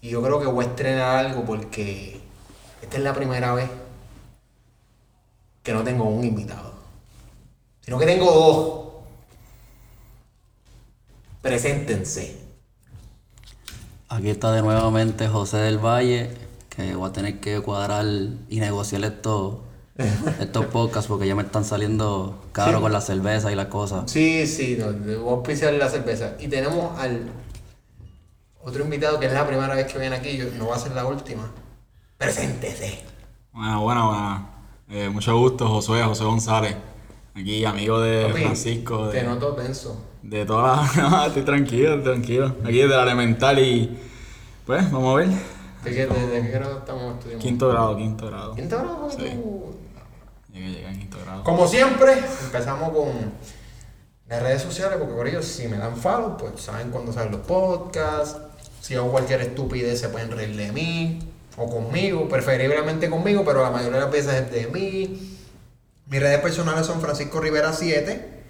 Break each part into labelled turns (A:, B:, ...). A: Y yo creo que voy a estrenar algo porque esta es la primera vez que no tengo un invitado, sino que tengo dos. Preséntense.
B: Aquí está de nuevamente José del Valle, que voy a tener que cuadrar y negociar estos, estos podcasts porque ya me están saliendo caro
A: Sí.
B: con la cerveza y las cosas.
A: Sí, sí, no, voy a auspiciar la cerveza. Y tenemos al otro invitado que es la primera vez que viene aquí, yo- no va a ser la última. Preséntese.
C: Buena, buena, buena. Eh, mucho gusto, Josué, José González. Aquí, amigo de
A: Papi,
C: Francisco,
A: Te
C: de,
A: noto tenso.
C: de toda la... No, estoy tranquilo, tranquilo. Aquí de la elemental y... Pues, vamos a ver.
A: ¿De qué, de, de qué grado estamos estudiando?
C: Quinto grado, quinto grado.
A: ¿Quinto grado?
C: Sí.
A: tú?
C: Llegué, llegué en quinto grado.
A: Como siempre, empezamos con las redes sociales, porque por ellos si me dan follow, pues saben cuando salen los podcasts. Si hago cualquier estupidez, se pueden reír de mí o conmigo, preferiblemente conmigo, pero la mayoría de las veces es de mí. Mis redes personales son Francisco Rivera 7.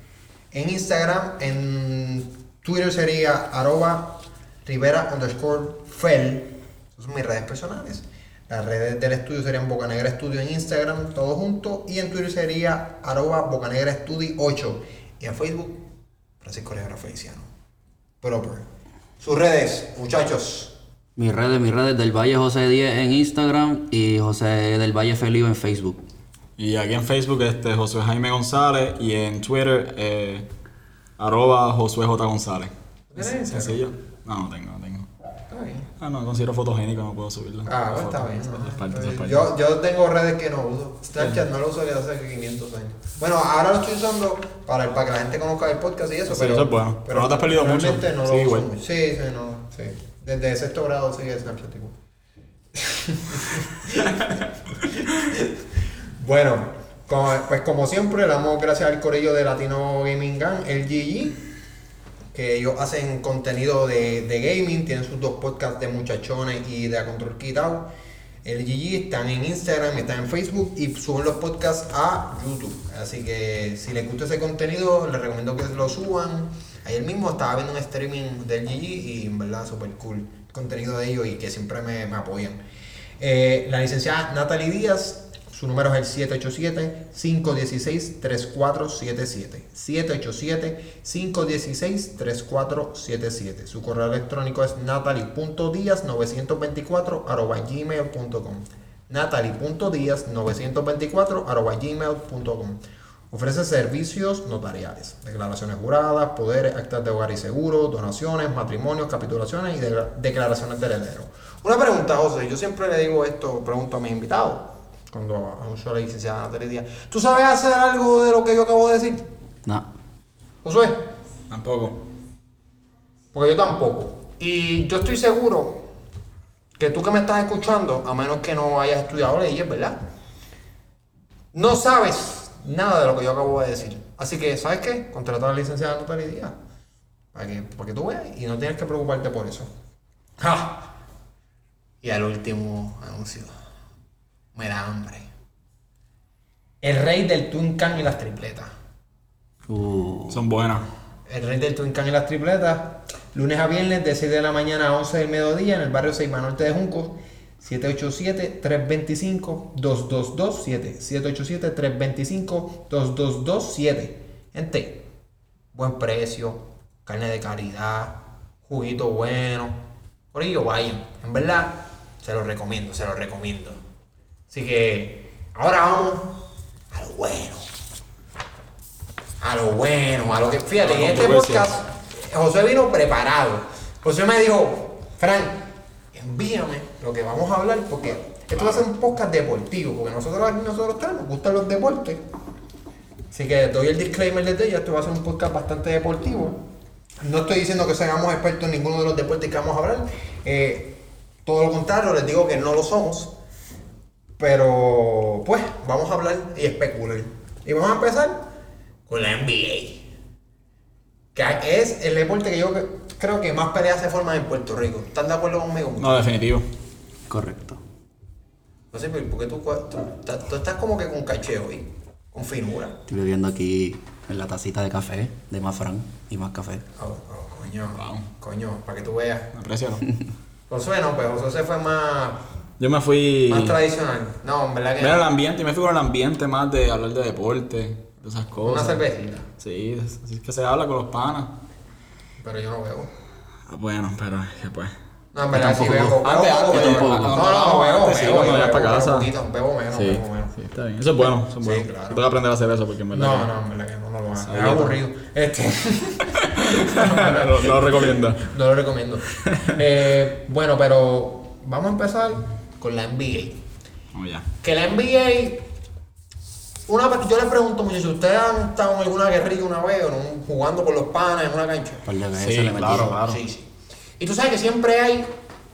A: En Instagram, en Twitter sería arroba Rivera underscore Fel. Esas son mis redes personales. Las redes del estudio serían Bocanegra Estudio en Instagram, todo junto. Y en Twitter sería arroba Bocanegra Estudio 8. Y en Facebook, Francisco Rivera Feliciano. Proper. Sus redes, muchachos.
B: Mis redes, mis redes, del Valle José 10 en Instagram y José del Valle Feliu en Facebook.
C: Y aquí en Facebook, este, Josué Jaime González. Y en Twitter, eh, arroba Josué J. González.
A: ¿Tienes Instagram?
C: ¿Sencillo? No, no tengo, no tengo.
A: Está bien.
C: Ah, no, considero fotogénico, no puedo subirlo.
A: Ah, bueno,
C: Foto.
A: está bien.
C: Eso es
A: ¿no?
C: parte, eso es parte.
A: Yo, yo tengo redes que no uso. Snapchat no lo uso desde hace 500 años. Bueno, ahora lo estoy usando para, el- para que la gente conozca el podcast y eso.
C: Sí,
A: pero,
C: eso es bueno. Pero no te has perdido mucho.
A: realmente no lo
C: Sí,
A: uso
C: igual.
A: mucho. Sí, sí, no. Sí. Desde sexto grado sigue Snapchat igual. bueno, como- pues como siempre, le damos gracias al corillo de Latino Gaming Gang, el GG que ellos hacen contenido de, de gaming, tienen sus dos podcasts de muchachones y de A Control Quitado. El GG están en Instagram, están en Facebook y suben los podcasts a YouTube. Así que si les gusta ese contenido, les recomiendo que lo suban. Ayer mismo estaba viendo un streaming del GG y en verdad súper cool el contenido de ellos y que siempre me, me apoyan. Eh, la licenciada Natalie Díaz, su número es el 787-516-3477. 787-516-3477. Su correo electrónico es natalie.díaz924 arroba gmail.com. Natalie.díaz924 arroba gmail.com. Ofrece servicios notariales, declaraciones juradas, poderes, actas de hogar y seguro, donaciones, matrimonios, capitulaciones y de- declaraciones de heredero. Una pregunta, José. Yo siempre le digo esto, pregunto a mis invitados, cuando anuncio a la licenciada Natalia Díaz. ¿Tú sabes hacer algo de lo que yo acabo de decir,
B: Nah.
A: José?
C: Tampoco.
A: Porque yo tampoco. Y yo estoy seguro que tú que me estás escuchando, a menos que no hayas estudiado leyes, ¿verdad? No sabes nada de lo que yo acabo de decir. Así que, ¿sabes qué? Contrata a la licenciada Natalia Díaz. Para que, para que tú veas y no tienes que preocuparte por eso. ¡Ja! Y al último anuncio. Me da hambre. El rey del Twin Can y las tripletas.
B: Uh,
C: Son buenas.
A: El rey del Twin Can y las tripletas. Lunes a viernes de 6 de la mañana a 11 del mediodía en el barrio 6 Norte de Junco. 787-325-2227. 787-325-2227. Gente, buen precio, carne de calidad, juguito bueno. Por ello, vayan. En verdad, se los recomiendo, se los recomiendo. Así que, ahora vamos a lo bueno. A lo bueno, a lo que. Fíjate,
C: A
A: en
C: la
A: este
C: controversia.
A: podcast, José vino preparado. José me dijo, Frank, envíame lo que vamos a hablar porque esto va a ser un podcast deportivo, porque nosotros aquí, nosotros tres nos gustan los deportes. Así que doy el disclaimer desde ya, esto va a ser un podcast bastante deportivo. No estoy diciendo que seamos expertos en ninguno de los deportes que vamos a hablar. eh, todo lo contrario, les digo que no lo somos. Pero pues vamos a hablar y especular. Y vamos a empezar con la NBA. Que es el deporte que yo creo que más peleas se forman en Puerto Rico. ¿Están de acuerdo conmigo?
C: No, definitivo.
B: correcto.
A: No sé, pero ¿por qué tú, cua- tú, ta- tú estás como que con cacheo y con finura?
B: Estoy bebiendo aquí en la tacita de café de más fran y más café.
A: Oh, oh, coño,
C: Wow.
A: coño, para que tú veas.
C: Aprecialo.
A: Josué no, pues Josué se fue más,
C: Yo me fui.
A: más tradicional. No, en verdad que
C: Ver el ambiente, y me fui con el ambiente más de hablar de deporte, de esas
A: una
C: cosas.
A: cervecita.
C: Sí, es- así es que se habla con los panas.
A: Pero yo no veo.
C: Ah, Bueno, pero que pues.
A: No, en verdad sí veo. Ah, veo,
C: Antes,
A: poco,
C: antes,
A: pero-
C: tampoco.
A: No, no, veo,
C: Antes sí,
A: veo,
C: cuando
A: veo,
C: vayas pa'
A: veo
C: casa.
A: poquito, Veo menos,
C: Sí,
A: veo menos.
C: sí, está bien. Eso es bueno, eso es
A: Sí,
C: bueno.
A: claro.
C: Tengo que aprender a hacer eso porque en verdad.
A: No, no, en verdad que no, no lo hago. Es
C: Sabía.
A: aburrido. Este,
C: no. no lo recomiendo.
A: no lo recomiendo. Eh, bueno, pero vamos a empezar con la NBA.
C: Vamos Oh, ya.
A: Que la NBA. Una, vez- yo les pregunto, muchachos, ¿ustedes han estado en alguna guerrilla una vez o no? jugando con los panas en una cancha?
B: Por lo que
C: Sí,
B: se le metió.
C: claro, claro.
A: Sí, sí. Y tú sabes que siempre hay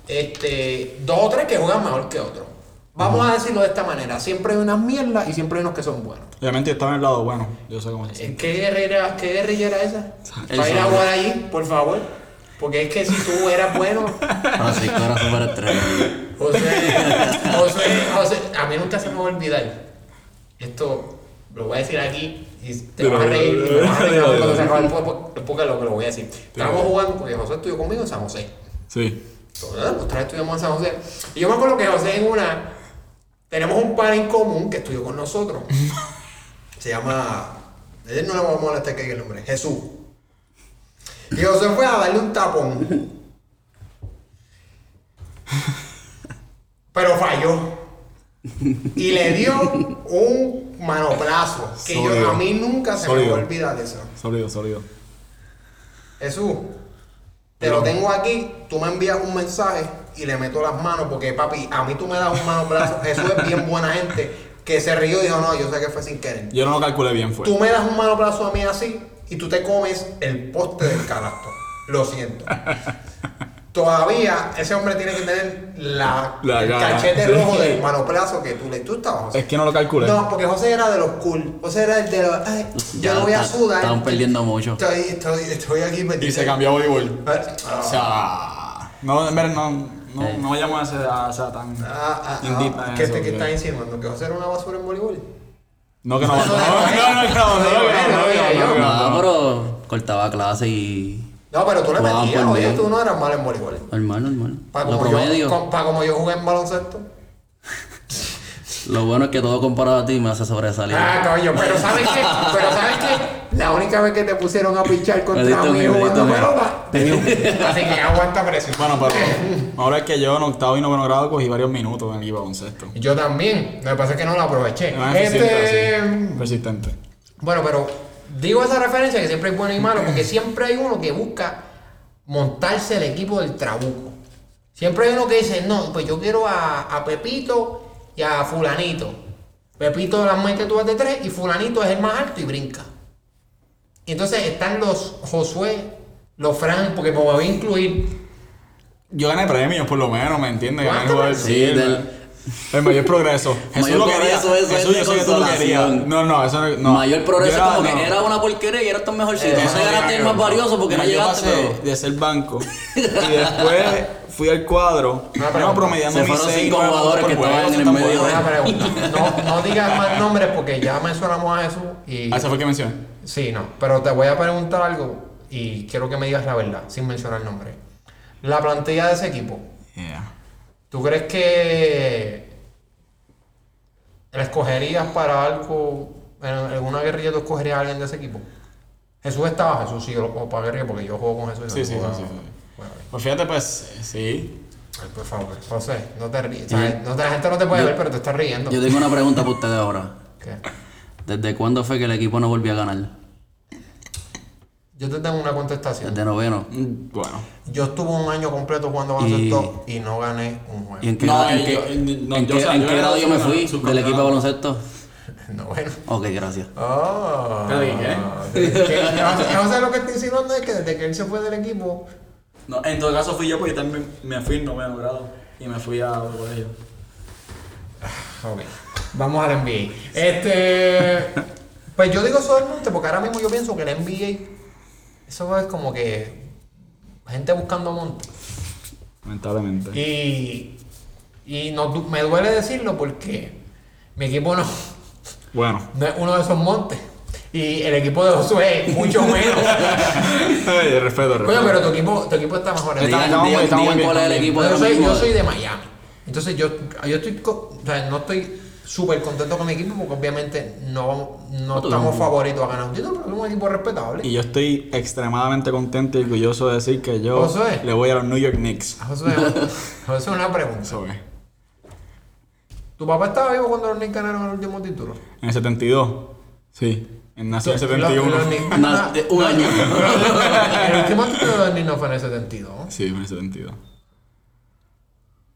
A: este, dos o tres que juegan mejor que otros. Vamos a decirlo de esta manera. Siempre hay unas mierdas y siempre hay unos que son buenos.
C: Obviamente yo estaba en el lado bueno. Yo sé cómo se siente.
A: ¿En ¿Qué guerrera, qué guerrilla era esa?
B: El
A: Para ir a
B: Zorro.
A: jugar allí, por favor. Porque es que si tú eras bueno,
B: Francisco era súper estrella.
A: José, José, José, a mí nunca se me va a olvidar. Esto lo voy a decir aquí y te vas a reír. y me vas a reír cuando se acabe el po- po- porque lo, lo voy a decir. Estábamos jugando, porque José estudió conmigo en San José.
C: Sí.
A: Todos los tres estudiamos en San José. Y yo me acuerdo que José en una. Tenemos un par en común que estudió con nosotros. Se llama. Él no le vamos a molestar que diga el nombre. Jesús. Y José fue a darle un tapón. Pero falló. Y le dio un manoplazo. Que yo,
C: Sólido.
A: a mí nunca se me
C: Sólido.
A: va a olvidar eso.
C: Sólido, sólido.
A: Jesús, te lo tengo aquí, tú me envías un mensaje y le meto las manos porque papi, a mí tú me das un mano brazo. Jesús es bien buena gente que se rió y dijo, no, yo sé que fue sin querer.
C: Yo no lo calculé bien, fue.
A: Tú me das un mano brazo a mí así y tú te comes el poste del canasto. Lo siento. Todavía ese hombre tiene que tener la,
C: La
A: el
C: gana.
A: cachete
C: Sí.
A: rojo del manoplazo que tú le tú estabas.
C: Es que no lo calculé.
A: No, porque José era de los cool. José era el de los. Ay, yo
B: Ya
A: no voy a
B: está-
A: sudar.
B: estaban perdiendo mucho.
A: Estoy, estoy, estoy aquí
C: Y
A: metido.
C: se cambió a voleibol.
A: Ah,
C: O sea. No, en verdad, no, no,
B: Eh.
C: no vayamos a ser a, ser tan.
A: ah, ah,
C: indita en
A: ¿Qué
C: eso,
A: te qué
C: porque-
A: estás insinuando? ¿Que va a ser una basura en voleibol?
C: No, que no va-
A: Eso
C: no,
A: de-
C: no, no, que no, no, no, que no, no, que no, no, que no,
B: No,
C: no.
B: pero cortaba clase y.
A: No, pero tú le
B: Jugaban
A: metías,
B: por
A: oye,
B: bien.
A: tú no eras malo en voleibol.
B: Hermano, hermano.
A: Para
B: Lo
A: como, yo,
B: promedio.
A: con- pa' como yo jugué en baloncesto.
B: Lo bueno es que todo comparado a ti me hace sobresalir.
A: Ah, coño, pero ¿sabes qué? Pero ¿sabes qué? La única vez que te pusieron a pichar contra
B: Maldito
A: mí
B: mío,
A: jugando
B: maldito
A: pelota. Así que aguanta presión.
C: Bueno, pero ahora es que yo en octavo y noveno grado cogí varios minutos en el equipo de baloncesto.
A: Yo también. Lo que pasa es que no la aproveché.
B: Ah,
C: Era
A: Este.
C: eficiente, así, Persistente.
A: Bueno, pero digo esa referencia que siempre es bueno y malo, porque siempre hay uno que busca montarse el equipo del trabuco. Siempre hay uno que dice, no, pues yo quiero a, a Pepito y a Fulanito. Pepito las mete todas de tres y Fulanito es el más alto y brinca. Y entonces están los Josué, los Fran, porque como voy a incluir,
C: Yo gané premios, por lo menos, ¿me entiendes? Gané
A: ¿Cuánto?
C: jugador del
B: Sí,
C: siglo.
B: del-
C: El mayor progreso. Jesús
B: Mayor
C: lo quería.
B: progreso, eso es
C: Jesús, yo
B: de
C: sé que tú lo
B: consolación.
C: querías. No, no, eso no. no.
B: Mayor progreso
C: Yo
B: como
C: no.
B: que era una porquería y era tan mejorcito.
C: Eh,
B: no sé,
C: no,
B: ganaste el más valioso porque no,
C: yo
B: llegaste,
C: pasé
B: pero.
C: de ser banco. Y después fui al cuadro.
A: Una
C: No,
A: pregunta.
C: promediando
B: Se
C: mis
B: fueron
C: seis,
B: cinco
C: nueve
B: jugadores que
C: puntos por
B: estaban
C: juego,
B: en el medio
C: eso está bueno.
A: una pregunta. No, no digas más nombres porque ya mencionamos a Jesús y...
C: Ah, ese fue el que mencioné.
A: Sí, no, pero te voy a preguntar algo y quiero que me digas la verdad, sin mencionar nombre. La plantilla de ese equipo,
C: Yeah.
A: ¿tú crees que la escogerías para algo, en alguna guerrilla tú escogerías a alguien de ese equipo? Jesús estaba, Jesús sí, yo lo cojo para guerrilla porque yo juego con Jesús. y
C: Sí, sí,
A: juego-
C: sí, sí, sí.
A: Bueno, bien.
C: Pues fíjate, pues, eh, sí.
A: Ay, por favor, José, no te ríes. O sea, no te- la gente no te puede ver, pero te estás riendo.
B: Yo tengo una pregunta para ustedes ahora.
A: ¿Qué?
B: ¿Desde cuándo fue que el equipo no volvió a ganar?
A: Yo te tengo una contestación.
B: Desde noveno.
C: Mm, Bueno.
A: Yo estuve un año completo jugando baloncesto y no gané un juego.
B: ¿Y en qué,
C: No, eh,
B: grado- en
C: yo-
B: qué-
C: no,
B: en
C: yo,
B: qué-
C: o sea,
B: en
C: yo
B: qué
C: era
B: grado yo me fui
C: subcampeón.
B: del equipo de baloncesto?
A: No, bueno.
B: Ok, gracias.
A: Oh.
C: ¿Pero de qué?
A: Desde que- yo no sé lo que está insinuando es que desde que él se fue del equipo.
C: No, en todo caso fui yo porque también me fui en noveno grado y me fui a otro colegio.
A: Ok. Vamos al NBA. Este. Pues yo digo solamente porque ahora mismo yo pienso que el NBA. Eso es como que. Gente buscando monte.
C: Lamentablemente.
A: Y. Y no du- me duele decirlo porque. Mi equipo no,
C: Bueno,
A: no es uno de esos montes. Y el equipo de Josué, mucho menos.
C: Ey, respeto,
A: Coño,
C: respeto.
A: pero tu equipo, tu equipo está mejor.
C: Está-
B: Digan,
C: estamos
B: digan-
C: bien, estamos
B: digan
C: bien,
B: cuál es el
C: estamos
B: equipo de
A: yo,
B: los
A: soy, yo
B: mismos.
A: soy de Miami. Entonces yo, yo estoy, co- o sea, no estoy súper contento con mi equipo porque obviamente no, no
B: Tú-
A: estamos favoritos a ganar un título, pero es un equipo respetable.
C: Y yo estoy extremadamente contento y orgulloso de decir que yo
A: Josué.
C: le voy a los New York Knicks.
A: José, José, una pregunta.
C: Eso es.
A: ¿Tu papá estaba vivo cuando los Knicks ganaron el último título?
C: En el 72. Sí. En nació en el
A: Los- los
C: 71.
A: Knicks-
B: Una- de- un año.
A: El último título de los Knicks no fue en el 72.
C: Sí, en el 72.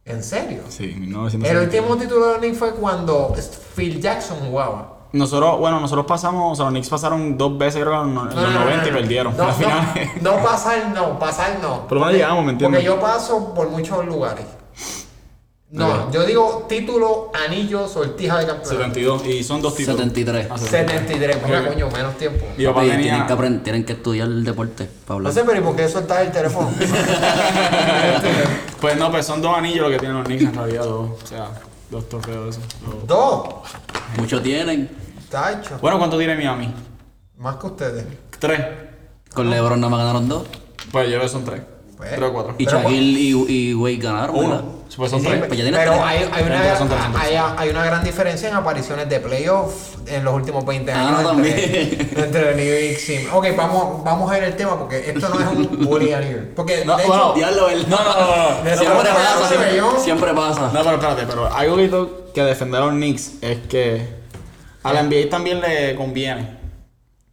A: ¿En serio?
C: Sí, en
A: El
C: 1972.
A: último título de los Knicks fue cuando Phil Jackson jugaba.
C: Nosotros, bueno, nosotros pasamos, o sea, los Knicks pasaron dos veces, creo, en los en
A: No, no,
C: los
A: no,
C: 90
A: no,
C: y
A: no.
C: perdieron.
A: No,
C: la
A: no,
C: final.
A: No, pasar, no, pasar no.
C: Por lo menos llegamos, ¿me entiendes?
A: Porque yo paso por muchos lugares. No,
C: Ok.
A: yo digo título, anillo, sortija de campeonato.
C: 72. Y son dos títulos.
B: 73.
C: Ah,
A: 73, mira,
C: Ok.
A: coño, menos tiempo.
C: Mi papá
B: Papi,
C: tenía-
B: tienen, que aprend- tienen que estudiar el deporte para
A: No
B: hablar.
A: sé, pero ¿y por qué soltás el teléfono?
C: Pues no, pues son dos anillos lo que tienen los Knicks en realidad, dos. O sea, dos trofeos de esos. Dos.
A: Dos,
B: Mucho tienen.
A: está hecho.
C: Bueno, ¿cuánto tiene Miami?
A: Más que ustedes.
C: Tres.
B: Con LeBron nada más ganaron dos.
C: Pues yo creo que son tres.
A: Pues.
C: Tres o cuatro.
B: Y
A: Pero,
B: Shaquille y, y Wade ganaron, ¿verdad?
C: Uno. Pues son
A: Sí,
C: tres.
B: pues ya tienes
A: pero
B: tres.
A: hay, hay una,
C: Tres, son tres, son tres.
A: hay, hay una gran diferencia en apariciones de playoff en los últimos 20
B: Ah,
A: años.
B: no,
A: Entre, entre Knicks y Ok, vamos, vamos a ver el tema porque esto no es un bully a nivel. Porque,
C: No,
A: de
C: bueno,
A: hecho,
B: Diablo, el-
C: No, no, no, no.
A: de-
B: Siempre
A: de-
B: pasa,
A: de-
B: siempre,
A: de-
B: siempre pasa.
C: No, pero espérate, pero algo que, tengo que defender a los Knicks es que a la NBA también le conviene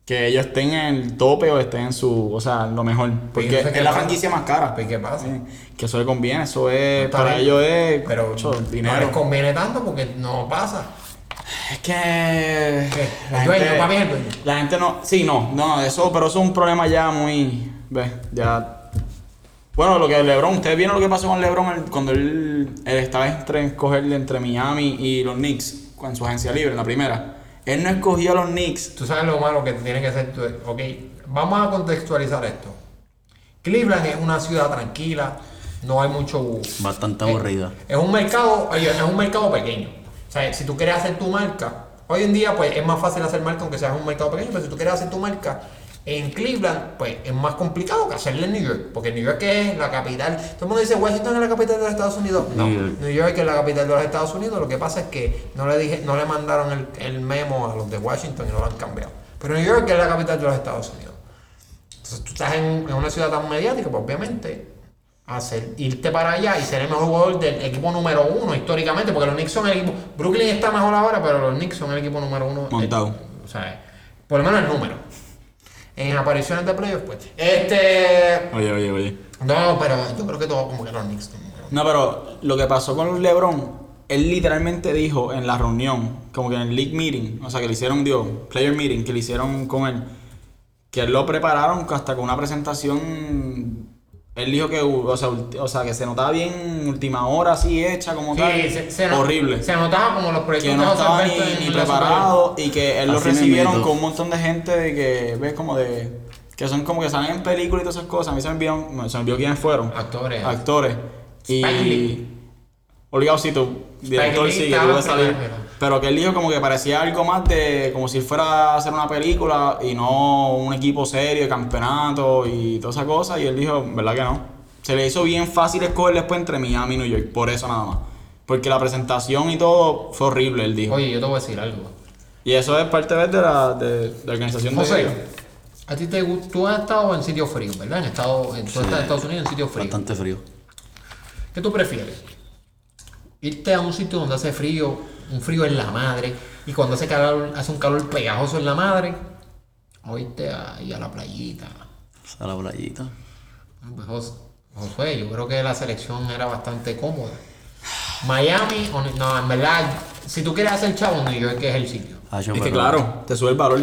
C: que ellos estén en el tope o estén en su, o sea, lo mejor.
A: no
C: Porque
A: sé qué
C: es la
A: pasa.
C: franquicia más cara.
A: Pues, ¿qué pasa?
C: Sí, Que eso le conviene, eso es,
A: Está
C: para
A: bien.
C: ellos es,
A: Pero
C: mucho
A: no les
C: dinero.
A: conviene tanto porque no pasa.
C: Es que...
A: ¿Qué? El dueño, para mí es el dueño.
C: La gente no... Sí, no, no, eso, pero eso es un problema ya muy... Ve, ya... Bueno, lo que LeBron, ustedes vieron lo que pasó con LeBron el- cuando él, él estaba entre escogerle entre Miami y los Knicks con su agencia libre en la primera. Él no escogió a los Knicks.
A: Tú sabes lo malo que tiene que ser. tú- Ok, vamos a contextualizar esto. Cleveland es una ciudad tranquila, no hay mucho
B: Bastante
A: Eh,
B: aburrida.
A: Es un mercado, oye, es un mercado pequeño. O sea, si tú quieres hacer tu marca, hoy en día pues es más fácil hacer marca aunque seas un mercado pequeño, pero si tú quieres hacer tu marca en Cleveland, pues es más complicado que hacerle en New York, porque New York es la capital. Todo el mundo dice, Washington es la capital de los Estados Unidos. No,
B: New York.
A: New York es la capital de los Estados Unidos. Lo que pasa es que no le dije, no le mandaron el, el memo a los de Washington y no lo han cambiado. Pero New York es la capital de los Estados Unidos. Entonces tú estás en, en una ciudad tan mediática, pues obviamente hacer, irte para allá y ser el mejor jugador del equipo número uno históricamente, porque los Knicks son el equipo. Brooklyn está mejor ahora, pero los Knicks son el equipo número uno.
C: Montado.
A: Eh, o sea, por lo menos el número. En apariciones de playoffs, pues. Este.
C: Oye, oye, oye.
A: No, pero yo creo que todo como que los Knicks. son número uno.
C: No, pero lo que pasó con LeBron, él literalmente dijo en la reunión, como que en el league meeting, o sea, que le hicieron, digo, player meeting, que le hicieron con él, que él lo prepararon hasta con una presentación. Él dijo que, o sea, ulti- o sea, que se notaba bien última hora, así hecha, como
A: Sí,
C: tal.
A: se, se no-
C: horrible.
A: Se notaba como los proyectos
C: que no
A: de José
C: estaba ni,
A: Alberto en
C: ni
A: la
C: preparado y que él lo
B: Así
C: recibieron
B: mismito.
C: con un montón de gente de que, ves, como de. que son como que salen en películas y todas esas cosas. A mí se me olvidó, se me olvidó quiénes fueron
A: Super Bowl. Actores.
C: actores.
A: Spike
C: Y.
A: Lee.
C: Obligado, sí, tu director
A: Lee
C: sí, que
A: estaba
C: tuvo que salir.
A: primero.
C: Pero que él dijo como que parecía algo más de. como si fuera a hacer una película y no un equipo serio, de campeonato y toda esa cosa. Y él dijo, ¿verdad que no? Se le hizo bien fácil escoger después entre Miami y New York, por eso nada más. Porque la presentación y todo fue horrible, él dijo.
A: Oye, yo te voy a decir algo.
C: Y eso es parte de la, de, de la organización de
A: José,
C: ellos.
A: a ti te gu- tú has estado en sitios fríos, ¿verdad? En Estados, en, tú estás en Estados Unidos en sitios fríos.
B: Bastante frío.
A: ¿Qué tú prefieres? Irte a un sitio donde hace frío, un frío en la madre, y cuando hace calor, hace un calor pegajoso en la madre, o irte ahí a la playita.
B: A la playita.
A: Bueno, Pues Jos- Josué, yo creo que la selección era bastante cómoda. Miami, o ni- no, en verdad, si tú quieres hacer chavo, New York es el sitio.
B: Ah, yo,
C: Es que
B: pero-
C: claro, te sube el valor.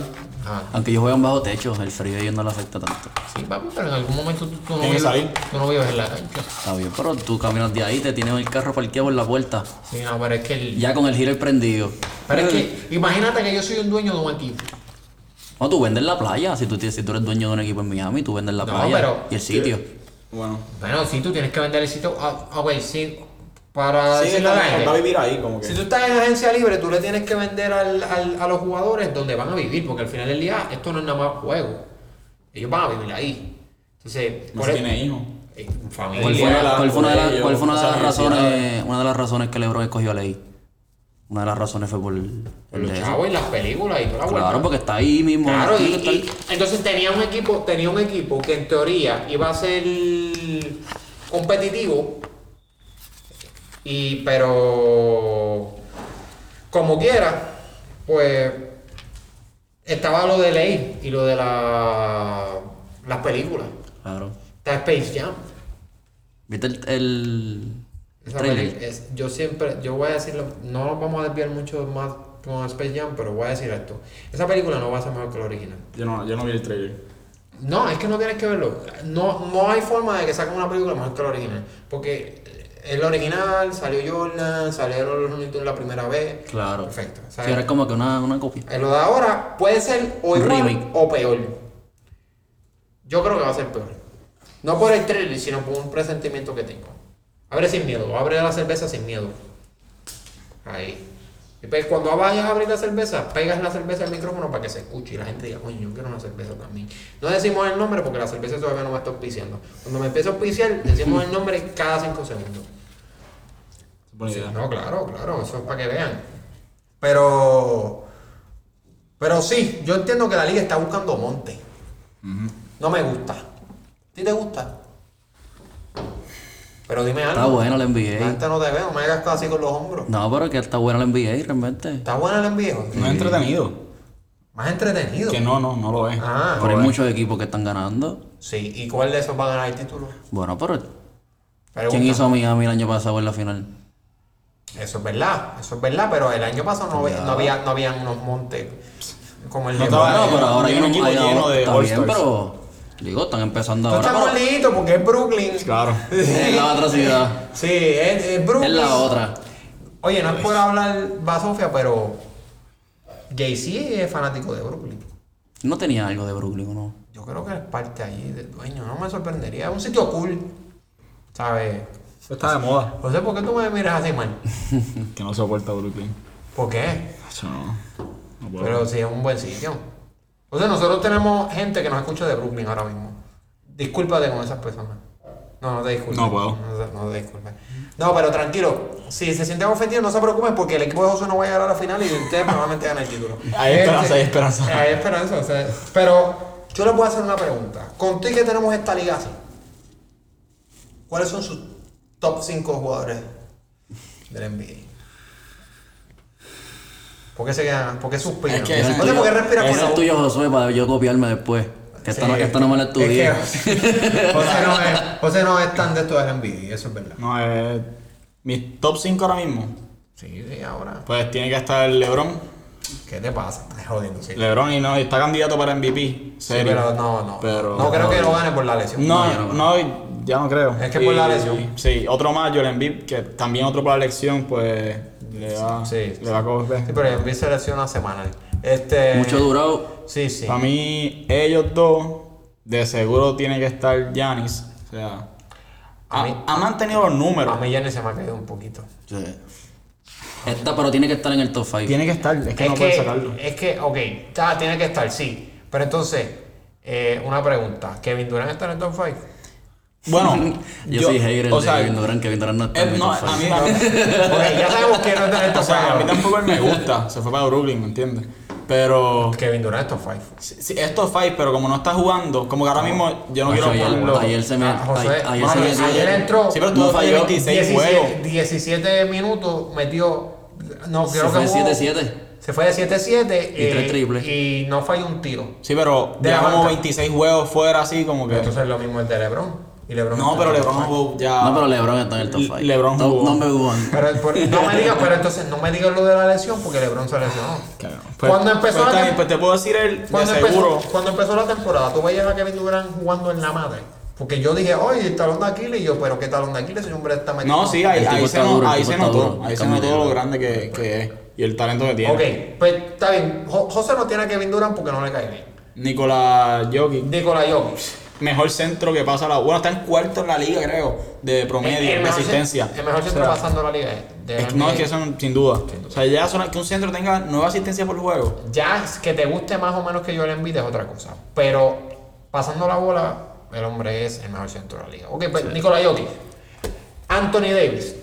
A: Ah,
B: Aunque yo juego en bajo techo, el frío ahí no le afecta tanto.
A: sí, papi, pero en algún momento tú, tú no,
C: Tienes
A: vives,
C: que salir.
A: tú no vives en la cancha.
B: Está bien, pero tú caminas de ahí, te tienes el carro parqueado en la puerta.
A: Sí, no, pero es que el-
B: Ya con el giro prendido.
A: Pero es que, imagínate que yo soy un dueño de un equipo.
B: No, tú vendes la playa. Si tú, tienes- si tú eres dueño de un equipo en Miami, tú vendes la
A: No,
B: playa
A: pero-
B: y el sitio.
C: Bueno.
A: Bueno, si tú tienes que vender el sitio. Ah, ah, güey, sí. Para
C: Sí,
A: decirle a la
C: él
A: gente.
C: va a vivir ahí, como que.
A: Si tú estás en agencia libre, tú le tienes que vender al- al- a los jugadores donde van a vivir, porque al final del día esto no es nada más juego. Ellos van a vivir ahí. Entonces,
C: no
A: por
C: se
A: el-
C: tiene hijos.
A: eh,
B: ¿Cuál fue,
A: familia.
C: Ella,
B: cuál fue una de, las-
C: ellos,
B: cuál fue una de
C: o sea,
B: las
C: que si
B: razones, una de las razones que LeBron escogió a Ley? Una de las razones fue por,
A: Por
B: por
A: los
B: eso.
A: chavos y las películas y toda la vuelta.
B: Claro, porque está ahí mismo.
A: Ah, Claro, y,
B: tiene que
A: y-
B: estar-
A: entonces tenía un equipo, tenía un equipo que en teoría iba a ser competitivo. Y pero como quiera, pues estaba lo de ley y lo de la- las películas.
B: claro.
A: Está Space Jam.
B: ¿Viste el, el
A: Esa
B: trailer?
A: peli- es- yo siempre, yo voy a decirlo, no nos vamos a desviar mucho más con Space Jam, pero voy a decir esto. Esa película no va a ser mejor que la original.
C: Yo no, yo no vi el trailer.
A: No, es que no tienes que verlo. No, no hay forma de que saquen una película mejor que la original. Porque el original salió Jordan, salieron los Looney Tunes la primera vez.
B: Claro.
A: eh, Perfecto. O
B: Sí,
A: sea,
B: ahora es como que una, una copia.
A: eh, Lo de ahora puede ser o
B: Un
A: igual
B: remake.
A: o peor. Yo creo que va a ser peor. No por el trailer, sino por un presentimiento que tengo. Abre sin miedo, abre la cerveza sin miedo. Ahí. Y pues cuando vayas a abrir la cerveza, pegas la cerveza al micrófono para que se escuche y la gente diga, coño, yo quiero una cerveza también. No decimos el nombre porque la cerveza todavía no me está auspiciando. Cuando me empiece a auspiciar, decimos el nombre cada cinco segundos.
C: Buena
A: Sí,
C: idea.
A: no, claro, claro, eso es para que vean. Pero. Pero sí, yo entiendo que la liga está buscando monte. No me gusta. ¿A ti te gusta? Pero dime algo.
B: Está bueno eh. el NBA.
A: La gente no te ve, no me hagas caso así con los hombros.
B: No, pero que está bueno el NBA realmente.
A: Está buena el envío.
C: No es entretenido.
A: Más entretenido.
C: Que no, no, no lo es.
A: Ah,
B: Pero hay muchos equipos que están ganando.
A: sí. ¿Y cuál de esos va a ganar el título?
B: Bueno, pero
A: Pregunta.
B: ¿quién hizo a Miami el año pasado en la final?
A: Eso es verdad, eso es verdad, pero el año pasado no, había- no había, no habían unos montes como el
C: No
A: de
C: estaba-
B: No,
C: Hay
B: pero ahora hay
C: un
B: unos
C: equipo
B: hay
C: lleno
B: ahora-
C: de
B: Está bien,
C: All-Stars.
B: pero. Digo, están empezando
A: No
B: ahora.
A: estamos
B: Pero,
A: listos porque es Brooklyn.
C: Claro.
B: es la atrocidad.
A: Sí, es, es Brooklyn.
B: Es la otra.
A: Oye, no es por hablar va Sofía, pero Jay-Z es fanático de Brooklyn.
B: No tenía algo de Brooklyn, ¿o ¿no?
A: Yo creo que es parte ahí del dueño, no me sorprendería. Es un sitio cool, ¿sabes?
C: Eso está de moda.
A: José, ¿por qué tú me miras así mal?
C: Que no soporta Brooklyn.
A: ¿Por qué?
C: Eso no. No puedo.
A: Pero sí es un buen sitio. O sea, nosotros tenemos gente que nos escucha de Brooklyn ahora mismo. Discúlpate con esas personas. No, no te disculpes.
C: No puedo.
A: No, te- no te disculpes. No, pero tranquilo. Si se sienten ofendidos, no se preocupen porque el equipo de José no va a llegar a la final y ustedes probablemente ganan el título. este,
C: Hay esperanza, hay esperanza.
A: Hay esperanza. o sea, pero yo les voy a hacer una pregunta. Contigo que tenemos esta liga así, ¿cuáles son sus top 5 jugadores del NBA? ¿Por qué se quedan? ¿Por qué suspiran?
C: Es que ese
A: No
C: es
A: sé, ¿Por qué
C: tuyo.
A: respiran
B: Ese
A: con la
B: es
A: boca?
B: tuyo, Josué, para yo copiarme después. Que esta,
A: Sí.
B: no, esta no me la estudié.
A: Es que José- José no es, José no es tan de esto del NBA, eso es verdad.
C: No, eh, mis top 5 ahora mismo.
A: Sí, sí, ahora.
C: Pues tiene que estar LeBron.
A: ¿Qué te pasa? Estás jodiendo, sí.
C: LeBron y no, y está candidato para MVP.
A: Sí,
C: Serio.
A: pero no, no.
C: Pero-
A: no creo que lo gane por la lesión.
C: No, no, ya no creo.
A: Es que por la
C: Y-
A: lesión.
C: Sí, otro más, Joel Embiid, que también otro por la lesión, pues le va,
A: Sí, sí.
C: le va a coger.
A: Sí, pero el NBA se lesiona semanal. Este,
C: eh,
B: Mucho durado.
A: Sí, sí.
C: Para mí, ellos dos, de seguro tiene que estar Giannis. O sea,
A: A
C: ha-
A: mí-
C: ha mantenido los números.
A: A mí ya ni se me ha caído un poquito.
B: Esta, pero tiene que estar en el top 5.
C: Tiene que estar, es que no puede sacarlo.
A: es que, ok, está, tiene que estar, sí. Pero entonces, eh, una pregunta. ¿Kevin Durant está en el top 5?
C: Bueno,
B: yo, soy hater
C: o
B: de
C: sea,
B: Kevin Durant, Kevin Durant no está en
C: eh,
B: mi
C: no,
B: top
C: a mí,
B: five.
C: a mí-
A: Ok, ya sabemos que no está en el
C: o
A: top
C: sea, a mí
A: 5.
C: tampoco él me gusta. Se fue para Brooklyn, ¿me entiendes? Pero
A: Kevin Durant es top 5.
C: si- si esto es fight, pero como no está jugando, como que ahora mismo yo no
B: Macho,
C: quiero ponerlo.
B: ayer, ayer se me.
A: Ah, José,
B: ayer- ayer
A: mami,
B: se me
A: ayer entró.
C: Sí, pero
B: No
C: tú
B: falló.
C: falló 26 juegos.
A: 17, 17 minutos metió. No,
B: Se
A: creo
B: fue
A: que jugó-
B: 7-7.
A: Se fue de 7-7
B: Y tres triples.
A: y no falló un tiro.
C: Sí, pero
A: De
C: ya
A: la
C: como
A: banca.
C: 26 juegos fuera así como que.
A: Entonces lo mismo es de LeBron. Y LeBron
C: No,
A: está
C: pero
A: en el top
C: LeBron
A: five.
C: jugó ya.
B: No, pero LeBron está en el top
C: Le-
B: 5.
C: LeBron
B: top
C: jugó.
B: number one.
A: Pero, por- no me digas, pero entonces no me digas lo de la lesión porque LeBron se
B: Ah,
A: lesionó.
C: Claro.
A: cuando empezó
C: pues,
A: la
C: está bien,
A: tem-
C: pues te puedo decir el de
A: cuando, empezó,
C: seguro.
A: cuando empezó la temporada, tú veías a Kevin Durant jugando en la madre. Porque yo dije, oye, el talón de Aquiles. Y yo, pero qué talón de Aquiles, ese hombre está metido.
C: No, sí, ahí,
B: El
C: ahí
B: tipo
C: se,
B: está
C: no-
B: duro, el
C: ahí
B: tipo
C: se
B: está
C: notó.
B: duro.
C: Ahí se
B: Cambio
C: notó
B: de-
C: lo grande que, que es y el talento que tiene.
A: Ok, pues está bien. Jo- José no tiene a Kevin Durant porque no le cae bien.
C: Nicolás Jokic.
A: Nikola Jokic.
C: mejor centro que pasa la. Bueno, está en cuarto en la liga, creo, de promedio, de
A: mejor cen-
C: asistencia.
A: El mejor
C: O sea,
A: centro pasando la liga. es- de
C: es-
A: la
C: no,
A: NBA.
C: es que eso sin duda. O sea, ya son- que un centro tenga nueva asistencia por juego.
A: Ya es que te guste más o menos que yo le envite es otra cosa. Pero pasando la bola, el hombre es el mejor centro de la liga. Ok, pues Nikola Jokic. Anthony Davis.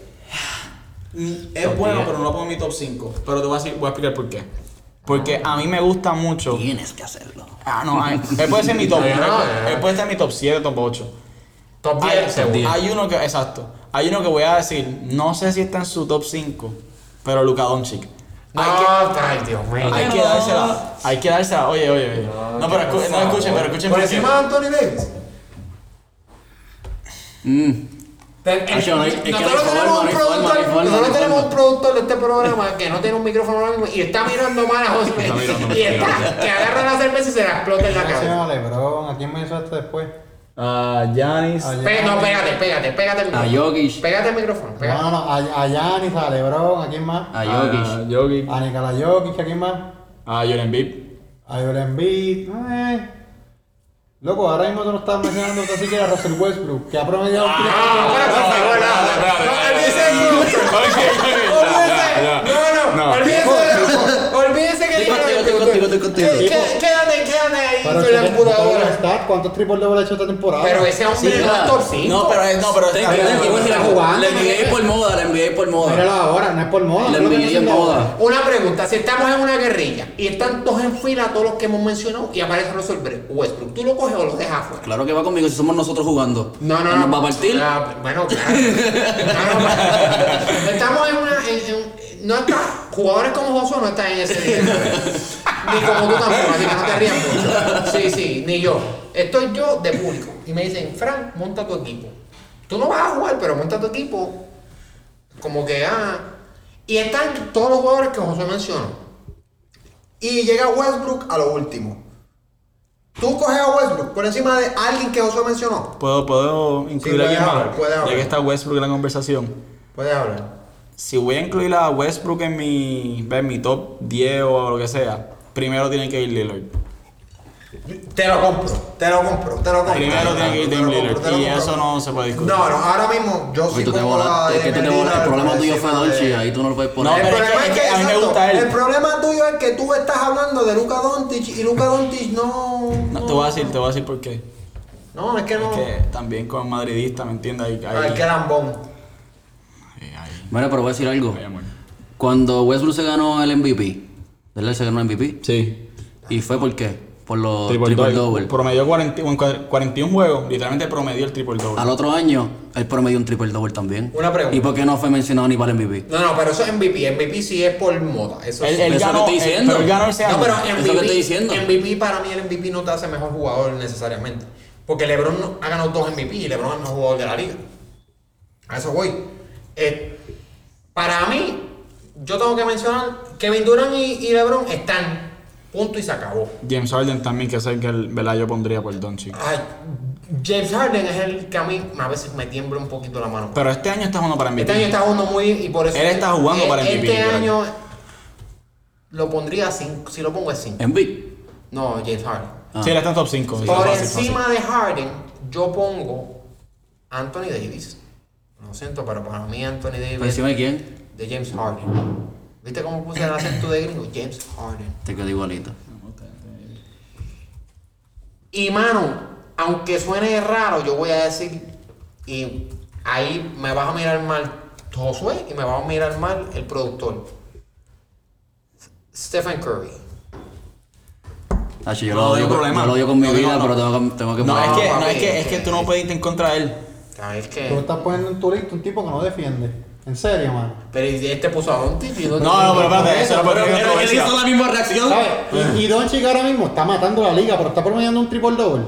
C: Mm, Es bueno, pero no lo pongo en mi top 5. Pero te voy a, decir, voy a explicar por qué. Porque a mí me gusta mucho.
B: Tienes que hacerlo.
C: Ah, no, ay, él puede ser mi top
A: No,
C: 1,
A: no,
C: él,
A: no.
C: él puede ser mi top 7, top 8.
A: Top 10 seguro.
C: Hay, hay uno que, exacto, hay uno que voy a decir, no sé si está en su top 5, pero Luka Doncic.
A: No,
C: Hay que,
A: ay, Dios mío.
C: hay que
B: no.
C: dársela, hay que dársela, oye, oye, oye. No, pero escu- no, escuchen, pero escuchen
A: Por
C: por qué.
A: encima de Anthony Davis.
B: Mm.
A: Ten-
B: Ay, yo no hay- es que no hay
A: eh, Nosotros
B: forma,
A: tenemos un
B: no hay forma, no hay
A: productor,
B: forma,
A: nosotros
B: no hay
A: tenemos un
B: forma.
A: productor de este programa que no tiene un micrófono ahora mismo y está mirando mal a José.
C: Está mirando
A: y está que agarra la cerveza y se la explota en la
D: ¿Quién
A: cabeza.
D: mencionó a LeBron? ¿A quién mencionaste después?
C: A Giannis.
D: A
A: Pe- no, pégate, pégate, pégate el
B: A
A: micrófono.
B: Jokic.
A: Pégate el micrófono,
D: No,
A: pégate.
D: no, no, a, a Giannis, a LeBron, ¿a quién más?
B: A Jokic.
C: Jokic.
D: A Nikola Jokic, ¿a quién más?
C: A Joel Embiid.
D: A Joel Embiid, eh. Loco, ahora mismo tú no estás mencionando tan siquiera a Russell Westbrook, que ha promediado un
A: No, no, espera, por favor, no, no, no, olvídese del grupo. Olvídese. No, no, olvídese del grupo. Olvídese que
B: Estoy
A: tiene
B: contigo,
A: el
B: estoy contigo, estoy contigo.
A: Qué- qué- Quédate, quédate ahí
D: Pero
A: con la
D: chequea- todo lo que
A: computadora.
D: está, ¿cuántos triple doble ha hecho esta temporada?
A: Pero ese hombre
B: Sí,
A: no es
B: claro.
A: top 5.
C: No, pero es, no, pero
B: Ten- ten- ten- ten- La NBA por moda, la NBA por
D: Míralo
B: moda.
D: ahora, no es por moda.
B: La
D: no lo
B: NBA
D: estoy
B: en
D: diciendo
B: moda.
D: ahora.
A: Una pregunta, si estamos en una guerrilla y están todos en fila, todos los que hemos mencionado, y aparece Russell Bre- Westbrook, ¿tú lo coges o lo dejas afuera?
B: Claro que va conmigo si somos nosotros jugando.
A: No, no,
B: Él
A: no.
B: Nos va a partir.
A: Ah, bueno, claro. Claro, bueno. estamos en una. en- en- no está, jugadores como Josué no están en ese nivel. Ni como tú tampoco, así que no te rías mucho. Sí, sí, ni yo. Estoy yo de público. Y me dicen, Frank, monta tu equipo. Tú no vas a jugar, pero monta tu equipo. Como que, ah. Y están todos los jugadores que Josué mencionó. Y llega Westbrook a lo último. Tú coges a Westbrook por encima de alguien que Josué mencionó.
C: Puedo, puedo incluir a
A: puedes
C: alguien
A: hablar,
C: más.
A: puedes hablar.
C: Ya que está Westbrook en la conversación.
A: Puedes hablar.
C: Si voy a incluir a Westbrook en mi, en mi top 10 o lo que sea, primero tiene que ir Lillard.
A: Te lo compro, te lo compro, te lo compro.
C: Primero tiene que ir
A: Te lo
C: Dame
A: compro, te lo
C: Lillard. Y
A: compro.
C: eso no se puede discutir.
A: No, no, ahora mismo yo
B: Oye,
A: sí
B: tú te
A: pongo a
B: volaste, es que tú
A: Damian
B: te volaste. El
A: Lillard
B: problema
A: por
B: tuyo fue
A: encima de-
B: Donchi, ahí tú no lo puedes poner.
C: No,
A: El
C: pero- es
A: problema
C: que-
A: es
C: es
A: que,
C: que a mí me
A: exacto,
C: gusta él.
A: El problema tuyo es que tú estás hablando de Luka Doncic y Luka Doncic no.
C: No, te voy a decir, te voy a decir por qué.
A: No, es que no. Ah,
C: Es que también con madridista, ¿me entiendes? Ahí, ahí,
A: Ay, qué lambón.
C: ahí, ahí,
B: Bueno, pero voy a decir algo.
C: ahí, amor.
B: Cuando Westbrook se ganó el MVP, ¿verdad? Él Se ganó el MVP.
C: Sí.
B: ¿Y fue por qué? Por los
C: Triple,
B: Oh, triple
C: double.
B: double.
C: Promedió 40 en cua- 41 juegos, literalmente promedió el triple double.
B: Al otro año, él promedió un triple double también.
A: Una pregunta.
B: ¿Y por qué no fue mencionado ni para el MVP?
A: No, no, pero eso es MVP. MVP sí es por moda. Eso
C: Él,
A: sí.
C: él
B: Eso
C: ganó,
B: que estoy
C: él-
B: diciendo.
C: pero él ganó ese año.
A: No, pero
B: Es
A: MVP,
B: lo que estoy diciendo.
A: MVP para mí el MVP no te hace mejor jugador necesariamente. Porque LeBron no- ha ganado dos MVP y LeBron es el mejor jugador de la liga. A eso voy. Eh, para mí, yo tengo que mencionar Kevin Durant y, y LeBron están. Punto y se acabó.
C: James Harden también, que es el que el, ¿verdad? yo pondría por Doncic.
A: Ay, James Harden es el que a mí a veces me tiembla un poquito la mano.
C: Pero este año está jugando para MVP.
A: Este año está jugando muy bien y por eso.
C: Él está jugando
A: Eh,
C: para MVP,
A: Este
C: claro.
A: año lo pondría 5. Si lo pongo es 5.
B: Embiid.
A: No, James Harden.
C: Sí, él está en top 5.
A: Por encima de Harden, yo pongo Anthony Davis. Lo siento, pero para mí Anthony
B: ¿Por
A: Davis
B: encima de quién?
A: de James Harden. ¿Viste cómo puse el acento de gringo? James Harden.
B: Te quedó igualito.
A: Y mano, aunque suene raro, yo voy a decir, y ahí me vas a mirar mal Josué y me vas a mirar mal el productor. Stephen Curry.
B: Nacho, yo,
C: No,
B: lo
C: no hay
B: odio, con-
C: problema.
B: yo lo odio con mi
C: No, no,
B: vida,
C: no.
B: pero tengo que, tengo que
C: No,
B: poner-
C: es que, no, es
A: papi,
C: que, es que tú no puedes irte en contra de él.
A: ¿Sabes
D: Tú
A: qué?
D: estás poniendo en tu lista un tipo que no defiende. En serio, mano.
A: Pero este puso a Doncic y
C: No, no, pero espérate, eso era
B: Pero,
C: porque
B: pero él
C: controversia.
B: hizo la misma reacción.
A: Eh,
D: ¿Sabes? Y, y Doncic ahora mismo está matando la liga, pero está promediando un triple doble.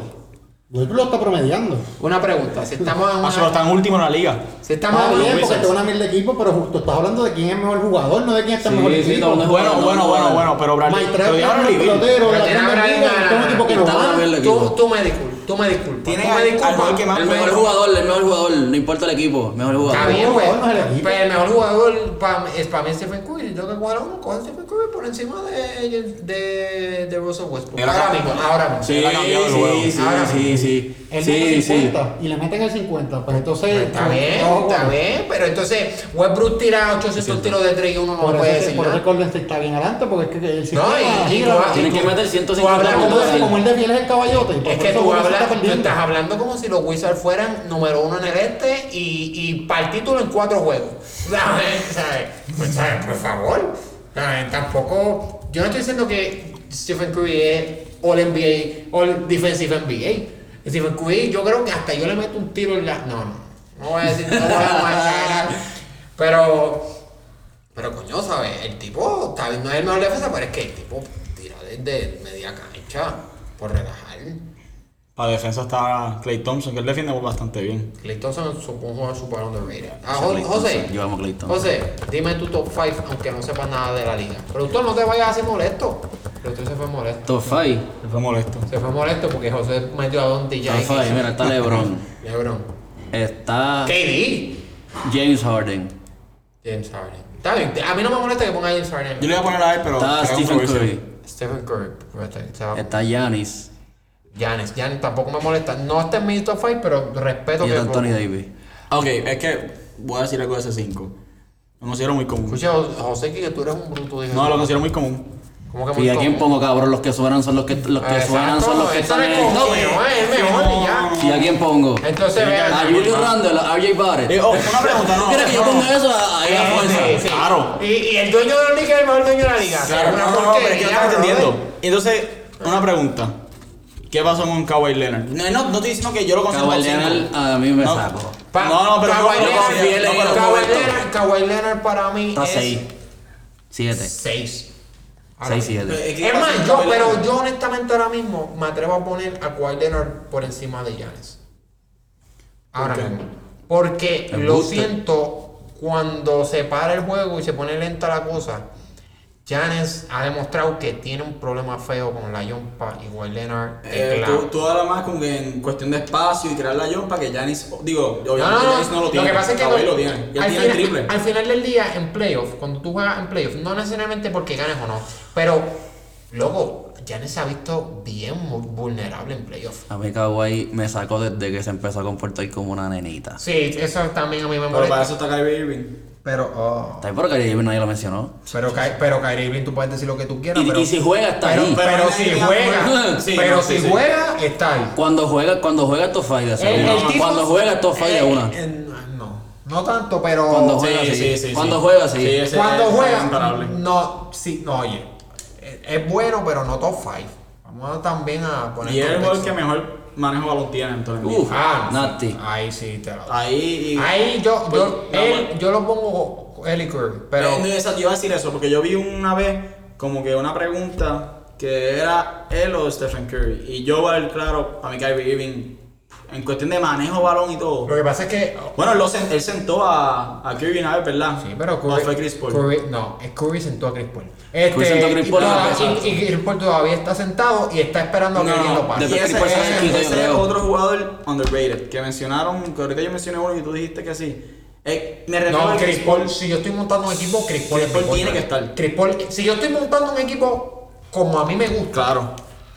D: Westbrook lo está promediando.
A: Una pregunta, si estamos en
C: Ah, solo Ah,
A: una...
C: está en último en la liga.
A: Sí, está
D: Está
A: mal.
D: bien,
C: los
D: porque
C: Wizards.
D: tengo una mil de equipo, pero justo estás hablando de quién es mejor jugador, no de quién está mejor
B: Sí, sí,
D: equipo.
B: todo mejor.
C: Bueno,
B: No,
C: bueno,
B: no,
C: bueno,
B: no.
C: bueno, pero Bradley.
D: Mike
C: Pero
D: Trout
C: ya
D: es un
C: Bradley Beal.
D: pelotero
A: Pero
D: de la
A: tiene a
D: Gran
A: Bradley,
D: Liga,
A: no, no,
D: todo
A: no,
D: un tipo que
B: no.
D: no
B: Está
D: va.
B: Bradley. el
A: Tú,
B: equipo.
A: tú me disculpas, tú me disculpas.
C: Tiene
A: tú me
C: al- al
A: disculpas.
C: jugador que más
B: El mejor
C: Pero-
B: jugador, el mejor jugador, no importa el equipo, el mejor
A: Ah, Está
B: jugador.
A: bien, güey.
D: jugador no es el equipo.
A: Pero el mejor jugador para pa mí es Stephen Curry. Si tengo que jugar a uno, coge a Stephen Curry por encima de, de, de Russell Westbrook.
C: Era
A: Ahora
C: cap-
A: mismo, ahora mismo.
B: Sí,
C: Él ha cambiado el juego.
B: sí, sí,
A: Ahora
B: sí, sí.
D: Él mete
B: Sí, sí.
D: 50 y le meten el 50, pues entonces...
A: Está
D: no,
A: bien,
D: no,
A: está
D: bueno.
A: bien, pero entonces Westbrook tira 800 tiros de 3 y uno no
D: Por
A: puede
D: eso,
A: decir
D: por eso el
A: nada.
D: Golden State está bien adelante, porque es que el sistema...
A: No, y- y tú-
B: Tiene que meter
D: Tú hablas
B: 150
D: como,
B: puntos.
D: ese, como el de fiel es el caballote. y por
A: Es que
D: eso
A: tú
D: uno se
A: hablas,
D: está
A: tú
D: perdiendo.
A: estás hablando como si los Wizards fueran número uno en el este y, y para el título en cuatro juegos. ¿Sabes? ¿Sabes? Pues, ¿sabes? Por favor. ¿Sabes? Tampoco. Yo no estoy diciendo que Stephen Curry es All NBA, All Defensive NBA. Stephen Curry, yo creo que hasta yo le meto un tiro en la. No, no. No voy a decir, no voy a no voy a exagerar. Pero. Pero coño, ¿sabes? El tipo está bien, no es el mejor defensa, pero es que el tipo tira desde media cancha por relajar.
C: Para defensa está Clay Thompson, que él defiende bastante bien.
A: Clay Thompson es un jugador super underrated. Ah,
B: Clay
A: Jo- José,
B: Thompson. Yo amo a Clay Thompson.
A: José, dime tu top 5 aunque no sepas nada de la liga. Productor, no te vayas a hacer molesto. Productor se fue molesto.
B: Top 5.
C: Se fue molesto.
A: Se fue molesto porque José metió a Don DJ.
B: Top 5, mira, está LeBron.
A: LeBron.
B: Está
A: KD.
B: James Harden.
A: James Harden. Está bien, a mí no me molesta que ponga a James Harden.
C: Yo le voy a poner a él, pero.
B: Está
C: será
B: Stephen
C: controversial.
B: Curry.
A: Stephen Curry. pero está- está-
B: Está Giannis.
A: Giannis. Giannis tampoco me molesta. No está en mi top 5, pero respeto
B: Y
A: que...
B: está Anthony Davis.
C: Ok, es que voy a decir algo de ese 5. Lo considero muy común.
A: Escucha, José, que tú eres un bruto. dije.
C: No, lo considero muy común.
A: ¿Cómo que muy
B: Y a quién
A: cómodo?
B: pongo, cabrón, los que suenan son los que los que
A: Exacto,
B: suenan son los que
A: eso
B: están en
A: es
B: el
A: como
B: top.
A: yo, eh, es mejor y ya.
B: ¿Y a quién pongo?
A: Entonces, vean.
B: A Julio Randle, a RJ
C: Eh,
B: Barrett.
C: oh, una pregunta, no.
B: ¿Quieres que yo
C: no, Eh, no.
B: ponga eso a a- a fuerza?
A: Sí, sí.
C: Claro.
A: Y, y el dueño de la liga es el mejor dueño de la liga.
C: Claro,
A: Una
C: no, no, no, pero es que
A: porquería,
C: yo estaba
A: brother.
C: entendiendo. Entonces, una pregunta. ¿Qué pasó con Kawhi Leonard? No, no, no estoy diciendo que yo lo considero
B: Kawhi
C: top cinco.
B: Leonard a mí me
C: No.
B: sacó.
A: Pa-
C: No, no, pero no,
A: Kawhi
C: no,
A: Leonard-
C: confíe en él,
A: Kawhi
C: no, pero
A: Kawhi
C: Roberto.
A: Leonard- Kawhi Leonard para mí
B: Está
A: es
B: 6. 7.
A: 6.
B: 6, 7.
C: Eh, ¿qué
A: Es
C: pasó
A: más,
C: con
A: yo,
C: Kawhi
A: pero
C: Leonard?
A: yo honestamente ahora mismo me atrevo a poner a Kawhi Leonard por encima de Giannis. Ahora
C: qué?
A: mismo. Porque
B: Me
A: lo
B: gusta.
A: siento, cuando se para el juego y se pone lenta la cosa, Giannis ha demostrado que tiene un problema feo con la yompa y Kawhi Leonard es
C: Eh,
A: clave.
C: tú, tú hablas más como que en cuestión de espacio y crear la jumpa que Janis. Digo, obviamente
A: Ah, No, no, no.
C: Giannis no lo tiene.
A: que pasa es que
C: Kawhi
A: con-
C: lo tiene. Y él
A: al,
C: tiene el
A: final,
C: triple.
A: al final del día, en playoff, cuando tú juegas en playoff, no necesariamente porque ganes o no, pero, loco, Giannis se ha visto bien mu- vulnerable en playoff.
B: A mí Kawhi me sacó desde que se empezó a comportar como una nenita.
A: Sí, eso también a mí me
C: Pero para
A: molesta.
C: eso está Kyrie Irving.
A: Pero, oh,
B: Está ahí, pero Kyrie Irving nadie lo mencionó.
A: pero, Ky- pero Kyrie Irving, tú puedes decir lo que tú quieras,
B: Y,
A: pero,
B: y si juega está
A: pero,
B: ahí.
A: pero
C: Pero
A: si
C: nadie la
A: juega,
B: juega.
C: Sí,
A: pero
C: no,
A: si
C: sí, sí.
A: juega, está ahí.
B: Cuando juega, cuando juega top 5 de
A: El- el
B: seguro.
A: tipo-
B: Cuando juega top 5 de
A: eh,
B: una.
A: eh, no, no tanto, pero...
B: Cuando
C: Sí,
B: juega
C: sí,
B: así.
C: sí, sí.
B: Cuando juega así.
C: Sí, ese
A: Cuando
C: es
A: juega,
C: incomparable.
A: no, sí, no, oye, es, es bueno, pero no top 5. Vamos a también a poner
C: Y es el jugador
A: contexto.
C: que mejor manejo balón tiene en todo el mundo.
B: Uf,
A: Ah,
B: Nati.
A: ahí sí te lo
C: Ahí. y-
A: Ahí yo,
C: Pues,
A: yo,
C: no,
A: él-
C: bueno.
A: yo lo pongo Eli Curry,
C: Eh,
A: pero...
C: no, esa- yo iba a decir eso, porque yo vi una vez como que una pregunta que era él o Stephen Curry. Y yo, bueno, claro, a mí Kyrie Irving, en cuestión de manejo balón y todo.
A: Lo que pasa es que
C: Bueno, él, lo sen- él sentó a, a Kirby una vez, ¿verdad?
A: Sí, pero Curry,
C: No, fue Chris Paul.
A: Curry- no, es Curry sentó a Chris Paul. Este,
B: Curry sentó a Chris
A: y
B: Paul,
A: todavía-
B: exacto.
A: y, y Chris Paul todavía está sentado y está esperando a que alguien lo
C: No,
A: pase.
C: y ese,
B: Chris Paul sabe
C: ese-
B: quién soy
C: ese
B: yo,
C: es
B: creo.
C: otro jugador underrated que mencionaron, que ahorita yo mencioné uno y tú dijiste que sí. Eh, me refiero
A: No,
C: a
A: Chris Paul, si yo estoy montando un equipo, Chris Paul,
C: Chris
A: es
C: Paul
A: mejor,
C: tiene que
A: ¿verdad?
C: estar.
A: Chris Paul, si yo estoy montando un equipo como a mí me gusta,
C: Claro.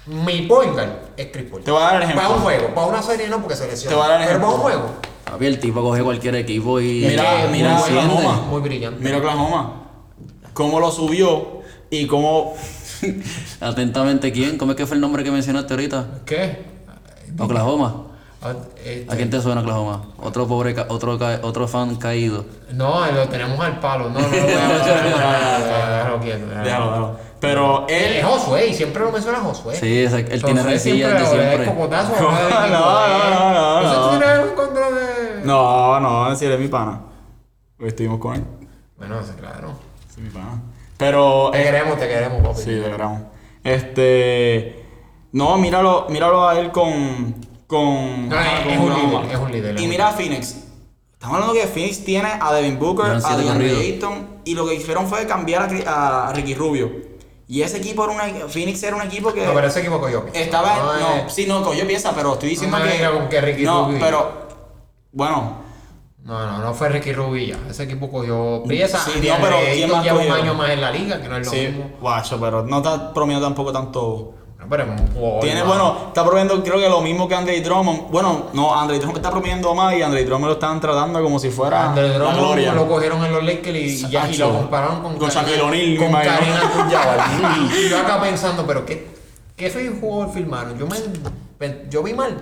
A: mi point guard es Chris Paul.
C: Te voy a dar el ejemplo.
A: Para un juego, para una serie no, porque se lesiona.
C: Te voy a dar el
A: Pero para un
C: ejemplo.
A: juego,
B: Papi, el tipo coge cualquier equipo y.
C: Mira,
A: que-
C: mira,
A: muy brillante,
C: Oklahoma.
A: muy brillante.
C: Ah. Mira Oklahoma. Cómo lo subió y cómo
B: Atentamente, ¿quién? ¿Cómo es que fue el nombre que mencionaste ahorita?
A: ¿qué?
B: Oklahoma.
A: Ah, este,
B: ¿A quién te suena Oklahoma? Otro pobre, ca- otro, ca- otro fan caído.
A: este, No, lo tenemos al palo. No, no, no, no, no, no, no, no, no, Ah, no, déjalo quieto, déjalo.
C: Déjalo, déjalo. Pero
A: Él es
C: él.
A: Josué y siempre lo menciona Josué.
B: Sí, ese- él tiene
A: Josué
B: rencillas de
A: le da el
B: siempre.
A: cocotazo a
C: No,
A: cada equipo,
C: no,
A: ¿eh?
C: no, no,
A: Entonces tú
C: no.
A: tienes algo en contra de.
C: No, no, si eres mi pana. Hoy estuvimos con él.
A: Bueno, sí, claro.
C: Sí, mi pana. Pero.
A: Te
C: eh,
A: queremos, te queremos, papi.
C: sí, de gramo. Este. No, míralo, míralo a él con. Con.
A: No,
C: ajá,
A: es-
C: con
A: es un
C: Oklahoma.
A: líder, es un líder, es
C: Y
A: un
C: mira a Phoenix. Estamos hablando que Phoenix tiene a Devin Booker,
B: Llevan
C: a
B: siete
C: DeAndre
B: corridos.
C: Ayton, y lo que hicieron fue cambiar a Cri- a, Ricky Rubio. Y ese equipo era un Phoenix era un equipo que
A: No, pero ese equipo cogió.
C: estaba en- no,
A: es-
C: sí, no, cogió pieza, pero estoy diciendo
A: me
C: que
A: venga con que Ricky
C: No,
A: Rubio.
C: pero bueno,
A: No, no, no fue Ricky Rubilla. Ese equipo cogió priesa.
C: Sí,
A: Sí,
C: no,
A: no,
C: pero
A: pero
C: ¿quién más
A: lleva un
C: cogió?
A: año más en la liga, que no es lo
C: sí,
A: mismo.
C: guacho, pero no está promediando tampoco tanto.
A: No, pero es un jugador
C: Tiene,
A: más.
C: bueno, está promediando creo que lo mismo que Andre Drummond. Bueno, no, Andre Drummond está promediando más y Andre Drummond lo están tratando como si fuera
A: Andre
C: la
A: Drummond
C: gloria.
A: lo cogieron en los Lakers y, y, ya- y lo compararon con,
C: Con
A: Karim-
C: Shaquille O'Neal, me
A: con
C: imagino.
A: Karim Abdul-Jabbar. Y yo acá pensando, pero qué, qué feo jugador firmaron. Yo, me, me- yo vi mal,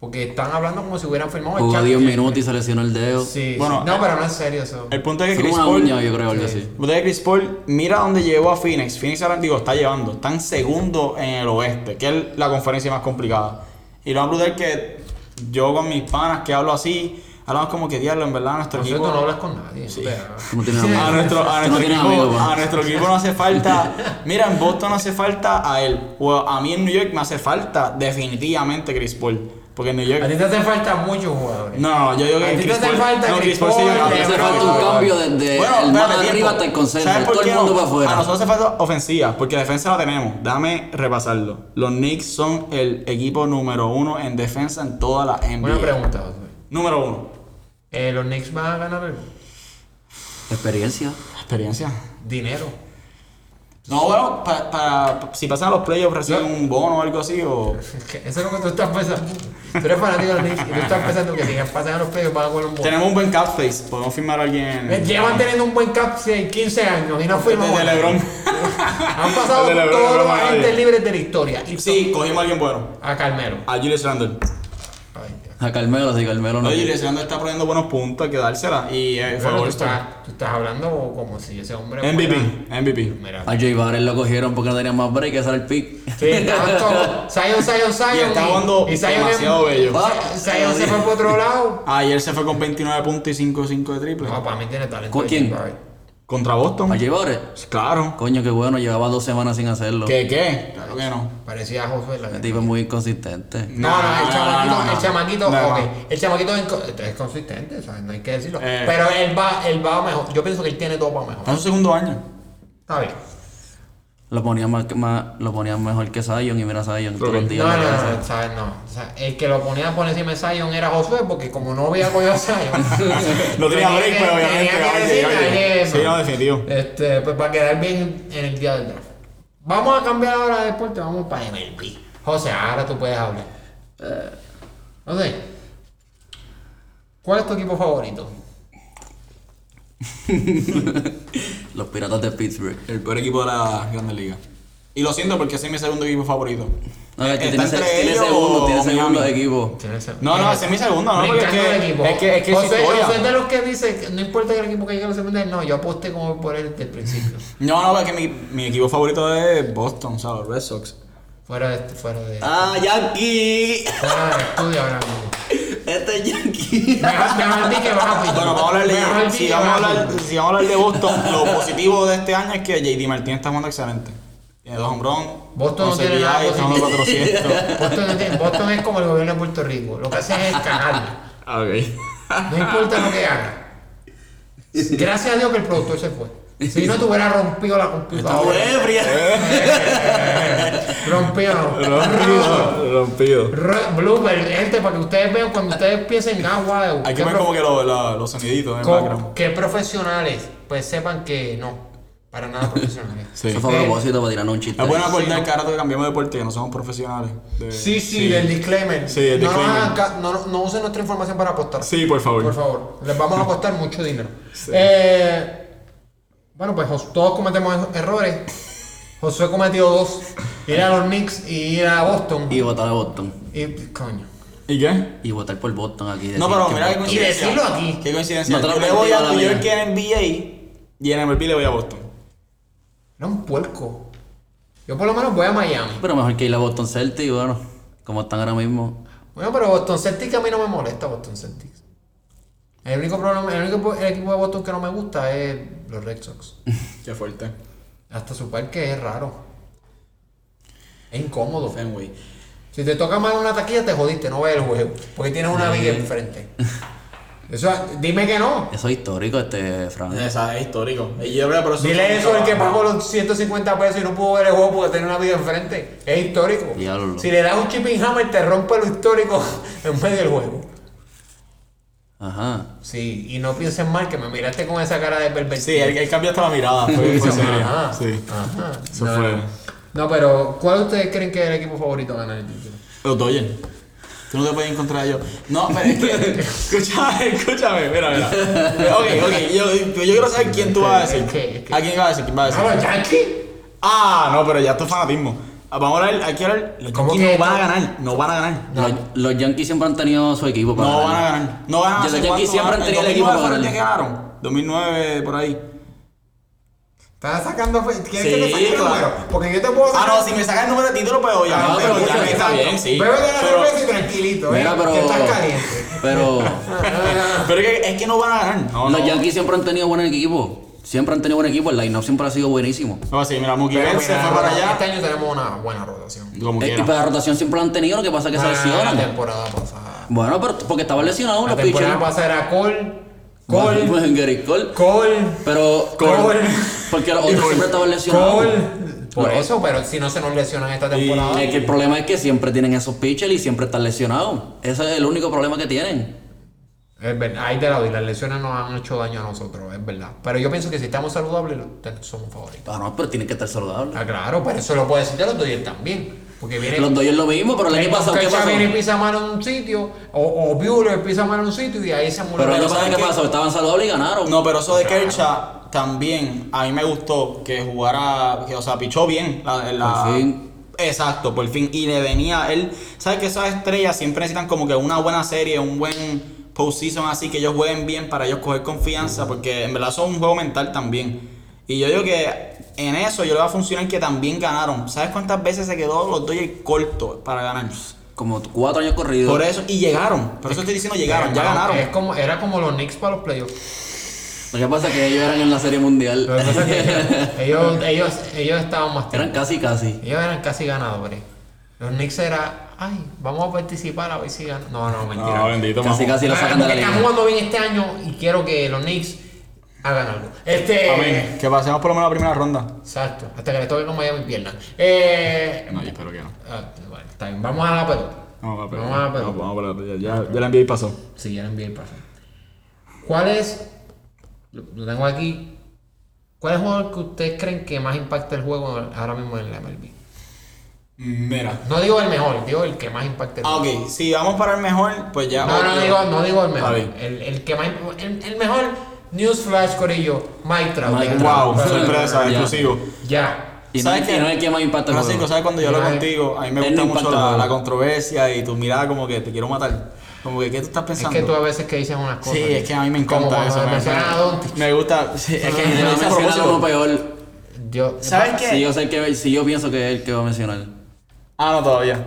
A: porque están hablando como si hubieran firmado el
B: Jugó
A: Shaq
B: 10
A: Jackson.
B: minutos y se lesionó el dedo.
A: Sí,
C: Bueno,
A: sí. no,
C: eh,
A: pero no es serio eso.
C: El punto es que
B: Fue
C: Chris
B: una
C: Paul,
B: uña, yo creo, algo
A: Sí.
B: así.
C: el punto es que Chris Paul, mira dónde llevó a Phoenix. Phoenix ahora digo, está llevando, están segundo en el oeste, que es la conferencia más complicada. Y lo más brutal es que yo con mis panas que hablo así, hablamos como que diablo, en verdad nuestro
A: Por cierto,
C: equipo.
A: no hablas con nadie.
C: Sí.
A: o sea.
B: Tú no tienes amigos.
C: A nuestro,
B: Tú
C: a,
B: no
C: nuestro
B: tienes
C: equipo,
B: amigos,
C: a
B: pa.
C: nuestro equipo no hace falta. Mira, en Boston no hace falta a él. O a mí en New York me hace falta definitivamente Chris Paul. Porque en New
A: A ti
C: York.
A: te hacen falta muchos jugadores.
C: No, no, yo digo que
A: A ti te
C: Chris
A: hace
C: Paul.
A: falta
C: no,
A: Chris
C: sí,
A: Paul,
C: yo-
A: te
C: yo
B: hace
C: creo
B: falta
C: que-
B: un cambio desde el más
C: espérate,
B: arriba
C: tiempo.
B: hasta el consenso,
C: ¿Sabes por
B: todo el
C: qué
B: mundo para afuera.
C: A nosotros hace falta ofensiva, porque la defensa la tenemos. Déjame repasarlo. Los Knicks son el equipo número uno en defensa en toda la NBA.
A: Una pregunta, Oswald.
C: Número uno.
A: Eh, ¿Los Knicks van a ganar el
B: Experiencia.
C: Experiencia.
A: dinero?
C: No, bueno, pa- para- si pasan a los playoffs reciben un bono o algo así o...
A: Eso es lo que tú estás pensando. Tú eres fanático de los Knicks y tú estás pensando que si pasan a los playoffs van a coger un bono.
C: Tenemos un buen cap space, podemos firmar a alguien...
A: Eh, Llevan teniendo un buen cap hace 15 años y no
C: de,
A: firman.
C: de LeBron.
A: Han
C: El
A: pasado
C: de LeBron,
A: todos
C: no
A: los
C: más nadie.
A: agentes libres de la historia. Y
C: Sí, cogimos a alguien bueno.
A: A Carmelo.
C: A Julius Randle.
A: Ay, Dios.
B: A Carmelo, sí, Carmelo no.
C: No, Julius Randle está poniendo buenos puntos, hay que dársela. Y eh, fue
A: Bueno, tú,
C: All-Star.
A: estás, tú estás hablando como si ese hombre. fuera-
C: MVP, MVP.
A: Mira.
B: A Jay Barrett lo cogieron porque no tenía más break, ese era el pick.
A: Sí, estaban todos. Zion, Zion, Zion.
C: Y está jugando
A: y Zion-
C: demasiado bello.
A: Zion se fue por otro lado.
C: Ayer se fue con 29 puntos y 5 5 de triple.
A: No, para mí tiene talento.
B: ¿Con quién?
A: Jimmy Butler.
C: Contra
B: A
C: Boston.
B: Jay Barrett.
C: Claro.
B: Coño, qué bueno, llevaba dos semanas sin hacerlo.
C: ¿Qué, qué? Claro que no.
A: Parecía a Josué la
B: El tipo es muy inconsistente.
A: No, no, el chamaquito,
C: no, no.
A: el chamaquito,
C: No, no.
A: ok, el chamaquito es inco- es consistente, o sea, no hay que decirlo.
C: Eh.
A: Pero él va, él va mejor. Yo pienso que él tiene todo para
C: Está en
A: mejor.
C: su segundo año.
A: Está bien.
B: Lo ponían, más, que- más- lo ponían mejor que Zion y mira Zion todos los días.
A: No, no,
B: en la
A: no,
B: casa.
A: no, ¿sabes? no. O sea, el que lo ponía por encima de Zion era Josué, porque como no había cogido a Zion.
C: No tenía break,
A: que-
C: pero obviamente,
A: Tenía que
C: oye,
A: decirle
C: oye.
A: ayer,
C: Sí,
A: man.
C: no, definitivo.
A: Este, pues para quedar bien en el día del draft. Vamos a cambiar ahora de deporte, vamos para MLB. José, ahora tú puedes hablar. José, ¿cuál es tu equipo favorito?
B: Los piratas de Pittsburgh.
C: El peor equipo de la Grande Liga. Y lo siento porque ese es mi segundo equipo favorito.
B: No, es que
C: ¿Está
B: tiene, se-
C: entre
B: tiene
C: Eh, ellos
B: segundo,
C: o
B: tiene segundo
C: Miami?
B: equipo.
C: No, no, ese es mi segundo, no,
A: Me
C: porque es
A: encanta el
C: que-
A: equipo.
C: es que- es que es
A: José,
C: historia.
A: José es de los que dice, que no importa que el equipo que llegue a la segunda, no, yo aposté como por él desde el principio.
C: No, no, porque mi, mi equipo favorito es Boston, ¿sabes? Red Sox.
A: Fuera de, este, fuera de,
B: ¡Ah, Yankee!
A: fuera de estudio ahora mismo.
B: Este es Yankee.
A: Mejor, mejor di que vas a pillar.
C: Bueno, vamos a hablar
A: Mejor
C: de,
A: di
C: si,
A: que
C: vamos a
A: vas a
C: hablar,
A: pillar.
C: si vamos a hablar de Boston, lo positivo de este año es que JD Martínez está jugando excelente. Tiene dos hombrón.
A: Boston no
C: once
A: tiene
C: RBI,
A: nada
C: está jugando 400.
A: Boston, no tiene- Boston es como el gobierno de Puerto Rico, lo que hacen es cagarlo.
C: ok.
A: No importa lo que haga. Gracias a Dios que el productor se fue. Si no, te hubiera rompido la computadora. Rompido, no.
C: Rompido, rompido.
A: Re- Blooper, gente, para que ustedes vean cuando ustedes piensen, ah, wow, qué
C: Hay que ver
A: prof-
C: como que lo- la- los soniditos en el
A: co-
C: background.
A: qué profesionales, pues sepan que no, para nada profesionales.
C: Sí.
B: Eso fue a propósito para tirar un chiste.
C: Es Ah, bueno acordar que ahora que cambiamos de deporte, que no somos profesionales. de-
A: Sí, sí, el disclaimer.
C: Sí, el
A: no, nos
C: disclaimer.
A: hagan ca- no, no- no usen nuestra información para apostar.
C: Sí, por favor.
A: Por favor, les vamos a costar mucho dinero. Eh, bueno, pues Jos- todos cometemos er- errores. Josué cometió dos: ir a los Knicks y ir a Boston.
C: pues.
B: Y votar a Boston.
A: Y, coño.
C: ¿Y qué?
B: Y votar por Boston aquí.
C: No, pero mira qué
A: Y
C: coincidencia.
A: decirlo aquí.
C: Qué coincidencia.
B: No te lo
C: yo le
B: mentí,
C: voy a
B: la
C: New
B: mía.
C: York en NBA y en MLB le voy a Boston.
A: Era un puerco. Yo por lo menos voy a Miami.
B: Pero mejor que ir a Boston Celtic, bueno. Como están ahora mismo.
A: Bueno, pero Boston Celtics a mí no me molesta Boston Celtics. El único problema, el único el equipo de Boston que no me gusta es los Red Sox.
C: Qué fuerte.
A: Hasta su parque es raro. Es incómodo.
C: Fenway.
A: Si te toca mal una taquilla, te jodiste, no ves el juego. Porque tienes una viga enfrente. Eso, dime que no.
B: Eso es histórico, este, Fran.
C: Esa es histórico. Y yo creo que por eso
A: Dile eso al que
C: cabrón.
A: pagó los 150 pesos y no pudo ver el juego porque tenía una vida enfrente. Es histórico.
B: Diablo.
A: Si le das un chipping hammer, te rompe lo histórico en medio del juego.
B: Ajá.
A: Sí, y no pienses mal que me miraste con esa cara de
C: Sí,
A: pervertido.
C: él, él cambió hasta la mirada. Fue, fue serio.
A: Ajá.
C: Sí.
A: Ajá.
C: Eso
A: no,
C: fue.
A: no. No, pero ¿cuál ustedes creen que es el equipo favorito a ganar el título?
C: Los Dodgers. Tú no te puedes encontrar yo. No, pero es que. escúchame, escúchame. Mira, mira. Ok, ok. Yo, yo quiero saber quién tú vas a decir.
A: Es que- es que-
C: ¿A quién vas a decir? ¿Quién vas a
A: ¡Ah, los
C: decir?
A: Yankees!
C: Ah, no, pero ya esto es fanatismo. Ah, Vamos a hablar. Hay que hablar. Los
A: ¿Cómo
C: Yankees
A: que
C: no van a
A: no?
C: ganar. No van a ganar.
B: Los, los Yankees siempre han tenido su equipo para
C: No van a
B: ganar.
C: ganar. No van a
B: Ya
C: ganar.
B: los Yankees siempre han tenido el equipo para
C: ¿Cuándo
B: ganar.
C: ganaron? 2009, por ahí.
A: Estás sacando. ¿Quieres que
C: Sí,
A: te saque el
C: claro.
A: número? Porque yo te puedo
C: Ah,
A: sacar.
C: no, si me sacan el número de título, pues obviamente.
B: Ah, pero
C: pues,
B: ya
C: ya está
B: está.
C: bien, sí.
A: Bébete la
C: Pero-
A: cerveza y tranquilito, ¿eh?
B: Mira, pero.
A: Que estás caliente.
B: Pero.
C: Pero es que, es que no van a ganar. No,
B: los
C: no.
B: Yankees siempre han tenido buen equipo. Siempre han tenido buen equipo. El line-up siempre ha sido buenísimo.
C: No, sí, mira, Mookie
A: Pero
C: Betts se
A: mira,
C: fue para
A: Este
C: allá.
A: año tenemos una buena rotación.
C: Como
B: El
C: quiera.
B: tipo de pues rotación siempre lo han tenido. Lo que pasa es que se
A: Ah, La
B: lesionan.
A: temporada pasada.
B: Bueno, pero porque estaba lesionado
A: La
B: los pitchers.
A: temporada pasada era Cole, Cole,
B: Bueno, pues, en Gary Cole.
A: Cole,
B: Pero.
A: Cole.
B: Porque los otros siempre estaban lesionados.
A: Cole. Por
B: Los-
A: eso, pero si no se nos lesionan esta temporada.
B: Es que el problema es que siempre tienen esos pitchers y siempre están lesionados. Ese es el único problema que tienen.
A: Es verdad, ahí te la doy. Las lesiones nos han hecho daño a nosotros, es verdad. Pero yo pienso que si estamos saludables, te- somos favoritos.
B: Ah, no, pero tienen que estar saludables.
A: Ah, claro, pero eso lo puede decir de los Dodgers también. Porque viene.
B: Los Dodgers lo mismo, pero el año
A: Clayton
B: pasado, ¿qué
A: Kershaw
B: pasó?
A: viene y pisa mano en un sitio, o, o Buehler pisa mano en un sitio y ahí se muere.
B: Pero el año
C: ¿sabes
B: pasado, ¿qué
C: qué?
B: pasó? Estaban saludables y ganaron.
C: No, pero eso de Kershaw también a mí me gustó que jugara, que, o sea, pichó bien. La, la-
B: Por fin.
C: Exacto, por fin. Y le venía él. ¿Sabes que esas estrellas siempre necesitan como que una buena serie, un buen postseason así, que ellos jueguen bien para ellos coger confianza? Porque en verdad eso es un juego mental también. Y yo digo que en eso yo le va a funcionar que también ganaron. ¿Sabes cuántas veces se quedó los Dodgers cortos para ganar?
B: Como cuatro años corridos.
C: Por eso, y llegaron. Por eso estoy diciendo llegaron, ya ganaron.
A: Es como, era como los Knicks para los playoffs.
B: Lo que pasa es que ellos eran en la serie mundial.
A: Lo que pasa es que ellos, ellos, ellos estaban más
B: eran
A: tiempo.
B: casi casi.
A: Ellos eran casi ganadores. Los Knicks era, ay, vamos a participar a ver si ganan. No, no, mentira.
C: bendito,
B: Casi casi lo
A: Ah,
B: sacan de la
A: porque Están
B: liga.
A: jugando bien este año y quiero que los Knicks hagan algo. Este.
C: Amén. Que pasemos por lo menos la primera ronda.
A: Exacto. Hasta que le toque con Miami pierna. Eh.
C: No, yo espero que no.
A: ah, bueno, está bien. Vamos a la pelota.
C: Vamos a
A: pegar. Vamos a pegar. No,
C: Ya, la envié y pasó.
A: Si ya la envié el pase. ¿Cuál es? Lo lo tengo aquí. ¿Cuál es el jugador que ustedes creen que más impacta el juego ahora mismo en la MLB?
C: Mira.
A: No digo el mejor, digo el que más impacta el
C: Ah,
A: juego.
C: ok. Si vamos para el mejor, pues ya.
A: No, no
C: ok.
A: digo, no digo el
C: A
A: mejor.
C: ver.
A: El, el que más imp- el, el mejor Newsflash Corillo, Mike Trout.
B: Mike
C: Wow,
B: Pero-
C: sorpresa,
B: Ya.
C: exclusivo.
A: Ya.
B: Y no,
C: ¿Sabes
B: es
C: qué?
B: que no es el que más impacta el
C: Francisco,
B: juego.
C: ¿sabes cuando yo hablo
A: Mira, eh.
C: contigo? A mí me
B: Él
C: gusta
B: no
C: mucho
B: impacta
C: la,
B: el
C: la
B: juego.
C: controversia y tu mirada como que te quiero matar. Como que, ¿qué tú estás
A: Es
C: pensando?
A: que tú a veces que dices unas cosas.
C: Sí, es que a mí me
A: Como
C: encanta
A: cuando
C: eso.
A: se
C: Me,
A: menciona a
C: me,
A: Doncic.
C: me gusta. sí, es que
B: Si
C: lo
B: no
C: hice a
B: menciona
C: propósito.
B: uno peor.
A: Yo,
C: ¿Sabes qué?
B: Si yo sé que si yo pienso que es el que va a mencionar.
C: Ah, no, todavía.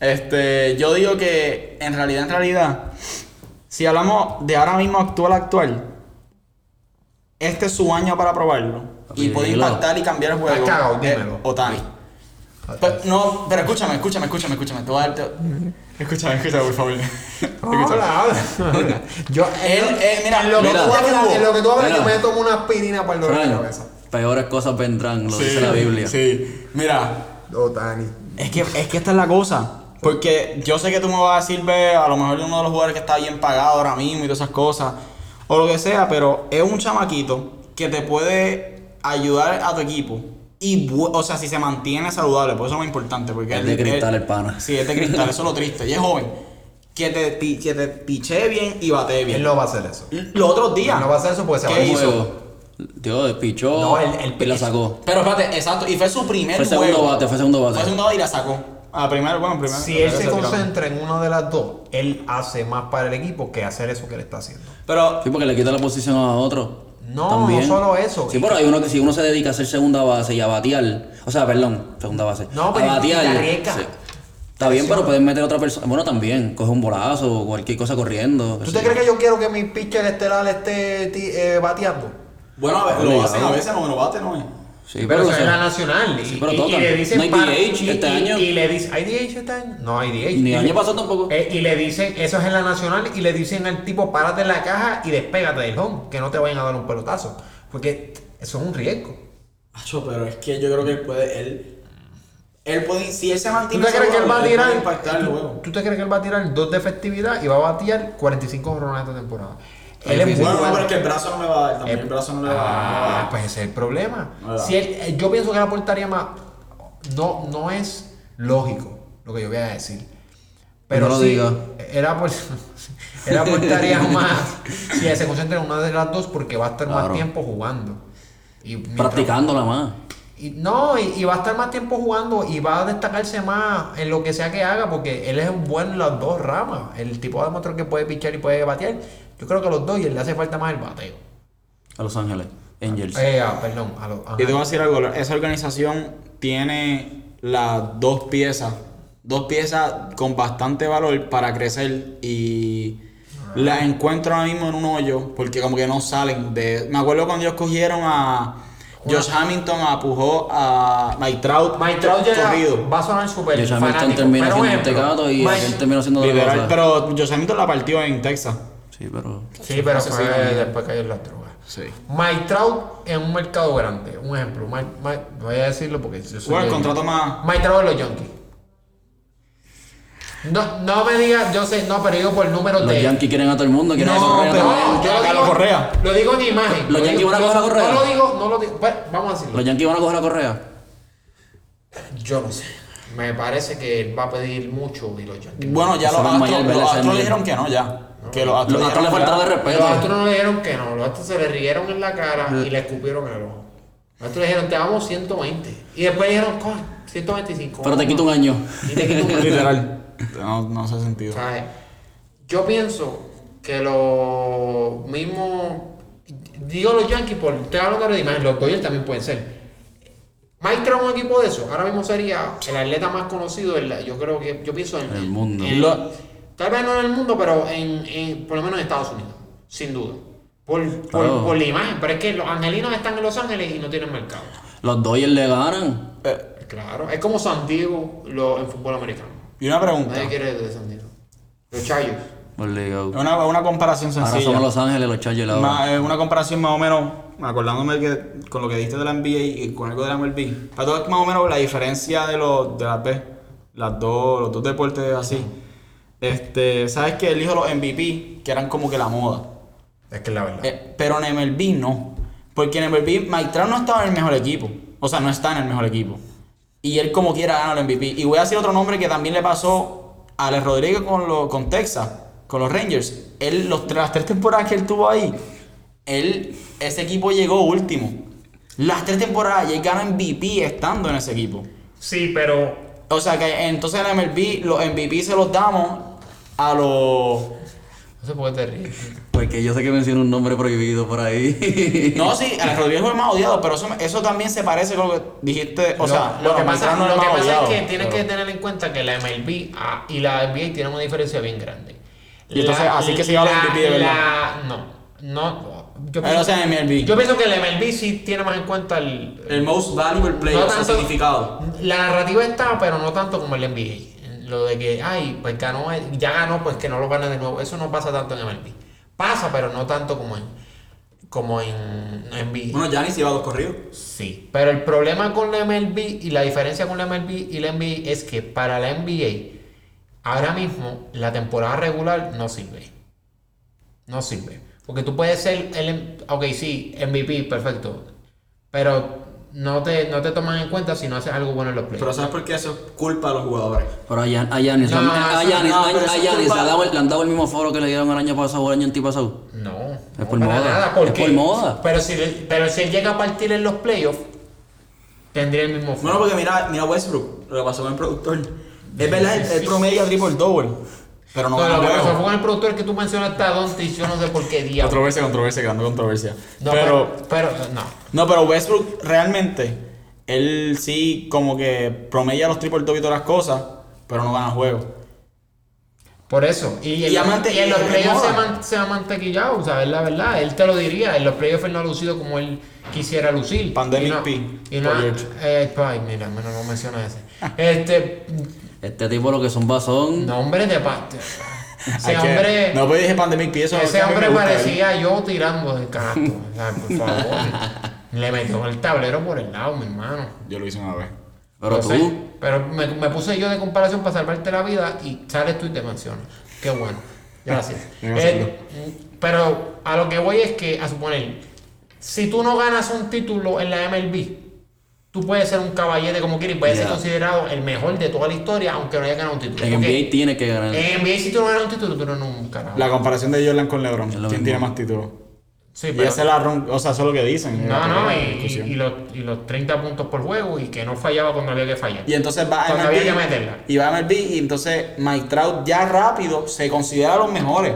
C: Este, yo digo que en realidad, en realidad, si hablamos de ahora mismo actual, actual, este es su año para probarlo.
B: Papi,
C: Y puede
B: dilo.
C: impactar y cambiar el juego.
A: Estás cagado,
C: Eh,
A: dímelo.
C: Otani. Pero, no, pero escúchame, escúchame, escúchame, escúchame. Te voy a dar- te- Escúchame, escúchame, por favor. Escúchame.
A: Hola, hola. Yo,
C: Él, eh, mira,
A: en lo,
B: mira,
A: que tú hablas, en lo que tú hablas,
B: mira.
A: yo me tomo una aspirina para el dolor de
B: Fran,
A: cabeza.
B: peores cosas vendrán, lo
C: Sí,
B: dice la Biblia.
C: Sí, mira,
B: Oh,
A: Otani.
C: Es que, es que esta es la cosa. Porque yo sé que tú me vas a decir, ve, a lo mejor uno de los jugadores que está bien pagado ahora mismo y todas esas cosas, o lo que sea, pero es un chamaquito que te puede ayudar a tu equipo. Y, bu- o sea, si se mantiene saludable, por eso es muy importante. Porque
B: Es
C: él-
B: de cristal
C: él-
B: el pana.
C: Sí, es de cristal, eso es lo triste. Y es joven. Que te, pi- que te pichee bien y batee bien.
A: Él no va a hacer eso.
C: Los otros días.
A: Él no va a hacer eso porque se va
C: ¿Qué
A: a
C: hizo?
B: Dios, pichó
A: No, el- el
B: y la
A: pitch.
B: sacó.
C: Pero espérate, exacto. Y fue su primer
B: Fue
C: juego.
B: segundo bate, fue segundo bate.
C: Fue segundo bate y la sacó. Ah, primero, bueno, primero.
A: Si él se
C: primero tiró.
A: concentra en una de las dos, él hace más para el equipo que hacer eso que le está haciendo.
C: Pero
B: Sí, porque le quita la posición a otro.
A: No,
B: También.
A: no solo eso.
B: Sí, pero hay uno que si uno se dedica a hacer segunda base y a batear, o sea, perdón, segunda base.
A: No, pero
B: a batear.
A: y te arriesga.
B: Está bien, pero pueden meter a otra persona. Bueno, también, coge un bolazo o cualquier cosa corriendo. qué
A: ¿Tú
B: sé
A: te
B: yo.
A: crees que yo quiero que mi pitcher estelar esté ti- eh, bateando?
C: Bueno, a ver, lo
B: Obligado.
C: hacen a veces, no me lo bate, no es.
B: Sí,
A: pero
B: pero,
A: eso es la
B: o sea,
A: nacional. Y,
B: Sí, pero
A: y- y
B: tocan.
A: le dicen
B: No hay
A: para-
B: DH
A: y-
B: este
A: y-
B: año.
A: Y le dicen, ¿hay DH este año? No hay DH.
B: ni el
A: Y-
B: año pasado tampoco.
A: eh, y le dicen, eso es en la nacional, y le dicen al tipo, párate en la caja y despégate del home, que no te vayan a dar un pelotazo. Porque eso es un riesgo.
C: Acho, pero es que yo creo que él puede. Él, él puede. Si él se
A: ¿Tú
C: mantiene.
A: te crees que él va a
C: puede
A: tirar?
C: impactar el
A: tú-
C: juego.
A: ¿Tú te crees que él va a tirar dos de festividad y va a batear 45 jorrones esta temporada? Él es muy
C: Bueno, no,
A: bueno.
C: pero es que el brazo no me va a dar. También
A: Eh,
C: el brazo no le va a
A: Ah,
C: dar.
A: pues ese es el problema.
C: Ah.
A: Si él- eh, yo pienso que la portaría más. No, no es lógico lo que yo voy a decir. Pero
B: No lo
A: sí, eh,
B: diga.
A: Era por. Era portaría más. Si se concentra en una de las dos porque va a estar
B: Claro.
A: más tiempo jugando. Y mientras-
B: Practicándola más.
A: y no, y, y va a estar más tiempo jugando y va a destacarse más en lo que sea que haga porque él es un buen en las dos ramas. El tipo ha demostrado que puede pichar y puede batear. Yo creo que a los dos y él le hace falta más el bateo.
B: A Los Ángeles. Angels.
A: Eh, ah, perdón, a los
C: Yo te voy a decir algo, esa organización tiene las dos piezas, dos piezas con bastante valor para crecer y las encuentro ahora mismo en un hoyo porque como que no salen de... Me acuerdo cuando ellos cogieron a Josh Hamilton, a Pujol, a Mike Trout,
A: Mike Trout llega-
C: corrido.
A: va a sonar súper
B: Josh Hamilton
A: fanático.
B: termina
A: pero
B: siendo un
A: ejemplo,
B: tecado y
A: Mike-
B: aquel termina siendo otra
C: Liberal,
B: cosa.
C: pero Josh Hamilton la partió en Texas.
B: Sí, pero.
A: Sí, pero
C: Ese sí
A: fue
C: también.
A: después cayó en las drogas.
C: Sí.
A: Mike Trout en un mercado grande. Un ejemplo. Mike, Mike- no voy a decirlo porque yo soy...
C: Bueno, el
A: de-
C: contrato más...
A: Mike Trout en los Yankees. No, no me digas, yo sé, no, pero digo por número
B: Los
A: de...
B: Yankees quieren a todo el mundo, quieren a
C: No,
B: Correa.
C: pero-
B: también.
A: yo lo
C: Carlos
A: digo-
C: Correa.
A: Lo digo en imagen.
B: Los
A: Lo
B: Yankees
A: digo-
B: van a coger a
A: No
B: Correa.
A: lo digo, no lo digo. Bueno, vamos a decirlo.
B: Los Yankees van a coger a Correa.
A: Yo no sé. Me parece que él va a pedir mucho y los Yankees.
C: Bueno, ya
B: Eso
C: los
B: era
C: astros,
B: Miami,
C: los
B: ¿verdad?
C: Astros
B: Miami.
C: dijeron que no, ya. Que los astros
B: Los Astros le
C: dijeron
B: faltaron
C: ya.
B: de
A: Pero
B: respeto.
A: los astros no le dijeron que no, los astros se le rieron en la cara y le escupieron en el ojo. Los astros le dijeron, te damos 120. Y después le dijeron, coño, 125.
B: Pero te quito un año.
A: Y te quito un año.
C: Literal. No, no hace sentido.
A: ¿Sabes? Yo pienso que lo mismo. Digo los Yankees, por, estoy hablando de imagen, los Dodgers también pueden ser. Mike Trout, un equipo de eso, ahora mismo sería el atleta más conocido, en la- yo creo que, yo pienso en
B: En el mundo.
A: en- tal vez no en el mundo, pero en, en- por lo menos en Estados Unidos, sin duda. Por, por-
B: Claro.
A: por la imagen, pero es que los angelinos están en Los Ángeles y no tienen mercado.
B: Los Dodgers le ganan.
C: Eh,
A: Claro, es como San Diego lo- en fútbol americano.
C: y una pregunta.
A: Nadie quiere de San Diego. Los Chayos.
B: Obligado.
C: Una, una comparación
B: Ahora
C: sencilla.
B: somos Los Ángeles, los Chargers ahora.
C: Ma- eh, una comparación más o menos, acordándome que con lo que diste de la NBA y con algo de la MLB. Para todos más o menos la diferencia de los de las B, las dos, los dos deportes así. Este, sabes que elijo los MVP, que eran como que la moda.
A: Es que es la verdad.
C: Eh, pero en MLB no. Porque en MLB Mike Trout no estaba en el mejor equipo. O sea, no está en el mejor equipo. Y él como quiera gana el MVP. Y voy a decir otro nombre que también le pasó a Alex Rodríguez con, lo- con Texas, con los Rangers. Él, los, tres- las tres temporadas que él tuvo ahí, él, ese equipo llegó último. Las tres temporadas y él gana MVP estando en ese equipo.
A: Sí, pero
C: O sea que entonces en MLB los MVP se los damos a los...
A: No sé por qué te ríes.
B: Porque yo sé que menciono un nombre prohibido por ahí.
C: No, sí, Alex Rodríguez fue el más odiado, pero eso, eso también se parece con lo que dijiste. O
A: Lo-
C: sea,
A: lo, que
C: bueno,
A: pasa,
C: Beltrán no
A: lo
C: el
A: que
C: más
A: pasa
C: odiado,
A: es que tienes
C: pero-
A: que tener en cuenta que la MLB a- ah, y la NBA tienen una diferencia bien grande.
C: Y entonces, así que se iba a la MVP de verdad.
A: la- no, no. Yo
C: Pero,
A: pienso,
C: o sea, MLB.
A: yo pienso que la MLB sí tiene más en cuenta el,
C: el most valuable player,
A: no
C: o sea,
A: tanto-
C: significado.
A: La narrativa está, pero no tanto como el NBA. Lo de que, ay, pues ganó, el- ya ganó, pues que no lo gane de nuevo. Eso no pasa tanto en MLB. Pasa, pero no tanto como en, como en NBA.
C: Bueno, Giannis lleva dos corridos.
A: Sí, pero el problema con la MLB y la diferencia con la MLB y la NBA es que para la NBA ahora mismo la temporada regular no sirve. No sirve. Porque tú puedes ser el em- ok, sí, MVP, perfecto. Pero no te, no te toman en cuenta si no haces algo bueno en los
C: Pero
A: playoffs.
C: ¿sabes por qué eso es culpa de los jugadores?
B: Pero a Yan- a Yanis,
A: No,
B: a-
A: no,
B: a
A: eso-
B: Yanis,
C: no, pero
B: a-
C: eso
B: a
C: es
B: Yanis,
C: culpa-
B: le han dado el- le han dado el mismo foro que le dieron el año pasado o el año antipasado.
A: No.
B: Es
A: no
B: por
A: para
B: moda,
A: nada, ¿por
B: es
A: qué?
B: por moda.
A: Pero si, le- pero si él llega a partir en los playoffs, tendría el mismo
C: Bueno,
A: flow.
C: porque mira, mira Westbrook, lo que pasó con el productor. Es verdad, él- él promedia triple double, pero no
A: No,
C: gana
A: lo que
C: juegos.
A: pasó fue con el productor que tú mencionaste a Doncic, yo no sé por qué diablos.
C: Controversia, controversia, creando controversia.
A: No,
C: pero,
A: pero, pero, no.
C: No, pero Westbrook realmente, él sí como que promedia los triple double y todas las cosas, pero no gana juegos.
A: Por eso. Y, en
C: Y
A: los-
C: amante-
A: y en los
C: y-
A: playoffs
C: moda.
A: se, man- se ha mantequillado, o sea, es la verdad. Él te lo diría. En los playoffs él no ha lucido como él quisiera lucir.
C: Pandemic
A: y no-
C: P,
A: Y no,
C: por George.
A: eh, ay, mira, no, no menciona ese. Este,
B: Este tipo lo que es un basón.
A: nombre de parte.
C: Hay
A: Ese
C: que-
A: hombre,
C: No, pero dije pandemic pie, eso es
A: ese
C: algo que
A: hombre
C: a mí me gusta, ¿eh?
A: parecía yo tirando del canasto. o sea, por favor. Le metió el tablero por el lado, mi hermano.
C: Yo lo hice una vez.
B: Pero
A: Yo sé,
B: tú,
A: Pues pero me, me puse yo de comparación para salvarte la vida y sales tú y te mencionas. Qué bueno. Gracias.
C: Yo haciendo.
A: Eh, pero a lo que voy es que, a suponer, si tú no ganas un título en la MLB, tú puedes ser un caballete como quieres y puedes
B: Ya.
A: ser considerado el mejor de toda la historia, aunque no hayas ganado un título.
B: en
A: Porque
B: NBA tiene que ganar.
A: En NBA, si tú no ganas un título, tú no eres un carajo.
C: La comparación de Jordan con LeBron.
B: Es
C: ¿Quién
B: lo mismo.
C: tiene más títulos?
A: Sí,
C: Y
A: pero-
C: esa es la ron- O sea, eso es lo que dicen.
A: No, no, y,
C: La discusión.
A: y- y los, y los 30 puntos por juego y que no fallaba cuando había que fallar.
C: Y entonces va a
A: Cuando Pues había que
C: MLB.
A: meterla.
C: Y va a MLB y entonces Mike Trout ya rápido se considera los mejores.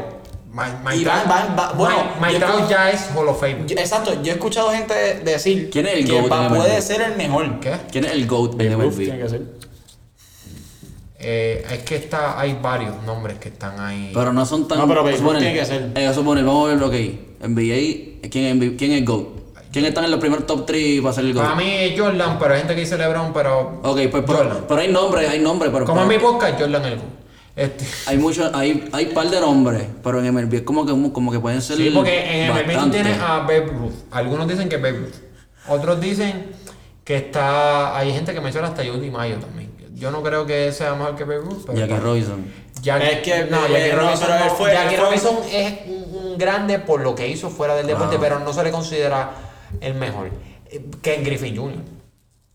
A: Ma-
C: Y
A: Trout-
C: van- van- va- bueno,
A: Ma- Mike
C: yo
A: Trout
C: creo-
A: ya es Hall of Fame.
C: Yo- exacto, yo he escuchado gente de- decir
B: ¿Quién es el
C: que
B: GOAT
C: pa-
B: en MLB?
C: puede ser el mejor.
A: ¿Qué?
B: ¿Quién es el GOAT de
C: Uf, tiene
B: MLB?
C: que ser.
A: Eh, es que está, hay varios nombres que están ahí.
B: Pero no son tan.
C: No, pero béisbol
B: suponen-
C: tiene que ser.
B: eh, suponen, vamos a verlo, ok. NBA, ¿quién, es MV- ¿quién es el GOAT? ¿Quién está en los primeros top 3 para ser el
A: Para
B: GOAT?
A: mí es Jordan, pero hay gente que dice LeBron, pero.
B: Ok, pues pero,
A: Jordan.
B: pero hay nombres, hay nombres, pero.
A: Como en
B: pero-
A: mi podcast, Jordan el GOAT. Este,
B: Hay muchos, hay, hay par de nombres, pero en MLB es como que, como que pueden ser.
A: sí, porque en el
B: bastante.
A: NBA tú tienes a Babe Ruth. Algunos dicen que es Babe Ruth. Otros dicen que está. Hay gente que menciona hasta Judy Mayo también. Yo no creo que sea mejor que Babe Ruth, pero.
B: Jackie Robinson.
A: Jack-
C: Es que,
A: no,
C: eh,
A: Jackie
C: no,
A: Robinson,
C: pero él
A: no.
C: fue-
A: Jackie
C: él fue-
A: Robinson es un un grande por lo que hizo fuera del deporte, pero no se le considera el mejor. Eh, Ken Griffin Jr.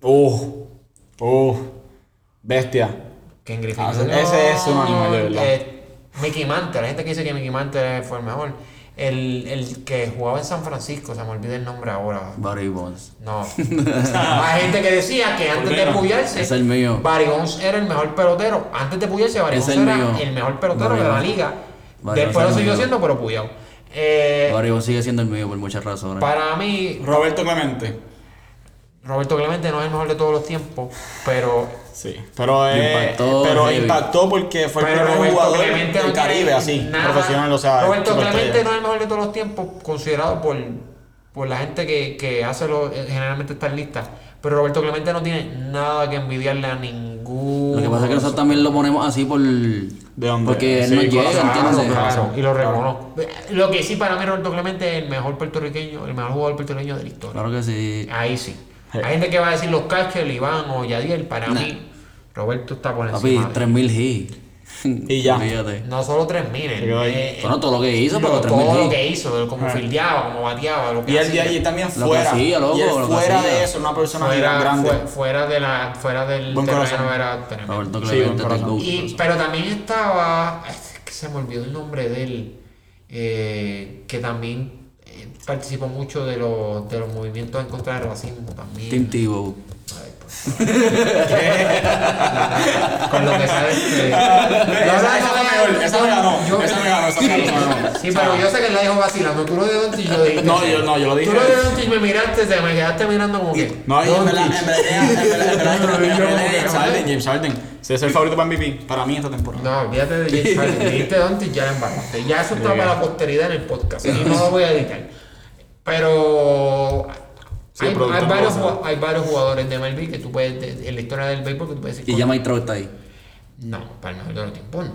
C: Uh, uh, bestia.
A: Ken Griffin
C: Ah,
A: Jr.
C: ese es un animal, de verdad.
A: Eh, Mickey Mantle, la gente que dice que Mickey Mantle fue el mejor. El, el que jugaba en San Francisco, se me olvida el nombre ahora.
B: Barry Bonds.
A: No. Hay gente que decía que antes de
C: Olvida.
A: puyarse,
B: Es el mío.
A: Barry Bonds era el mejor pelotero. Antes de puyarse, Barry
B: Es
A: Bonds
B: el
A: era
B: mío.
A: el mejor pelotero
B: Barry
A: de la
B: Bonds.
A: liga.
B: Barry
A: Después lo
B: Bonds es el
A: siguió
B: mío.
A: siendo, pero puyado. Eh,
B: Barry Bonds sigue siendo el mío por muchas razones.
A: para mí,
C: Roberto Clemente.
A: Roberto Clemente no es el mejor de todos los tiempos, pero
C: Sí. Pero, eh,
B: Impactó
C: pero
B: heavy.
C: impactó porque fue el primer jugador del Caribe,
A: tiene
C: así,
A: nada.
C: profesional, o sea,
A: Roberto
C: superestrella.
A: Clemente no es el mejor de todos los tiempos, considerado por, por la gente que, que hace lo, eh, generalmente estas listas. Pero Roberto Clemente no tiene nada que envidiarle a ningún.
B: Lo que pasa es que nosotros también lo ponemos así por.
C: ¿De dónde?
B: Porque él
C: Sí,
B: no llega,
C: claro,
B: ¿entiendes?
C: claro.
A: y lo reconozco. Eh, Lo que sí, para mí, Roberto Clemente es el mejor puertorriqueño, el mejor jugador puertorriqueño de la historia.
B: Claro que sí.
A: Ahí sí.
C: Sí.
A: Hay gente que va a decir los Cachel, Iván o Yadiel. Para mí, Roberto está por
B: Papi,
A: encima. de-
B: 3000 hits.
C: Y ya.
B: Fíjate.
A: No solo 3.000.
C: Se quedó ahí.
A: eh,
B: Bueno, todo lo que hizo,
A: lo-
B: pero 3000
A: Todo lo
B: hits.
A: que hizo, de cómo fildeaba, cómo bateaba, lo que
C: Ah. Y él,
A: hacía.
C: y él también
B: Lo que
C: fuera.
B: hacía, loco,
C: y él
B: lo que
C: fuera
B: hacía.
C: de eso, una persona
A: fuera,
C: grande.
A: fue- fuera de la, fuera del
C: Buen
A: terreno
C: corazón.
A: era tremendo.
B: Roberto
C: Sí,
B: Clemente
C: buen
B: es
C: corazón.
B: el GOAT.
A: Y- pero también estaba, es que se me olvidó el nombre de él, eh, que también eh, participó mucho de los, de los movimientos en contra del racismo también.
B: Tim Tebow.
A: Ay, por favor. Con lo que sabes que- No,
C: esa-
A: no,
C: esa
A: no,
C: me
A: no,
C: ganó, esa
A: no,
C: me ganó,
A: yo-
C: esa me ganó, esa me ganó, esa me ganó.
A: Sí, pero yo sé que él la dijo vacilando. Tú lo de Doncic yo dije.
C: No, yo no, yo lo dije.
A: Tú lo de Doncic me miraste, te me quedaste mirando como que.
C: No, y en verdad, en verdad, en verdad, en verdad, en verdad, en
A: Yo como
C: verdad,
A: que,
C: James Harden, James Harden. Ese es el favorito para MVP, para mí esta temporada.
A: No, olvídate de James Harden. Dijiste Doncic, ya la embaraste. Ya eso está para la posteridad en el podcast. Y no lo voy a editar. Pero.
C: Sí,
A: hay,
C: el productor
A: hay
C: no
A: varios,
C: lo sabe.
A: ju- hay varios jugadores de MLB que tú puedes, de- en la historia del béisbol, que tú puedes decir.
B: Y ya Mike Trout está ahí.
A: No, para el mejor de los tiempos, no.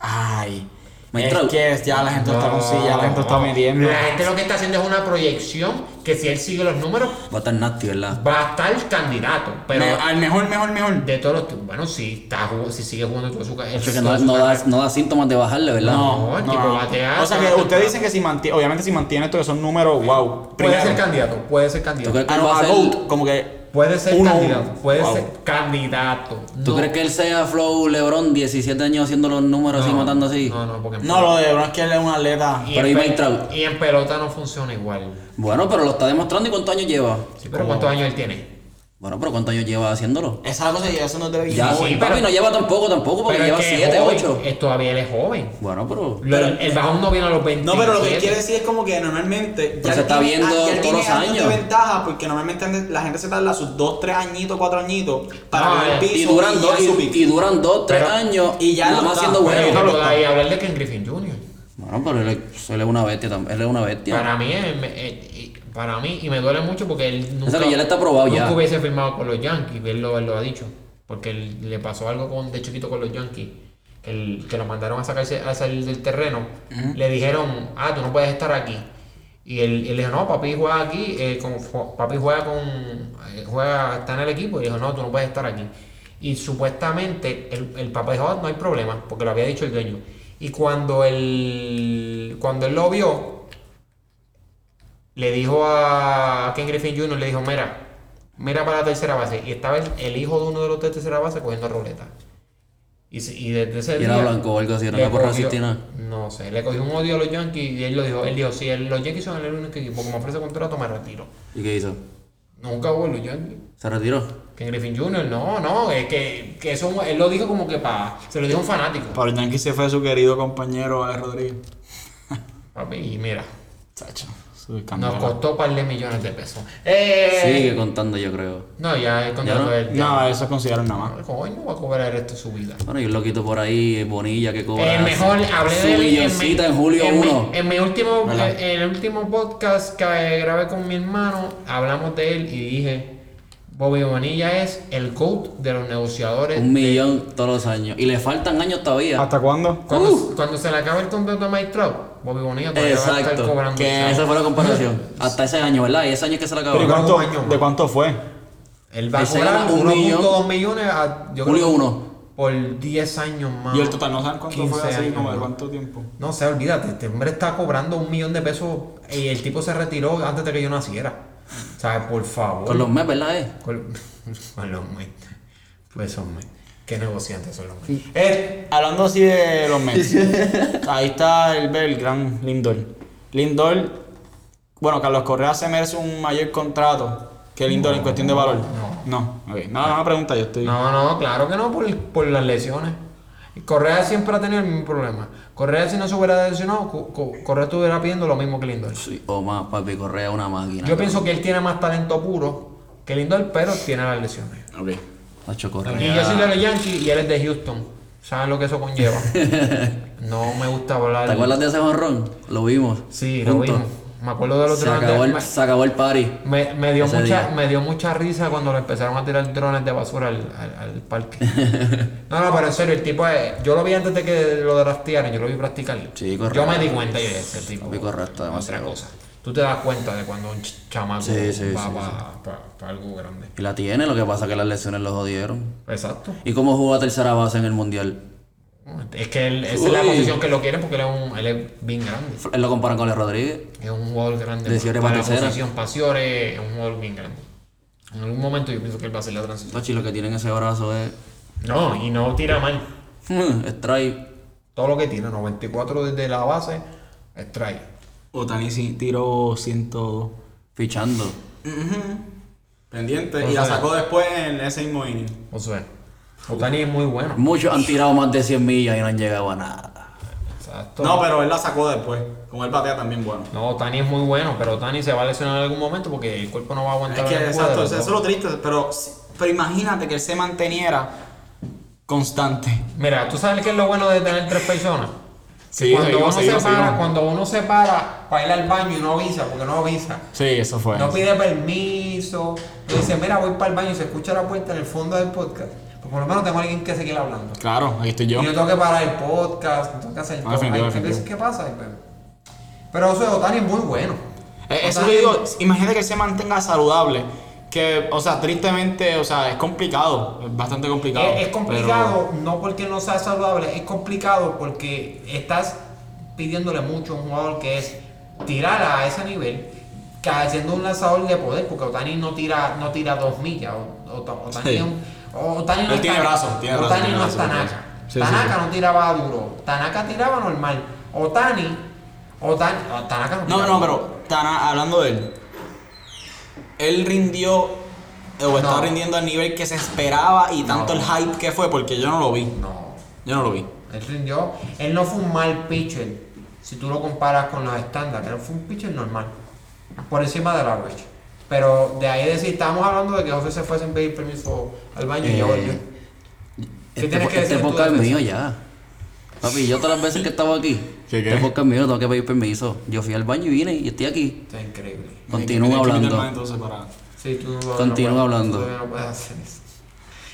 C: Ay.
B: Mike
C: Es
B: Trout.
C: que ya la gente está sí, ya la gente está midiendo.
A: La gente lo que está haciendo es una proyección que si él sigue los números
B: Va a estar nasty, ¿verdad?
A: va a estar candidato. Pero
C: Me- al mejor, mejor, mejor.
A: de todos los tiempos, bueno, si, está, jug- si sigue jugando todo su carrera.
B: Porque no, no da, no da síntomas de bajarle, ¿verdad?
A: No, tipo, batea,
C: O sea
A: batea.
C: que ustedes dicen que si mantiene, obviamente si mantiene esto que son números, wow.
A: Puede ser
C: Primero.
A: candidato, puede ser
B: ¿Tú
A: candidato.
B: crees que
C: Ah,
B: él
C: no,
B: va a
C: a
B: ser-
C: GOAT, como que.
A: Puede ser
C: uno a uno.
A: candidato, puede
C: Wow.
A: ser candidato.
B: ¿Tú
A: No,
B: crees que él sea Flow LeBron, 17 años haciendo los números así,
A: no,
B: matando así?
A: No, no, porque. en
C: No, lo de Lebron es que él es un atleta.
A: pelota-
B: pero
A: en
B: y
A: pe-
B: Mike Trout.
A: Y en pelota no funciona igual.
B: Bueno, pero lo está demostrando y cuántos años lleva.
A: Sí, pero ¿cuántos años él tiene?
B: Bueno, pero ¿cuántos años lleva haciéndolo?
C: Esa es la cosa que ya eso no debe
B: Ya,
A: sí,
B: sí,
A: pero-
B: papi, no lleva tampoco, tampoco, porque
A: Pero
B: lleva
A: es que es
B: 7,
A: joven,
B: 8.
A: es- todavía él es joven.
B: Bueno, pero.
A: Lo- el bajón no viene a los 20.
C: No, pero lo que Pues quiere decir es como que normalmente.
B: se está
C: tiene-
B: viendo
C: ya
B: todos
C: tiene
B: los
C: años
B: años.
C: de ventaja porque normalmente antes la gente se tarda sus 2, 3 añitos, 4 añitos para
A: Ah,
C: coger
A: eh.
C: piso.
B: Y duran
C: ya
B: dos,
C: su
B: y,
C: pico.
B: y duran dos, tres
A: Pero-
B: años y ya
C: Pero
B: nada más
C: está-
B: siendo
A: Bueno,
B: bueno.
A: no, pero ahí hablar de Ken Griffin Jr.
B: Bueno, pero él, es- él es una bestia también. Él es una bestia.
A: Para mí, es- me- eh, y- para mí, y me duele mucho porque él nunca,
B: O sea, que ya le está aprobado
A: nunca
B: ya.
A: hubiese firmado con los Yankees, él lo, él lo ha dicho. Porque él- le pasó algo con, de chiquito con los Yankees, que, el- que lo mandaron a sacarse a salir del terreno. Le dijeron, ah, tú no puedes estar aquí. Y él, él le dijo, no, papi juega aquí, eh, con- jo- papi juega con, eh, juega, está en el equipo. Y dijo, no, tú no puedes estar aquí. Y supuestamente el, el papá dijo, "Ah, no hay problema, porque lo había dicho el dueño. Y cuando él, cuando él lo vio, le dijo a Ken Griffin Jr., le dijo, mira, mira para la tercera base. Y estaba el, el hijo de uno de los de tercera base cogiendo ruleta. Y, se- y desde ese
B: Y era
A: día,
B: blanco o algo así, era
A: le
B: una por
A: cogió-
B: racistina.
A: No sé, le cogió un odio a los Yankees y él lo dijo, él dijo, sí, él- los Yankees son el único equipo que me ofrece contrato, me retiro.
B: ¿Y qué hizo?
A: Nunca hubo los Yankees.
B: Se retiró.
A: Ken Griffin Jr., no, no, es que, que eso, él lo dijo como que para, se lo dijo a un fanático.
C: Para el Yankee se fue su querido compañero Alex Rodríguez.
A: Papi, y mira,
C: Sacho, su
B: Ah,
A: nos
C: candela.
A: costó par de millones de pesos.
B: Sigue
A: ¡Eh!
B: contando, yo creo.
A: No, ya el contrato
B: no?
A: de él. ya.
C: No, eso es considerar nada más.
A: Ay, Coño, va a cobrar el resto de su vida.
B: Bueno, y un loquito por ahí, Bonilla, que cobra.
A: El Eh, mejor, hablé
B: su
A: de él
B: milloncita en julio
A: en mi-
B: 1.
A: en mi último,
C: ¿Verdad?
A: en el último podcast que eh, grabé con mi hermano, hablamos de él y dije, Bobby Bonilla es el coach de los negociadores.
B: Un millón todos los años. Y le faltan años todavía.
C: ¿Hasta cuándo?
A: Cuando,
B: ¡Uh!
A: cuando se le acabe el contrato a Mike Trout, Bobby Bonilla todavía va a estar
B: Exacto.
A: cobrando.
B: Que
A: chavo.
B: esa fue la comparación. Hasta ese año, ¿verdad? Y ese año que se le
C: ¿Pero
B: acabó.
C: ¿y
A: Ahora
C: cuánto-
A: un año más.
C: ¿De cuánto fue?
A: Él va a
B: Él se gana
A: cobrar
B: un
A: 1.2 millones a, yo
B: Julio
A: creo,
B: 1.
A: por 10 años más.
C: Y el total, no saben cuánto fue
A: 15
C: así,
A: años
C: como de
A: más.
C: cuánto tiempo.
A: No sé, olvídate, este hombre está cobrando un millón de pesos y el tipo se retiró antes de que yo naciera. O sea, por favor.
B: Con los mes, ¿verdad? eh?
A: Con- con los men. Pues son men. Qué negociantes son los men. Eh,
C: Hablando así de los Mets, ahí está el, el gran Lindor. Lindor, bueno, Carlos Correa se merece un mayor contrato que Lindor en cuestión de valor. No, no, ok. No, no, pregunta, yo estoy.
A: no, no, claro que no, por, por las lesiones. Y Correa siempre ha tenido el mismo problema. Correa si no se hubiera lesionado, Co- Co- Correa estuviera pidiendo lo mismo que Lindor.
B: Sí, o más, papi, Correa una máquina.
A: Yo pienso que él tiene más talento puro que Lindor, pero tiene las lesiones.
C: Ok.
B: Nacho
A: Y yo soy
B: Correa.
A: de los Yankees y él es de Houston. ¿Saben lo que eso conlleva? No me gusta hablar.
B: ¿Te acuerdas de ese jonrón? Lo vimos.
A: Sí, lo
B: juntos.
A: vimos. Me acuerdo de los
B: Se
A: drones.
B: acabó,
A: de-
B: el, se acabó el party.
A: me, me dio
B: ese
A: mucha,
B: día.
A: me dio mucha risa cuando le empezaron a tirar drones de basura al, al- al parque. no, no, pero en serio, el tipo es. Yo lo vi antes de que lo draftearan, yo lo vi practicar.
B: Sí, correcto.
A: Yo me di cuenta y yo dije, ese tipo.
B: Papi, correcto,
A: Otra
B: demasiado.
A: cosa. Tú te das cuenta de cuando un ch- chamaco
B: Sí, sí,
A: va
B: sí,
A: para algo grande.
B: Y la tiene, lo que pasa es que las lesiones lo jodieron.
A: Exacto.
B: ¿Y cómo jugó a tercera base en el mundial?
A: Es que él- esa es la
B: Uy.
A: posición que lo quieren porque él es, un, él es bien grande.
B: F- Lo comparan con el Rodríguez.
A: Es un jugador grande.
B: De Fiore
A: para la
B: Balacera.
A: posición Pasiore es un jugador bien grande. En algún momento yo pienso que él va a hacer la transición.
B: Pachi, lo que tiene en ese brazo es.
A: No, y no tira mal.
B: hmm, strike.
A: Todo lo que tira, 94 desde la base, strike.
C: Otani sí, tiró 102.
B: Fichando.
C: Pendiente.
A: O
C: y la
A: sea-
C: sacó después en ese mismo inning.
A: O sea, Otani es muy bueno.
B: Muchos han tirado más de 100 millas y no han llegado a nada.
A: Exacto.
C: No,
A: No,
C: pero él la sacó después. Como él batea también, bueno.
A: Otani es muy bueno, pero Otani se va a lesionar en algún momento porque el cuerpo no va a
C: Es
A: aguantar.
C: que,
A: el empuje de
C: exacto,
A: los
C: eso es
A: dos.
C: lo triste, pero, pero imagínate que él se manteniera constante.
A: Mira, ¿tú sabes qué es lo bueno de tener tres personas?
C: Sí,
A: cuando,
C: seguimos,
A: uno
C: seguimos,
A: se para,
C: seguimos.
A: cuando uno se para para ir al baño y no avisa, porque no avisa.
C: Sí, eso fue.
A: No pide permiso. No dice, mira, voy para el baño y se escucha la puerta en el fondo del podcast. Pues por lo menos tengo a alguien que seguir hablando.
C: Claro, aquí estoy
A: Y yo tengo que parar el podcast, tengo que hacer todo.
C: definitivo,
A: Hay que ver
C: definitivo.
A: ¿Qué pasa? Y pues- Pero eso de Otani es muy bueno.
C: Eh, Eso
A: Otani-
C: que digo, imagínate que se mantenga saludable. Que, o sea, tristemente, o sea, es complicado. Es bastante complicado.
A: Es, es complicado, no porque no sea saludable, es complicado porque estás pidiéndole mucho a un jugador que es tirar a ese nivel, que haciendo un lanzador de poder, porque Otani no tira, no tira dos millas. o- o- Otani,
C: Sí.
A: es un- o- Otani no
C: Él
A: es
C: tiene
A: Tanaka,
C: brazos, tiene brazos,
A: Otani
C: tiene
A: no es
C: brazos, tiene
A: Tanaka.
C: brazos. Sí,
A: Tanaka
C: sí, sí.
A: no tiraba duro. Tanaka tiraba normal. Otani. Otani. Tanaka no
C: Pero,
A: tiraba
C: no, no,
A: duro.
C: pero Tana, hablando de él. Él rindió o está
A: No.
C: rindiendo al nivel que se esperaba y tanto
A: No.
C: el hype que fue, porque yo no lo vi.
A: No.
C: Yo no lo vi.
A: Él rindió. Él no fue un mal pitcher. Si tú lo comparas con los estándares, él fue un pitcher normal. Por encima del average. Pero de ahí decir, estamos hablando de que José se fue sin pedir permiso al baño y
B: Eh,
A: ya volvió. ¿Qué
B: Este,
A: tienes
B: po-
A: que
B: este
A: decir tú
B: podcast
A: de
B: es
A: eso?
B: mío ya. Papi, yo todas las veces que estaba aquí,
C: ¿Qué, qué?
B: este podcast es mío, no tengo que pedir permiso. Yo fui al baño y vine y estoy aquí.
A: Está increíble.
B: Continúa
C: Hay que- hay que
B: hablando.
C: meter más entonces para-
A: Sí, tú no- no
B: Continúa
A: puedes-
B: hablando.
A: tú no puedes hacer eso.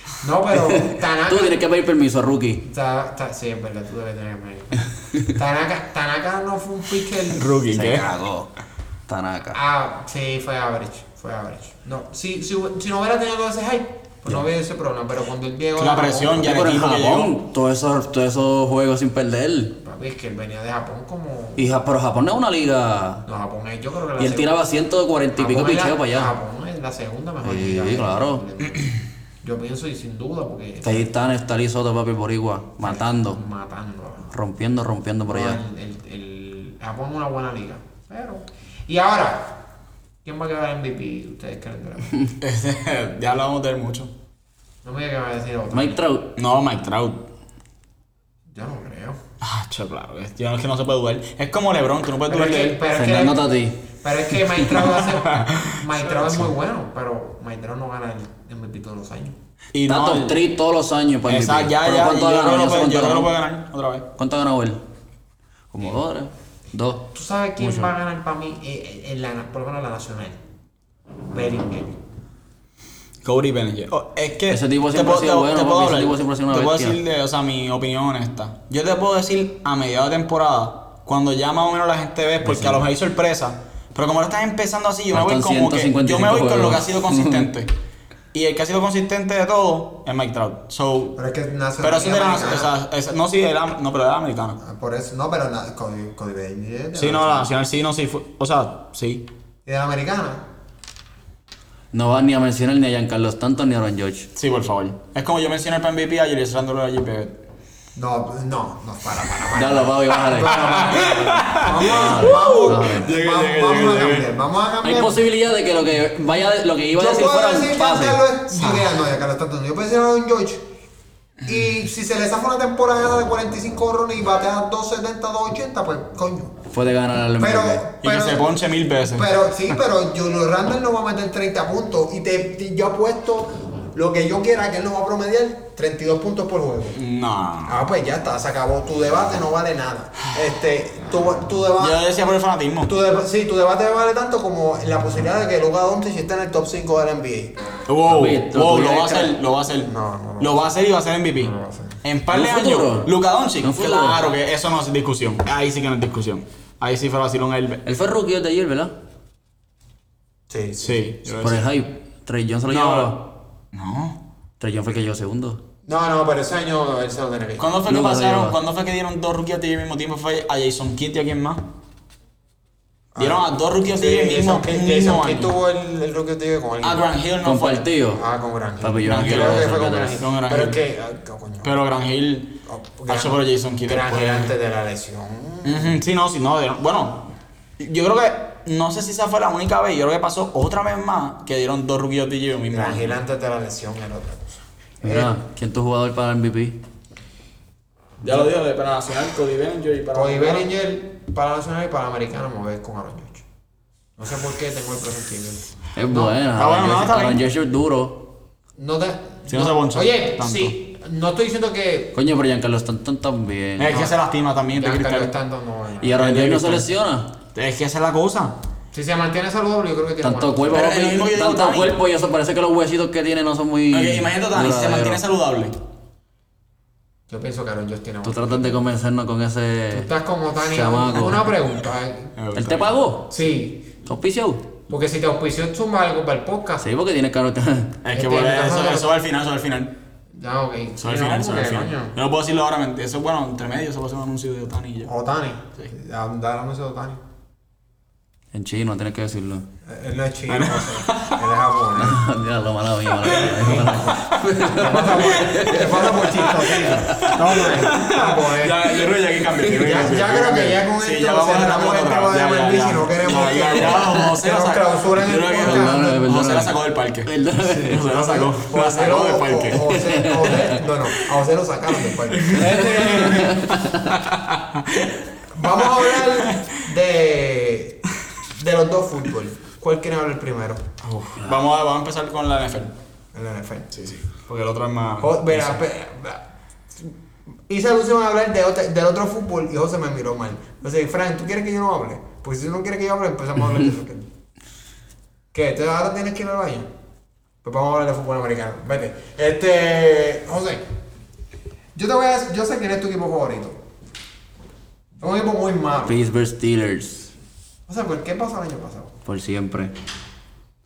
A: Ah, No, pero Tanaka.
B: Tú tienes que pedir permiso, Rookie.
A: Ta- ta- sí, es verdad, tú debes tener mérito. Tanaka, Tanaka no fue un pitcher.
C: Rookie,
B: Se
C: ¿qué?
B: cagó. Tanaka.
A: Ah, sí, fue average. Fue average. No, si, si, hu- si no hubiera tenido ese hype, pues no hubiera ese problema. Pero cuando él llegó.
C: La
A: a Japón,
C: presión
B: Papi,
C: ya el
B: pero en
C: equipo que
B: Japón, todos esos, todos esos juegos sin perder.
A: Papi, es que él venía de Japón como.
B: Y, Ja- pero Japón no es una liga.
A: No, Japón es yo creo que la
B: Y él
A: segunda-
B: tiraba 140 y pico
A: Japón es la-
B: picheos para allá.
A: Japón es la segunda mejor
B: Sí,
A: liga.
B: claro.
A: Yo pienso y sin duda, porque.
B: Ahí están, está Lisoto, papi, Borigua, matando,
A: Matando.
B: rompiendo, rompiendo por allá.
A: El, el, el- Japón es una buena liga. Pero. Y ahora, ¿quién va a quedar MVP? Ustedes creen de la.
C: yo. ya hablamos de él mucho.
A: No me diga que va a decir otro.
B: Mike Trout,
C: No, Mike Trout.
A: Yo no creo.
C: Ah, che, claro. es- Yo no es que no se puede dudar. Es como LeBron, tú no puedes
A: Pero
C: dudar
A: es
C: de
A: que,
C: él.
A: pero es
B: Fernando
A: que,
B: Tati.
A: pero es que Mike Trout hace- Mike Trout es muy bueno, pero Mike Trout no gana el MVP todos los años.
C: Y
B: Está top
C: él-
B: 3 todos los años para MVP.
C: Exacto, ya,
B: Pero
C: ya. Yo
B: ¿Cuánto ha
C: creo que
B: ganado? No
C: lo
B: sé
C: puede- yo
B: cuánto ha
C: creo que lo
B: ganado.
C: puede ganar otra vez.
B: ¿Cuánto ha ganado él? Como dos, tres, dos.
A: ¿Tú sabes quién va a ganar para mí eh, eh, en la, por lo menos en la nacional? Bellinger.
C: Cody Bellinger. Oh, es que
B: Ese tipo
C: te
B: siempre
C: puedo-
B: ha sido
C: te-
B: bueno,
C: te
B: papi,
C: puedo
B: ese
C: hablar.
B: tipo siempre ha sido una
C: Te puedo
B: bestia.
C: decir, de- o sea, mi opinión honesta. Yo te puedo decir a mediados de temporada, cuando ya más o menos la gente ve, porque a los hay sorpresa. Pero como lo estás empezando así, yo me voy
B: Faltan
C: como que, yo
B: 155
C: me voy con lo que ha
B: juegos.
C: sido consistente. y el que ha sido consistente de todo es Mike Trout. So,
A: Pero es que es nacional.
C: pero eso de la,
A: americana.
C: esa- esa- no sí, era, no, pero era americano.
A: Ah, Por eso, no, pero la, Cody, Cody Bellinger. de
C: Sí, no, la
A: nacional.
C: nacional sí, no, sí, fue- o sea, sí.
A: ¿Y de la americana?
B: No va ni a mencionar ni a Giancarlo Stanton ni a Aaron George.
C: Sí, por favor. Es como yo mencioné para MVP a Julius Randle a JP.
A: No, no, no, para, para, para.
B: Dale, papi, bájale.
A: Vamos, a- vamos, vamos,
C: Llegué, llegué,
A: vamos a
C: llegué,
A: cambiar, vamos a
B: Hay
A: cambiar.
B: posibilidad de que lo que vaya lo que iba a
A: Yo
B: decir
A: puedo
B: fuera un
A: decir
B: pase.
A: Carlos, mira, no, ya Carlos está tonto. Yo puedo decir a Don George. Y si se le zafa una temporada de 45 runs y batea 270, 280, pues coño.
B: Puede ganar al
A: Pero,
B: MVP.
C: Y que se
A: pero,
C: ponche mil veces.
A: pero sí, pero Julio Randall no va a meter 30 puntos. Y te, te- yo apuesto lo que yo quiera que él no va a promediar 32 puntos por juego.
C: No.
A: Ah, pues ya está, se acabó. Tu debate no vale nada. Este, tu, tu debate.
C: Yo decía por el fanatismo.
A: Tu deba- sí, tu debate vale tanto como la posibilidad de que Luka Doncic esté en el top 5 de la NBA.
C: Wow,
B: Papi, tú-
C: wow,
B: tú
C: lo
B: ya
C: va a
B: estás-
C: hacer, lo va a hacer.
A: No, no, no.
C: Lo va a hacer y va a ser MVP.
A: va a hacer.
C: En par
B: ¿En
C: de
B: un futuro?
C: años, Luka Doncic.
B: ¿En un futuro?
C: Claro que eso no es discusión. Ahí sí que no es discusión. Ahí sí fue vacilón a él.
B: Él fue rookie de ayer, ¿verdad?
A: Sí,
C: Sí. yo
B: Por
C: decía.
B: el hype. Trey Jones se lo llevaba.
C: No. No.
B: Trey Jones fue el que llegó segundo.
A: No, no, pero ese año él se lo tiene que
C: ¿Cuándo fue que
B: Luka
C: pasaron?
B: lleva.
C: ¿Cuándo fue que dieron dos rookies de al mismo tiempo? ¿Fue a Jason Kidd y a quién más? Dieron a dos rookies de al mismo, mismo
A: ¿Quién
C: año. Ah,
A: tuvo el, el rookie of the year con él?
C: A Grant Hill no fue.
B: Compartido.
A: Ah, con Gran Hill.
B: Papi, yo no
A: Creo
C: quiero
A: que
C: eso,
A: fue con
B: no
A: Gran
B: quiero
C: eso.
A: Hill.
C: Con Gran
A: Pero es
C: Hill.
A: que, ah, coño.
C: Pero Grant Hill.
A: Oh, Gran-
C: Pasó por Jason Kidd.
A: Gran Hill
C: después.
A: antes de la lesión.
C: Ujú, Sí, no, sí, no. de- Bueno, yo creo que. No sé si esa fue la única vez. Yo creo que pasó otra vez más que dieron dos rookies de yo mismo.
A: Gran Hill antes de la lesión era otra cosa.
B: Mira, ¿quién es tu jugador para el MVP?
C: Ya lo digo, de para Nacional, Cody Bellinger y para.
A: Cody Bellinger para nacional y para americano me voy a ir con Aaron Judge. No sé por qué tengo el presentimiento.
B: Es buena.
C: está bueno, no, está
B: Aaron
C: bien.
B: George es duro.
A: No te.
C: Si no se poncha
A: Oye,
C: tanto.
A: sí. No estoy diciendo que.
B: Coño, pero Giancarlo Stanton también.
C: Es que se lastima también, este
A: Gran Carlos
C: cristal.
A: tanto no.
B: Y Aaron
C: el
B: George no
C: Davidson.
B: se lesiona.
C: Es que esa es la cosa.
A: Si se mantiene saludable, yo creo que tiene.
B: Tanto
A: buena-
B: cuerpo,
C: Pero es lo mismo que yo digo,
B: tanto
C: Tani.
B: cuerpo y eso parece que los huesitos que tiene no son muy.
C: Ok, imagínate, Dani, si se mantiene
B: duraderos.
C: saludable.
A: Yo pienso que Aaron Judge tiene.
B: Tú
A: buena.
B: tratas de convencernos con
A: Tú
B: ese.
A: estás como Tani.
B: Chamaco.
A: Una pregunta. eh.
B: ¿Él te pagó?
A: Sí.
B: ¿Auspicio?
A: Porque si te auspició suma algo para el podcast.
B: Sí, porque tiene caro.
C: Es
A: Es
C: que
A: que
C: por
A: en
C: eso,
A: casa
C: eso,
A: de-
C: va al final, eso va al final.
A: Ya, ok.
C: Eso va al
A: Sí, no,
C: final, eso va al
A: porque,
C: final.
A: coño.
C: Yo no puedo decirlo ahora, mente. Eso, bueno, entre medio, eso va a ser un anuncio de Otani y yo.
A: O Tani.
C: Sí.
A: Da- da el anuncio de Otani.
B: En chino, tienes que decirlo.
C: Eh,
A: Él no es
C: ah,
A: chino. o sea, Él es japonés.
B: Ya, lo mala mía, mala mía, mala mía.
A: Te pasa por- te pasa por chistosito. No, no, japonés.
C: Ya, yo creo que ya hay que cambiar, yo creo que
A: este. Ya- ya
C: cambiar, yo
A: creo que ya con
C: Sí,
A: esto
C: ya vamos a
A: cerramos el
C: otra
A: tema de
C: ya, ya,
A: Melvin,
C: ya.
A: no queremos
C: Ya, ya,
A: que-
C: ya, José
A: que
C: la
A: nos
C: sacó.
A: clausuren
C: Yo
A: el
C: creo que
A: podcast.
C: José- José la
B: Perdóname,
C: sacó del del parque.
B: El-
C: José la sacó. La
A: José
C: sacó
A: lo-
C: del
A: o-
C: parque.
A: José- José- no, no, a José lo sacaron del parque. Este, Vamos a hablar de, de los dos fútbol. ¿Cuál quiere hablar primero?
C: Uf. Vamos, a, vamos a empezar con la NFL.
A: En la NFL.
C: Sí, sí. Porque el otro es más.
A: Jo- verá, pe- verá. Hice alusión a hablar de otra- del otro fútbol y José me miró mal. O sea, Frank, ¿tú quieres que yo no hable? Pues si tú no quieres que yo hable, empezamos a hablar de eso. ¿Qué? ¿Te, ¿Ahora tienes que ir al baño? Pues vamos a hablar de fútbol americano. Vete. Este, José, yo te voy a decir, yo sé quién es tu equipo favorito. Es un equipo muy malo.
B: Pittsburgh Steelers.
A: O sea, ¿por qué pasó el año pasado?
B: Por siempre.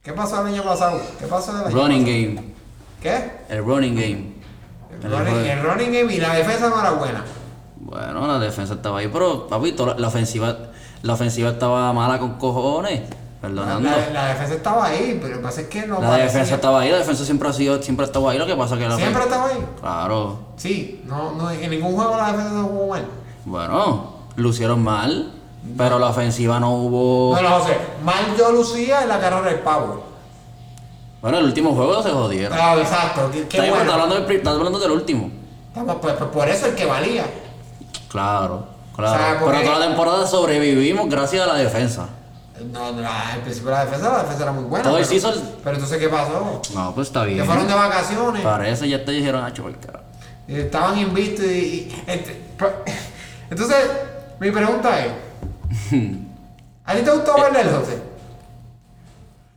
A: ¿Qué pasó el año pasado? ¿Qué pasó el año
B: Running
A: pasado?
B: game.
A: ¿Qué?
B: El running game.
A: El running, el running game y la defensa no era buena.
B: Bueno, la defensa estaba ahí, pero papito, la, la ofensiva, la ofensiva estaba mala con cojones.
A: La,
B: Perdonando.
A: la-
B: La,
A: la defensa estaba ahí, pero lo que pasa es que no
B: defensa
A: parecía-
B: estaba ahí, la defensa siempre ha sido, siempre ha estado ahí. Lo que pasa es que la
A: Siempre
B: ofen-
A: estaba ahí.
B: Claro.
A: Sí, no, no, en ningún juego la defensa no jugó mal.
B: Bueno, lucieron mal, pero la ofensiva no hubo.
A: No, no, José, mal yo lucía en la carrera del pavo.
B: Bueno, el último juego se jodieron.
A: Ah, exacto, qué, qué
B: Está bien, pero Estás
A: bueno.
B: hablando, del pri- estás hablando del último.
A: Estamos, pues, pues, por eso el que valía.
B: Claro, claro.
A: O sea, porque-
B: Pero toda la temporada sobrevivimos gracias a la defensa.
A: No, no, la- al principio la defensa, la defensa era muy buena.
B: Todo el
A: pero,
B: season-
A: pero entonces, ¿qué pasó?
B: No, pues está
A: Que
B: bien.
A: fueron de vacaciones.
B: Parece, ya te dijeron, ah, chaval, carajo.
A: Y Estaban invistos y. y- este, pa- entonces, mi pregunta es: ¿A ti te gustó
B: Eh.
A: bailar, José?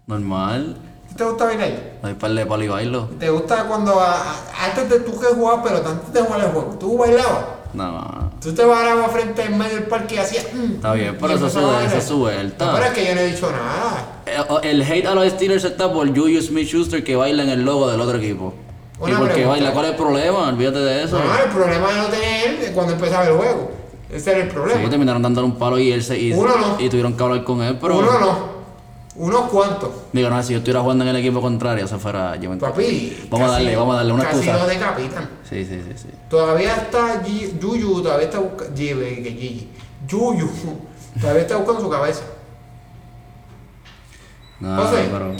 B: Normal,
A: ¿A ti te gusta bailar?
B: no hay par de palo y bailo.
A: ¿Te gusta cuando a- a- antes de tú que jugabas pelota, antes de jugar el juego, tú bailabas?
B: No, no, no.
A: Tú te parabas frente en medio del parque y hacías. mm,
B: Está bien, pero
A: y
B: eso es su-
A: empezabas a bailar.
B: eso es su vuelta.
A: No, pero es que yo no he dicho nada.
B: El, Eh, el hate a los Steelers está por Julius Smith Schuster que baila en el logo del otro equipo.
A: Una
B: y porque
A: pregunta.
B: baila, ¿cuál es el problema? Olvídate de eso.
A: No, el problema no tenía él de cuando empezaba el juego. Ese era el
B: Sí,
A: problema.
B: terminaron dándole un palo y él se y,
A: Uno no.
B: y tuvieron que hablar con él, pero
A: Uno no. Unos cuantos.
B: digo, no, si yo estuviera jugando en el equipo contrario, se fuera yo me
A: Papi.
B: Vamos a darle, vamos a darle una
A: casi
B: excusa.
A: Casi no decapitan.
B: Sí, sí, sí, sí.
A: Todavía está Gi- Yuyu, todavía está buscando. Gigi. Yuyu. Todavía está buscando su cabeza.
B: No,
A: José.
B: pero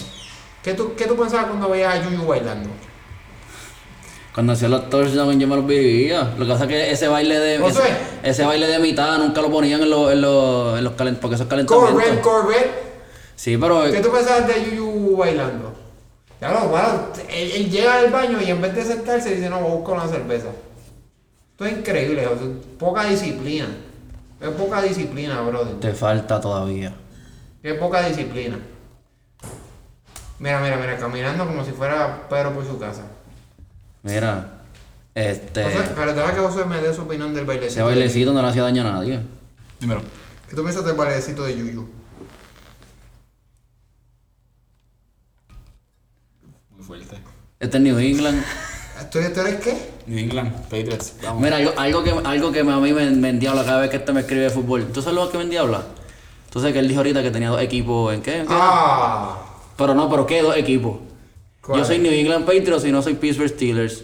A: ¿Qué tú, ¿Qué tú pensabas cuando veías a Yuyu bailando?
B: cuando hacía los touchdowns yo me los vivía. Lo que pasa es que ese baile de
A: José.
B: ese, ese baile de mitad nunca lo ponían en los en los en los calen- porque esos calentamientos.
A: Corvette, Corvette.
B: Sí, pero
A: ¿Qué tú pensabas de Yuyu bailando? Ya lo, bueno, él, él llega al baño y en vez de sentarse dice, no, voy a buscar una cerveza. Esto es increíble, o sea, poca disciplina. Es poca disciplina, brother.
B: te falta todavía.
A: Es poca disciplina. Mira, mira, mira, caminando como si fuera Pedro por su casa.
B: Mira, este
A: José, pero deja que José me dé su opinión del bailecito.
B: ese bailecito no le hacía daño a nadie.
C: Dímelo.
A: ¿Qué tú piensas del bailecito de Yuyu?
C: Muy fuerte.
B: Este es New England.
A: ¿Tú, tú eres qué?
C: New England, Patriots. Vamos.
B: Mira, algo, algo que, algo que a mí me, me endiabla cada vez que este me escribe de fútbol. ¿Tú sabes lo que me endiabla? Tú sabes que él dijo ahorita que tenía dos equipos. ¿En qué? ¿En qué?
A: Ah,
B: Pero no, pero ¿qué dos equipos?
A: ¿Cuál?
B: Yo soy New England Patriots y no soy Pittsburgh Steelers.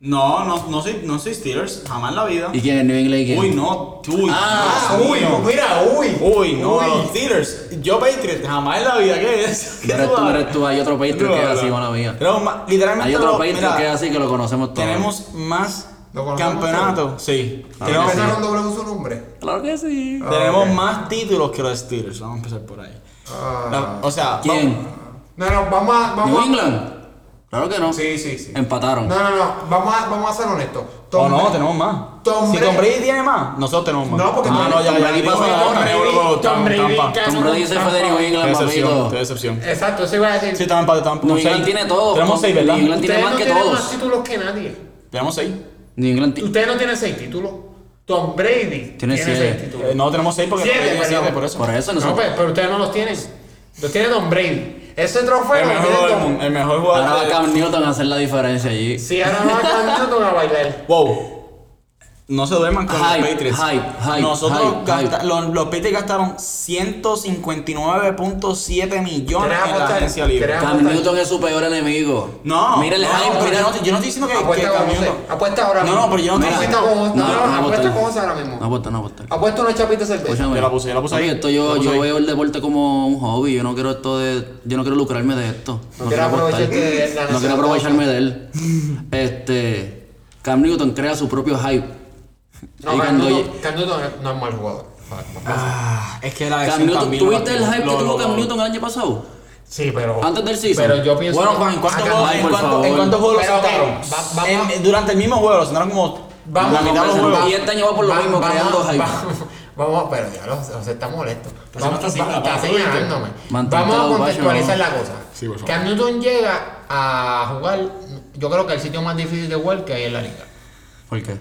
C: No, no, no soy, no soy Steelers, jamás en la vida.
B: ¿Y quién es New England y quién?
C: Uy, no, uy.
B: Ah,
C: Dios
A: uy,
C: mío.
A: mira, uy.
C: Uy, no,
A: Uy.
C: los Steelers. Yo Patriots, jamás en la vida, ¿qué es? ¿Qué
B: Eres tú,
C: vas?
B: eres tú, hay otro Patriot
C: No,
B: que es
C: no.
B: así, mala mía.
C: Tenemos más- literalmente
B: Hay otro
C: lo-
B: Patriot
C: mira,
B: que es así que lo conocemos todos.
C: Tenemos más
A: ¿Lo conocemos
C: campeonatos. Sí. tenemos
A: Empezaron con doble su nombre.
B: Claro que sí.
A: Ah,
C: tenemos
A: ok.
C: más títulos que los Steelers. Vamos a empezar por ahí.
A: Ah.
C: La- o sea,
B: ¿Quién?
C: vamos-
A: No, no, vamos a.
B: ¿New
A: Vamos a
B: England? Claro que no.
A: Sí, sí, sí.
B: Empataron.
A: No, no, no. Vamos a, vamos a ser honestos.
C: O
A: Tom
C: Oh, no,
A: Brady-
C: tenemos más.
A: Tom
C: si
A: Brady-
C: Tom Brady tiene más, nosotros tenemos más.
A: No, porque
C: ah,
A: Tom-
C: no, ya,
B: Tom
C: ya,
B: Brady
C: digo,
B: pasó
C: ya,
B: ahora,
C: Tom Brady,
A: Tom
C: Tam-
A: Brady,
C: Tampa.
A: ¿qué?
B: Tom Brady se fue de New
C: Qué
B: England,
C: decepción,
B: papito.
C: qué decepción.
A: Exacto, eso iba a decir.
C: Sí, también para Tampa.
B: New
C: seis.
B: England tiene todo.
C: Tenemos seis, ¿verdad?
B: New England tiene
A: Ustedes
B: más
A: no
B: que
A: tienen más
B: todos.
A: títulos que nadie.
C: Tenemos seis.
B: New England ti-
A: Ustedes no tienen seis títulos. Tom Brady tiene,
B: siete.
A: seis
C: Eh,
A: títulos.
C: no, tenemos seis porque
A: Siete,
C: Tom Brady
A: perdón.
C: siete, por eso.
B: Por eso
A: No,
B: nosotros.
A: pues, pero ustedes no los tienen. Los tiene Tom Brady. Ese trofeo
C: El
A: lo
C: mejor,
A: tiene
C: jugador del
A: Tom
C: mundo, el mejor jugador
B: Ahora va
C: del-
B: Cam Newton a hacer la diferencia allí.
A: Si ahora va a Cam Newton a bailar.
C: Wow. No se duerman con los
B: Hype,
C: Patriots.
B: hype, hype,
C: Nosotros
B: hype,
C: gasta-
B: hype.
C: Los, los Patriots gastaron 159.7 millones
A: Queremos
C: en la
A: estar-
C: agencia libre.
A: queremos-
B: Cam Newton es su peor enemigo.
C: No,
B: Mira el
C: no,
B: hype,
C: pero
B: mira-
C: yo, no, estoy- yo no estoy diciendo que, que
A: Apuesta
C: Cam
A: con José.
C: Newton-
A: Apuesta ahora
C: No,
A: mismo.
C: no, pero yo no estoy-
A: Apuesta con José. No,
B: No, no
A: no, apuesta
B: apostar.
A: con José ahora
B: No
A: mismo.
B: apuesta, no apuesta.
A: Apuesta una chapita de cerveza.
B: Escúchame.
C: Pues Yo la puse, yo la puse
B: Papi,
C: ahí.
B: Esto yo,
C: La puse
B: yo
C: ahí.
B: veo el deporte como un hobby. Yo no quiero esto de. Yo no quiero lucrarme de esto.
A: No quiero
B: apostar.
A: aprovecharte de la
B: No quiero
A: necesidad.
B: aprovecharme de él. Este. Cam Newton crea su propio hype.
A: No,
B: y
A: Cam
B: cuando
A: Newton- Cam Newton no es mal jugador.
C: Ah, es que la
B: Cam
C: versión
B: Newton,
C: también lo
B: ¿tuviste el
C: lastimó.
B: hype
C: Lo-
B: que tuvo
C: lo-
B: Cam
C: lo-
B: Newton el año pasado?
A: Sí, pero.
B: Antes del season.
A: Pero yo pienso.
C: Bueno, Juan, ¿en cuántos
A: Acá-
C: juegos,
B: Ay,
C: en
B: por
C: cuántos-
B: favor.
C: en cuántos juegos
A: Pero,
C: lo
A: ok,
C: sentaron?
A: va- vamos-
C: En- durante el mismo juego lo sentaron como
A: Vamos
C: la mitad de los
B: vamos-
C: juegos.
B: Y este año va por lo
A: Va-
B: mismo,
A: vamos-
B: creando hype.
A: Vamos, vamos, pero ya los, los está molesto.
C: Pero si no está
A: va-
C: así,
A: está
C: papá,
A: señalándome.
B: Mantente
A: Vamos a
B: los
A: contextualizar
B: guachos,
A: la cosa.
C: Sí, por favor.
A: Cam Newton llega a jugar, yo creo que el sitio más difícil de jugar que hay en la liga.
B: ¿Por qué?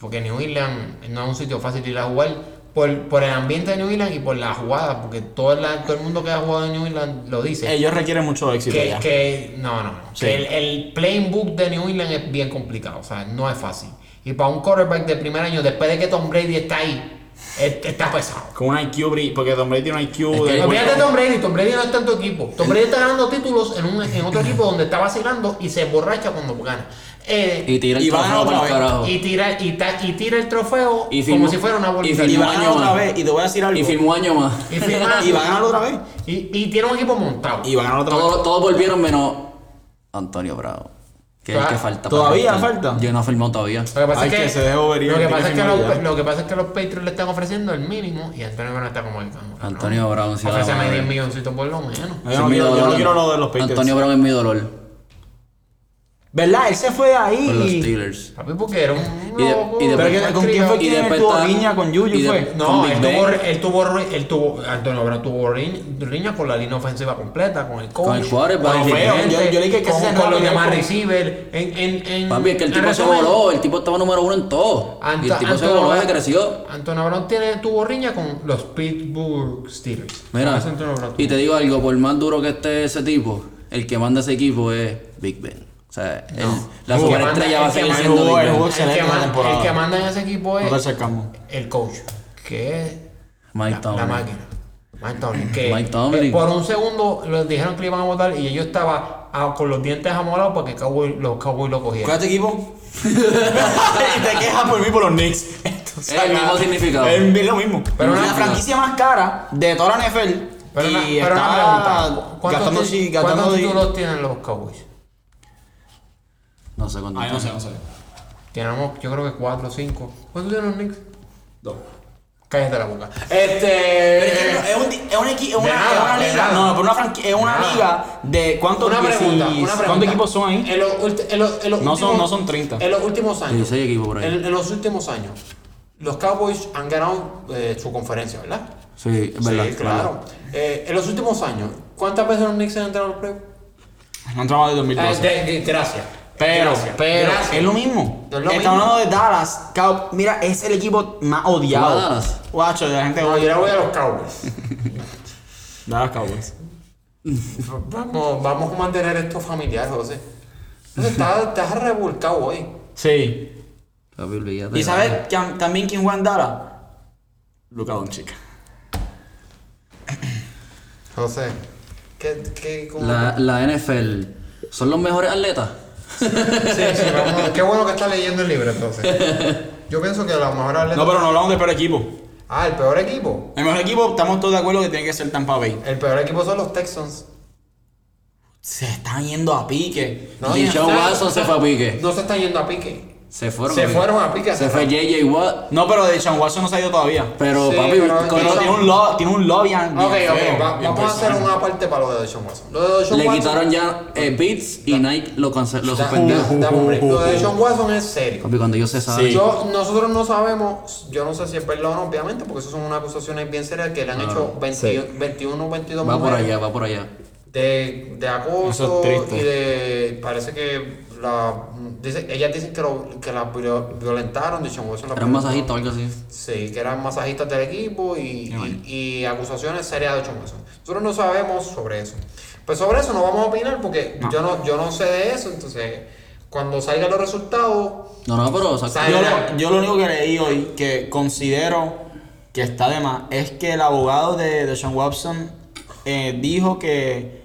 A: Porque New England no es un sitio fácil de ir a jugar por, por el ambiente de New England y por las jugadas, porque todo, la- todo el mundo que ha jugado en New England lo dice.
C: Ellos requieren mucho éxito
A: que,
C: ya.
A: que- no, no, no.
C: Sí.
A: Que el, el playing book de New England es bien complicado, o sea, no es fácil. Y para un quarterback de primer año, después de que Tom Brady está ahí, es- está pesado.
C: Con un IQ, bri- porque Tom Brady tiene un IQ
B: Es que-
C: de...
A: Olvídate de Tom Brady, Tom Brady no está en tu equipo. Tom Brady está ganando títulos en, un, en otro equipo donde está vacilando y se emborracha cuando gana. Eh,
B: Y tira el
C: Y van
B: trofeo
C: otra
B: para el
C: vez.
B: carajo.
A: y tira, y, ta- y tira el trofeo
B: Y
A: como
B: firmó-
A: si fuera una bolita.
B: y
C: Y
B: firmó
C: van a ganar
B: año
C: otra
B: más.
C: vez, y te voy a decir algo.
B: Y firmó un año más.
A: Y firma-
C: Y van a ganar otra vez.
A: Y, y tiene un equipo montado.
C: Y van a ganar otra vez.
B: Todos, todos volvieron menos Antonio Bravo. Que es el
A: Ah,
B: que falta. para
C: ¿todavía
B: firmar.
C: falta?
B: Yo no he firmado todavía.
A: Lo que pasa
C: Ay,
A: es que,
C: que se dejó ver y
A: lo, que
C: tiene
A: pasa es que
C: firmado
A: los,
C: ya.
A: lo que pasa es que los Patriots le están ofreciendo el mínimo y Antonio Brown está como el canguro,
B: Antonio Brown, sí, la
A: Ofréceme
B: madre.
A: 10 milloncitos por lo menos.
B: Ese
C: No, Yo no,
B: es mi
C: quiero, yo no
B: dolor.
C: quiero lo de los Patriots.
B: Antonio Brown es mi dolor.
C: ¿Verdad? Él se fue de ahí.
B: Con los
C: y-
B: Steelers.
A: Papi, porque era un
B: Y de-
A: loco,
B: y de-
A: un
C: Pero que- ¿con quién
A: malcriado.
C: fue
B: Y
C: que él
B: después
C: tuvo
B: está-
C: riña con
B: y
C: Yuyu?
B: de-
C: fue?
A: No,
B: con Big
A: él tuvo,
B: Ben.
A: él tuvo, ri- él tuvo, Antonio Brown tuvo ri- riña con la línea ofensiva completa, con el coach,
B: Con el quarterback.
A: con, el
B: Yo-
A: dirigente,
C: yo leí que- que
A: con,
C: se
A: con los
C: enroló
A: demás
C: con-
A: receivers, en, en, en,
B: Papi, es que el
A: en
B: tipo se
A: resumen,
B: voló. El tipo estaba número uno en todo.
A: Anto-
B: y el tipo se
A: Antonio
B: voló,
A: Brown-
B: se creció.
A: Antonio Brown tiene, tuvo riña con los Pittsburgh Steelers. Con
B: Mira,
A: ese Antonio Brown tuvo.
B: y te digo algo, por más duro que esté ese tipo, el que manda ese equipo es Big Ben. O sea, él-
A: El
B: la
A: que manda-
B: superestrella va a
A: el que
B: seguir
A: manda-
B: siendo
A: el
B: Big
A: que
B: Ben.
C: jugó excelente
A: manda-
C: la temporada.
A: El que manda en ese equipo
C: No te
A: es
C: acercamos.
A: el coach, que es la,
B: Mike
A: la
B: Tomlin.
A: máquina. Mike Tomlin. Que,
B: Mike Tomlin.
A: que por un segundo les dijeron que le iban a votar y yo estaba ah, con los dientes amolados porque Cowboy- los Cowboys lo
C: ¿Cuál
A: cogieron.
C: es tu equipo? y te quejas por mí por los Knicks. Esto, o sea,
B: Es el mismo significado.
C: Es lo mismo.
A: Pero
C: Pero
A: una-
C: la franquicia más cara de toda la NFL.
A: Pero
C: y
A: una, pero una pregunta,
C: está gastando
A: ¿cuántos, ti-
C: sí, gastando
A: cuántos
C: sí.
A: títulos tienen los Cowboys?
B: No sé cuánto.
C: Ay, no sé, no sé.
A: Tenemos, yo creo que 4 o 5. ¿Cuántos tienen los Knicks? Eh,
C: Dos.
A: Cállate la boca.
C: Pero es que
A: Este.
C: no, es un, es un equi- es una,
A: De nada,
C: es una
A: de
C: liga.
A: nada.
C: No, no, pero una franqui- es una
A: Nada.
C: liga de cuántos
A: Una
C: diecis-
A: pregunta, una pregunta.
C: ¿Cuántos equipos son ahí?
A: En los, ulti- en los- en los
C: No son-
A: últimos-
C: no son 30.
A: En los últimos años.
B: 16 equipos por ahí.
A: En, en los últimos años, los Cowboys han ganado eh, su conferencia, ¿verdad?
B: Sí, es verdad.
A: sí, claro. Eh, en los últimos años, ¿cuántas veces los Knicks han entrado a los playoffs?
B: Eh,
C: No entramos desde 2012.
A: Eh, de- de- gracias.
C: Pero,
A: Gracias.
C: pero,
A: Gracias.
C: es lo mismo.
A: No es lo
C: Estamos
A: mismo.
C: hablando de Dallas. Cow- Mira, es el equipo más odiado.
B: ¿Tú vas a Dallas?
C: Guacho, la gente
A: No, yo
C: odia.
A: le voy a los Cowboys.
C: Dallas Cowboys.
A: vamos, vamos a mantener esto familiar, José. Entonces, estás, estás revolcado hoy.
C: Sí.
B: Papi, olvídate.
C: ¿Y sabes que- también quién juega en Dallas? Luca Doncic.
A: José, ¿qué, qué, cómo-
B: La, la NFL, ¿son los mejores atletas?
A: Sí, sí, vamos. Qué bueno que está leyendo el libro entonces. Yo pienso que a lo mejor
C: No, pero no hablamos del peor equipo.
A: Ah, el peor equipo.
C: El mejor equipo, estamos todos de acuerdo que tiene que ser Tampa Bay.
A: El peor equipo son los Texans.
C: Se están yendo a pique.
A: No,
B: y
A: no,
B: Sean
A: no,
B: Watson
A: no,
B: se fue a pique.
A: No se están yendo a pique.
B: Se fueron
A: se
B: a pique.
A: fueron a pique.
B: Se fue JJ Watt.
C: No, pero de Sean Watson no se ha ido todavía.
B: Pero,
A: Sí,
B: papi,
A: pero-
B: con-
C: Pero
A: Pero-
C: tiene un lobby, tiene un lobby. bien
A: Ok,
C: feo,
A: ok. va-
C: bien
A: vamos a hacer
C: pesado.
A: una parte para lo de Deshaun Watson. Lo de Deshaun
B: le
A: Watson-
B: quitaron ya eh, Beats y Nike lo, cance- lo
A: Da-
B: suspendió.
A: da- dame un break. Lo de Deshaun Watson es serio.
B: Papi, cuando yo se sabe.
C: Sí.
A: Yo, nosotros no sabemos, yo no sé si es verdad o no, obviamente, porque eso son unas acusaciones bien serias que le han hecho 20 21 22
B: Ah, Va por
A: mujeres.
B: allá, va por allá.
A: de, de acoso
C: Eso es triste.
A: y de parece que la dice- ellas dicen que, lo- que la viol- violentaron de Watson la
B: Eran
A: violentó.
B: masajistas o algo así.
A: sí que eran masajistas del equipo y, y, y acusaciones serias de Sean Watson nosotros no sabemos sobre eso pues sobre eso no vamos a opinar porque yo no yo no sé de eso entonces Cuando salgan los resultados,
B: No, no, pero saca-
A: Sale.
C: Yo lo, yo lo único que leí hoy que considero que está de más es que el abogado de, de Sean Watson eh, dijo que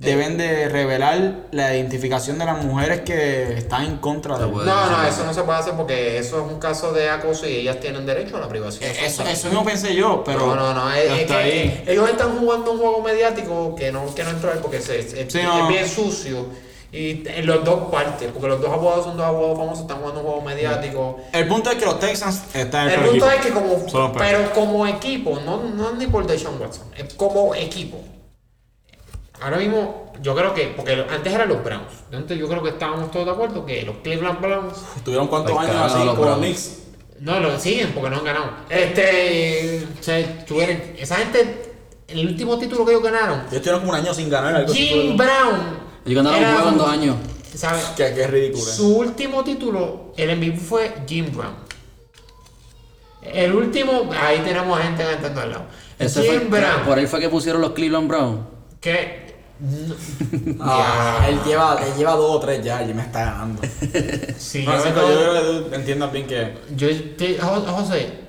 C: deben de revelar la identificación de las mujeres que están en contra de
B: Se puede.
A: no, no, eso no se puede hacer porque eso es un caso de acoso y ellas tienen derecho a la privacidad.
C: Eh, Eso, eso mismo pensé yo, pero.
A: no, no, no, es, es que
C: hasta ahí.
A: ellos están jugando un juego mediático que no, que no entra porque se- es, es-
C: Sí, no.
A: es bien sucio. Y en las dos partes, porque los dos abogados son dos abogados famosos, están jugando un juego mediático.
C: El punto es que los Texans están
A: El
C: en el
A: punto es
C: equipo.
A: que como,
C: Son los peores.
A: pero como equipo, no, no ni por Deshaun Watson, es como equipo. Ahora mismo, yo creo que, porque lo- antes eran los Browns, entonces yo creo que estábamos todos de acuerdo que los Cleveland Browns,
C: ¿Estuvieron cuántos
B: Ay,
C: años
B: carajo,
C: así
B: los
C: con los
B: Browns.
C: Knicks?
A: no lo siguen porque no han ganado. Este, se tuvieron, esa gente, el último título que ellos ganaron,
C: Yo estuvieron como un año sin ganar algo así.
A: Jim Brown.
B: Ellos ganaron
A: era
B: un juego en
A: un-
B: dos años.
A: ¿sabes?
C: Que, que es ridículo. eh.
A: Su último título, el MVP fue Jim Brown. El último, ahí tenemos a gente cantando al lado.
B: Ese
A: Jim
B: fue-
A: Brown,
B: Por él fue que pusieron los Cleveland Brown.
A: que.
C: Ah, él lleva, él lleva dos o tres ya y me está ganando.
A: Ya, sí,
C: No,
A: yo,
C: Francisco, yo
A: yo,
C: creo que tú entiendas bien que.
A: te- a Jo- a José,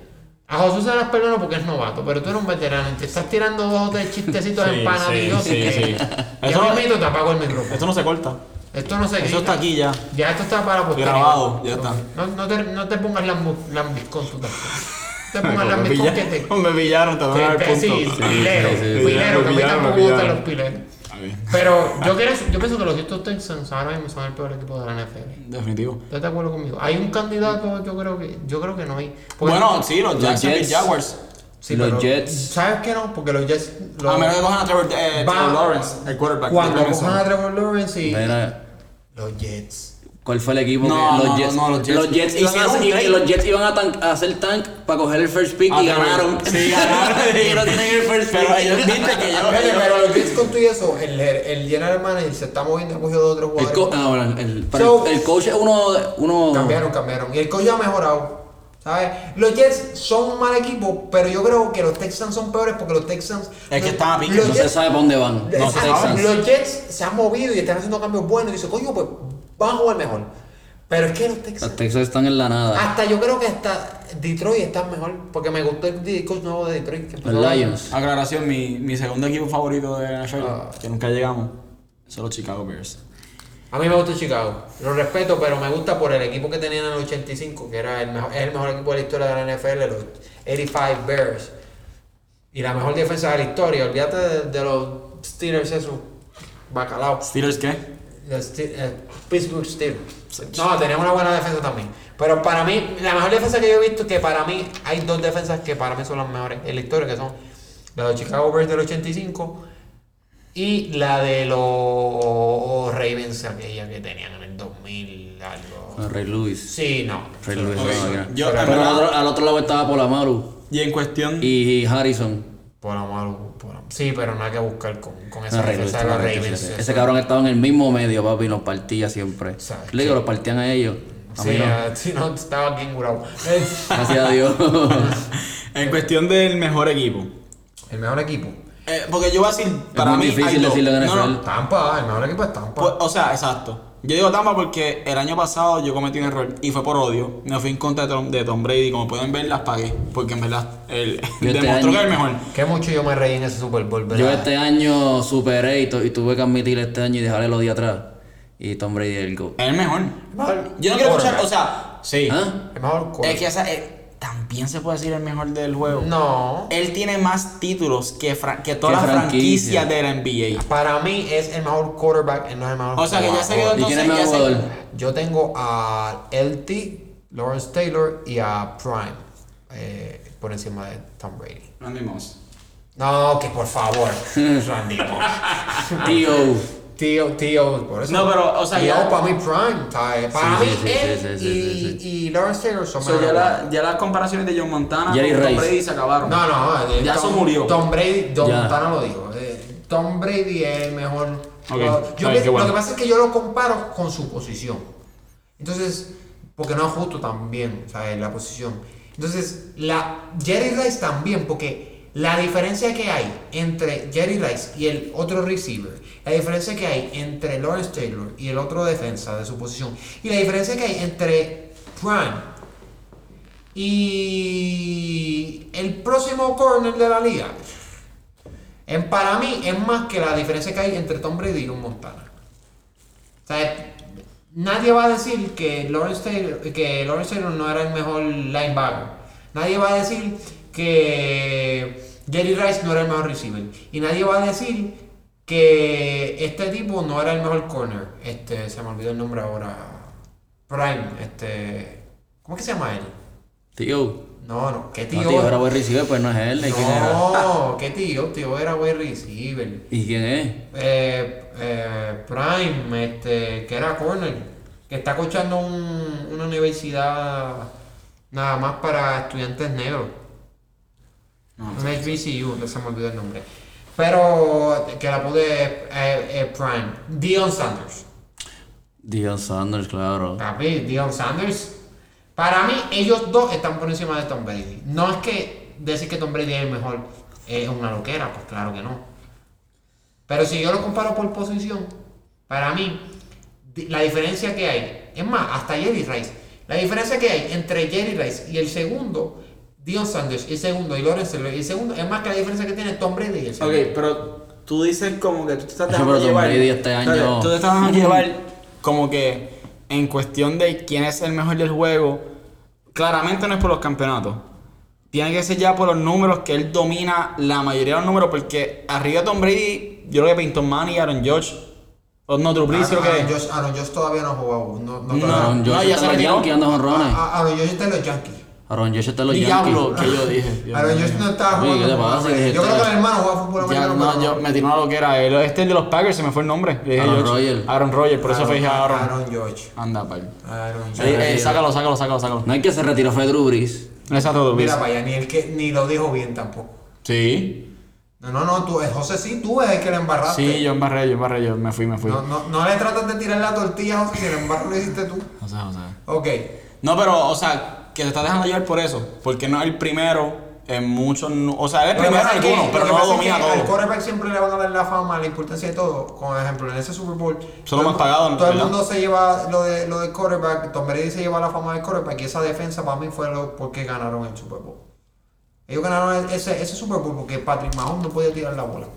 A: a José se las perdono porque es novato, pero tú eres un veterano y te estás tirando dos o tres chistecitos
C: Sí,
A: empanadillos.
C: sí,
A: que-
C: sí, sí.
A: que
C: Eso-
A: ahora mismo te apago el micrófono.
C: Esto no se corta.
A: Esto no sé qué.
C: Eso está aquí ya.
A: Ya esto está para posterior.
C: Grabado, ya está.
A: No, no te, no te pongas lambu- lambiscón tú tampoco. No te pongas
C: me,
A: lambiscón que te.
C: pillaron, me pillaron, te voy a dar
A: que
C: el
A: te-
C: punto.
A: Sí, pilero,
B: sí, sí, sí.
A: pilero, que a mí
C: Me pillaron,
A: tampoco
C: me
A: me gustan
C: pillaron.
A: los pileros.
C: Está bien.
A: Pero yo, quiero, yo pienso que los Houston Texans ahora mismo son el peor equipo de la NFL.
C: Definitivo.
A: ¿Estás de acuerdo conmigo? Hay un candidato, yo creo que, yo creo que no hay. Porque-
C: Bueno, sí, los
B: Los
C: Jacksonville
B: Jets.
C: Jaguars.
A: sí,
B: los
A: pero-
B: Jets.
A: ¿Sabes qué no? Porque los Jets. los-
C: A menos que cojan a Trevor, eh,
A: Va-
C: Trevor Lawrence, el quarterback.
A: cuando
C: de Clemson.
A: cojan a Trevor Lawrence y.
B: Mira,
A: Los Jets.
B: ¿cuál fue el equipo?
C: No,
B: que
C: no,
B: los, Jets,
C: no, no, los Jets.
B: iban a,
C: Hicieron un
B: hacer-
C: trade.
B: los Jets iban a, tan- a hacer tank para coger el first pick
C: Ah,
B: y
C: pero-
B: ganaron.
C: Sí, ganaron.
B: y no tienen el first pick.
C: Pero ellos viste que yo.
A: Oye,
C: ellos-
A: pero los Jets con todo y eso, el, el general manager se está moviendo, ha cogido dos o tres
B: El,
A: jugadores.
B: co- ah, bueno, el- pero
A: So-
B: el- el coach es uno, uno
C: Oh.
A: Cambiaron, cambiaron. Y el coach ha mejorado. ¿Sabes? Los Jets son un mal equipo, pero yo creo que los Texans son peores porque los Texans.
C: Es que están a pique,
B: no
A: Los
B: se
A: Jets,
B: sabe para dónde van.
A: eh,
B: los
A: ah,
B: Texans.
A: los Jets se han movido y están haciendo cambios buenos. Y dice, coño, pues van a jugar mejor. Pero es que los Texans.
B: Los Texans están en la nada.
A: Hasta yo creo que hasta Detroit está mejor. Porque me gustó el di- coach nuevo de Detroit. que empezó
B: Los
A: a-
B: Lions.
C: Aclaración, mi, mi segundo equipo favorito de NFL,
A: Ah.
C: que nunca llegamos, son los Chicago Bears.
A: A mí me gusta Chicago. Lo respeto, pero me gusta por el equipo que tenían en el 85, que era el mejor, es el mejor equipo de la historia de la NFL, los 85 Bears. Y la mejor defensa de la historia. Olvídate de, de los Steelers, esos bacalao.
C: ¿Steelers qué?
A: Los Ste- eh, Pittsburgh Steelers. No, tenían una buena defensa también. Pero para mí, la mejor defensa que yo he visto, que para mí hay dos defensas que para mí son las mejores en la historia, que son la de los Chicago Bears del 85 y la de los Ravens, aquella que tenían en el 2000 algo.
B: Con Ray Lewis.
A: Sí, no.
B: Ray Lewis.
C: Ok,
B: no, mira.
C: yo- en
B: Pero
C: verdad-
B: al otro, al otro lado estaba Polamalu
C: Y en cuestión.
B: y, y Harrison.
A: Por amor, por amor. Sí, pero nada que buscar con, con esa
B: No, Ray Lewis,
A: defensa de los
B: claro,
A: Ravens.
B: sí, sí, sí.
A: Eso-
B: Ese cabrón estaba en el mismo medio, papi, y nos partía siempre.
A: Exacto.
B: Le digo, los partían a ellos. A mí
A: Sí,
B: no.
A: ah, sí, no, estaba bien curado. Es-
B: Gracias a Dios.
C: En cuestión del mejor equipo.
A: El mejor equipo.
C: Eh, porque yo voy a decir, para
B: muy
C: mí.
B: difícil
C: hay dos.
B: decirlo en
C: No, no,
B: NFL.
A: Tampa, el mejor equipo es Tampa.
C: Pues, o sea, exacto. Yo digo Tampa porque el año pasado yo cometí un error y fue por odio. Me fui en contra de Tom, de Tom Brady. Como pueden ver, las pagué. Porque en verdad, él
B: Yo este
C: demostró
B: año-
C: que es el mejor.
A: Qué mucho yo me reí en ese Super Bowl, ¿verdad?
B: Yo este año superé y, tu- y tuve que admitir este año y dejarle los días atrás. Y Tom Brady el go.
C: Es el mejor.
A: Mejor
C: Yo no quiero escuchar,
A: quarterback.
C: o sea, sí.
B: ¿Ah?
A: El mejor
C: Es que
A: quarterback.
C: esa- eh, también se puede decir el mejor del juego.
A: No.
C: Él tiene más títulos que, fra- que todas
B: Que
C: las franquicias
B: franquicia.
C: de la NBA.
A: Para mí es el mejor quarterback, él no es el mejor
C: O sea que ya se quedó
B: ¿Y quién es
C: entonces.
B: el mejor
C: ya se-
B: jugador?
A: Yo tengo a LT, Lawrence Taylor y a Prime eh, por encima de Tom Brady.
C: Randy Moss.
A: No, que por favor. Randy Moss.
B: Tío.
C: Ah.
A: Tío, tío, por eso.
C: No, pero, o sea,
A: Tío,
C: ya-
A: para mí Prime, ¿sabes? Para
B: sí,
A: mí
B: sí,
A: él
B: sí, sí,
A: y,
B: sí,
A: y Lawrence Taylor son
C: So, ya,
A: mejores.
C: la- ya las comparaciones de John Montana
B: Jerry
C: con Tom
B: Rice.
C: Brady se acabaron.
A: No, no, eh,
C: Ya
A: Tom-
C: se murió.
A: Tom Brady, Don
B: Ya.
A: Montana lo dijo. eh, Tom Brady es el mejor. jugador. Yo
C: Ay,
A: le-
C: qué bueno.
A: Lo que pasa es que yo lo comparo con su posición. Entonces, porque no es justo también, ¿sabes? La posición. Entonces, la Jerry Rice también, porque La diferencia que hay entre Jerry Rice y el otro receiver, la diferencia que hay entre Lawrence Taylor y el otro defensa de su posición, y la diferencia que hay entre Prime y el próximo corner de la liga, en, para mí es más que la diferencia que hay entre Tom Brady y un Montana. O sea, nadie va a decir que Lawrence Taylor, que Lawrence Taylor no era el mejor linebacker. Nadie va a decir que Jerry Rice no era el mejor receiver. Y nadie va a decir que este tipo no era el mejor corner. Este, se me olvidó el nombre ahora. Prime, este. ¿Cómo es que se llama él?
B: Tío.
A: No, no, qué tío.
B: No, tío, ahora voy a recibir, pues no es él. ¿y ¿Quién era?
A: No, qué tío, tío era buen receiver.
B: ¿Y quién es?
A: Eh, eh, Prime, este, que era corner, que está cochando un- una universidad nada más para estudiantes negros.
C: No,
A: Un HBCU, que se me olvidó el nombre. Pero que la pude eh, eh, Prime. Dion Sanders.
B: Dion Sanders, claro.
A: Papi, Dion Sanders. Para mí, ellos dos están por encima de Tom Brady. No es que decir que Tom Brady es el mejor es una loquera, pues claro que no. Pero si yo lo comparo por posición, para mí, di- la diferencia que hay, es más, hasta Jerry Rice, la diferencia que hay entre Jerry Rice y el segundo, Dion Sanders, y el segundo, y Lawrence Taylor, y el segundo, es más que la diferencia que tiene Tom Brady y el segundo.
C: Ok, pero tú dices como que tú te estás
B: Ah, Pero
C: dejando
B: Tom
C: llevar.
B: Brady este año-
C: Espérate, Tú te estás dejando llevar como que en cuestión de quién es el mejor del juego. Claramente no es por los campeonatos. Tiene que ser ya por los números que él domina la mayoría de los números. Porque arriba de Tom Brady, yo creo que Peyton Manning, Aaron George, o no, Drew
B: Ah,
C: Brees, creo
A: Aaron
C: que.
A: Josh, Aaron Josh todavía no ha jugado. No, no,
C: No.
B: Aaron Josh
C: ya
B: está
C: se
B: en los
C: retiró.
B: Yankees dando jonrones.
A: A- Aaron Josh está en los Yankees.
B: Aaron Josh está en los
C: Diablo,
B: Yankees.
C: que yo dije. Dios
A: Aaron
C: mío.
A: Josh no estaba
B: Oye,
A: jugando.
B: ¿qué te
A: fútbol
B: pasa?
A: americano. Yo
B: Este-
A: creo que el hermano jugaba fútbol
C: Ya,
A: americano.
C: no,
A: pero
C: yo me tiró una loquera. El, este es de los Packers, se me fue el nombre. Yo dije
B: Aaron
C: George.
B: Rodgers.
C: Aaron Rodgers, por eso fue dije Aaron.
A: Aaron George.
C: Anda, pal.
A: Aaron
C: Ey,
A: George.
C: ey, sácalo, sácalo, sácalo, sácalo.
B: No hay que se retiró fue Drew Brees.
C: Exacto, Drew Brees.
A: Mira para allá, ni, el que, ni lo dijo bien tampoco.
C: Sí.
A: No, no, no, tú, eh, José sí, tú eres el que le embarraste.
C: Sí, yo embarré, yo embarré, yo me fui, me fui.
A: no, no, no le tratas de tirar la tortilla a José, si el embarro lo hiciste tú.
C: O sea, o sea.
A: Ok.
C: No, pero, o sea, que te estás dejando llevar por eso. Porque no es el primero en muchos. nu- O sea, es el
A: Lo que
C: primero
A: pasa
C: en
A: es que-
C: algunos,
A: lo
C: pero
A: que
C: no lo
A: pasa es
C: domina
A: que Al
C: todo.
A: quarterback siempre le van a dar la fama, la importancia de todo. Como ejemplo, en ese Super Bowl.
C: Son los
A: todo el
C: más
A: mu-
C: pagados,
A: Todo el
C: ¿verdad?
A: mundo se lleva lo, de, lo del quarterback. Tom Brady se lleva la fama del quarterback. Y esa defensa para mí fue lo porque ganaron el Super Bowl. Ellos ganaron ese, ese Super Bowl porque Patrick Mahomes no podía tirar la bola.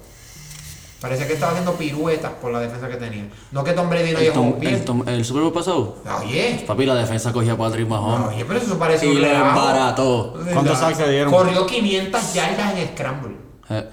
A: Parece que estaba haciendo piruetas por la defensa que tenía. No que Tom Brady no
B: El,
A: llegó
B: Tom-
A: bien.
B: el Tom- el Super Bowl pasado.
A: Oye,
B: Papi, la defensa cogía a Patrick Mahomes.
A: oye, pero eso parece
B: Y
A: un
B: le
A: relajo.
B: embarató.
C: ¿Cuántos sacks le dieron?
A: Corrió 500 yardas en Scramble.
B: Eh,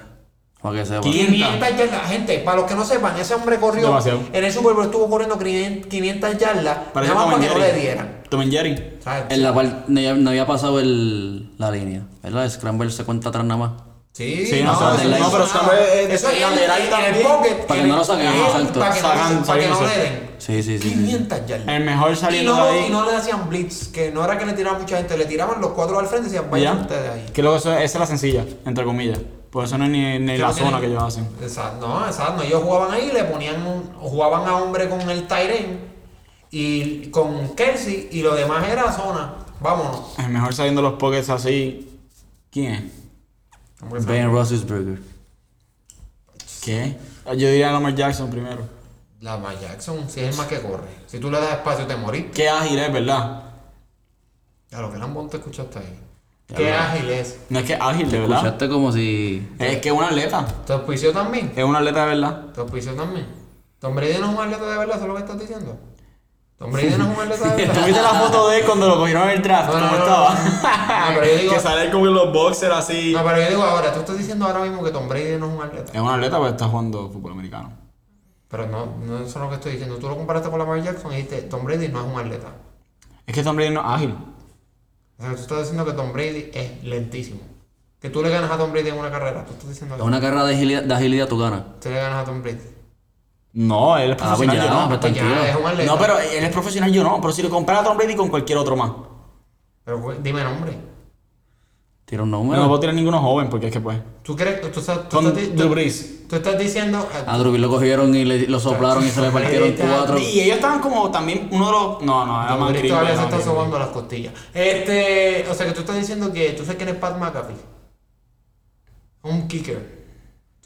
B: para que sepa.
A: 500 yardas, gente, para los que no sepan, ese hombre corrió
C: Demasiado.
A: en el Super Bowl, estuvo corriendo 500 yardas,
C: Parece
A: nada más para
C: Tom and
A: que no le
C: Jerry.
A: dieran.
C: Tom and Jerry.
A: ¿sabes?
B: En la cual no había, no había pasado el, la línea. ¿Verdad? Scramble se cuenta atrás nada más.
A: Sí,
C: Sí, no,
B: no, no,
C: pero
A: eso-
C: Scramble es-
A: eso es
C: es lateral
A: en- en el
C: también.
A: pocket,
B: Para que
A: en-
B: no lo saquen,
A: en-
B: exacto.
A: Para que, no-
C: Sacan-
A: para que no
C: sacan
A: le
C: eso.
A: den.
B: Sí, sí, sí, sí.
A: 500 yardas.
C: El mejor
A: Y
C: saliendo
A: no,
C: de ahí.
A: y no le hacían blitz, que no era que le tiraban mucha gente, le tiraban los cuatro al frente y decían, vayan
C: ¿Ya?
A: ustedes ahí.
C: Que luego eso, esa es la sencilla, entre comillas. Por eso no es ni, ni la zona que ellos hacen.
A: Exacto, no, exacto. no, Ellos jugaban ahí, le ponían un- jugaban a hombre con el Tyren y con Kelsey y lo demás era zona. Vámonos.
C: Es mejor saliendo los pockets así. ¿Quién es?
B: Ben Roethlisberger.
A: ¿Ah?
C: ¿Qué? Yo diría Lamar Jackson primero.
A: Lamar Jackson, si es el más que corre. Si tú le das espacio, te morís.
C: Qué ágil es, ¿verdad?
A: A lo que Lambón te escuchaste ahí. Qué ágil es.
C: No es que es ágil, de verdad.
B: Escuchaste como si.
C: Es que es un atleta.
A: ¿Te auspició también?
C: Es un atleta de verdad.
A: ¿Te auspició también? Tom Brady no es un atleta de verdad, eso es lo que estás diciendo. Tom Brady no es un atleta de
C: ¿Tú
A: verdad.
C: viste la foto de él cuando lo cogieron en el draft?
A: No, no,
C: ¿Cómo
A: no,
C: estaba?
A: no. No, pero yo digo-
C: que sale él como en los boxers así.
A: No, pero yo digo ahora, tú estás diciendo ahora mismo que Tom Brady no es un atleta.
C: Es un atleta porque está jugando fútbol americano.
A: Pero no, no eso es lo que estoy diciendo. Tú lo comparaste con Lamar Jackson y dijiste, Tom Brady no es un atleta.
C: Es que Tom Brady no es ágil.
A: O sea, tú estás diciendo que Tom Brady es lentísimo. Que tú le ganas a Tom Brady en una carrera. Tú estás diciendo
B: Es
A: que
B: una carrera de agilidad, de agilidad tú ganas.
A: tú le ganas a Tom Brady.
C: No, él es
B: Ah, pues
C: profesional,
B: ya,
C: yo no.
B: pues
A: Pues ya, es
B: tranquilo.
A: un atleta.
C: No, pero él es profesional, yo no. Pero si lo compara a Tom Brady con cualquier otro más.
A: Pero, güey, dime nombre.
B: Tira un
C: No, no
B: número.
C: puedo tirar ninguno joven porque es que pues.
A: ¿Tú crees que tú, estás- tú
C: Con
A: estás, di-
C: Drew
A: tú-
C: Brees.
A: tú estás diciendo...
B: A Drew Brees lo cogieron y le- lo soplaron y se le partieron cuatro.
C: Y ellos estaban como también uno de los. No, no, era
A: Tom
C: más
A: Brady
C: gringo,
A: todavía se
C: era
A: está
C: más gringo.
A: sobando las costillas. Este, o sea que tú estás diciendo que tú sabes quién es Pat McAfee. un kicker.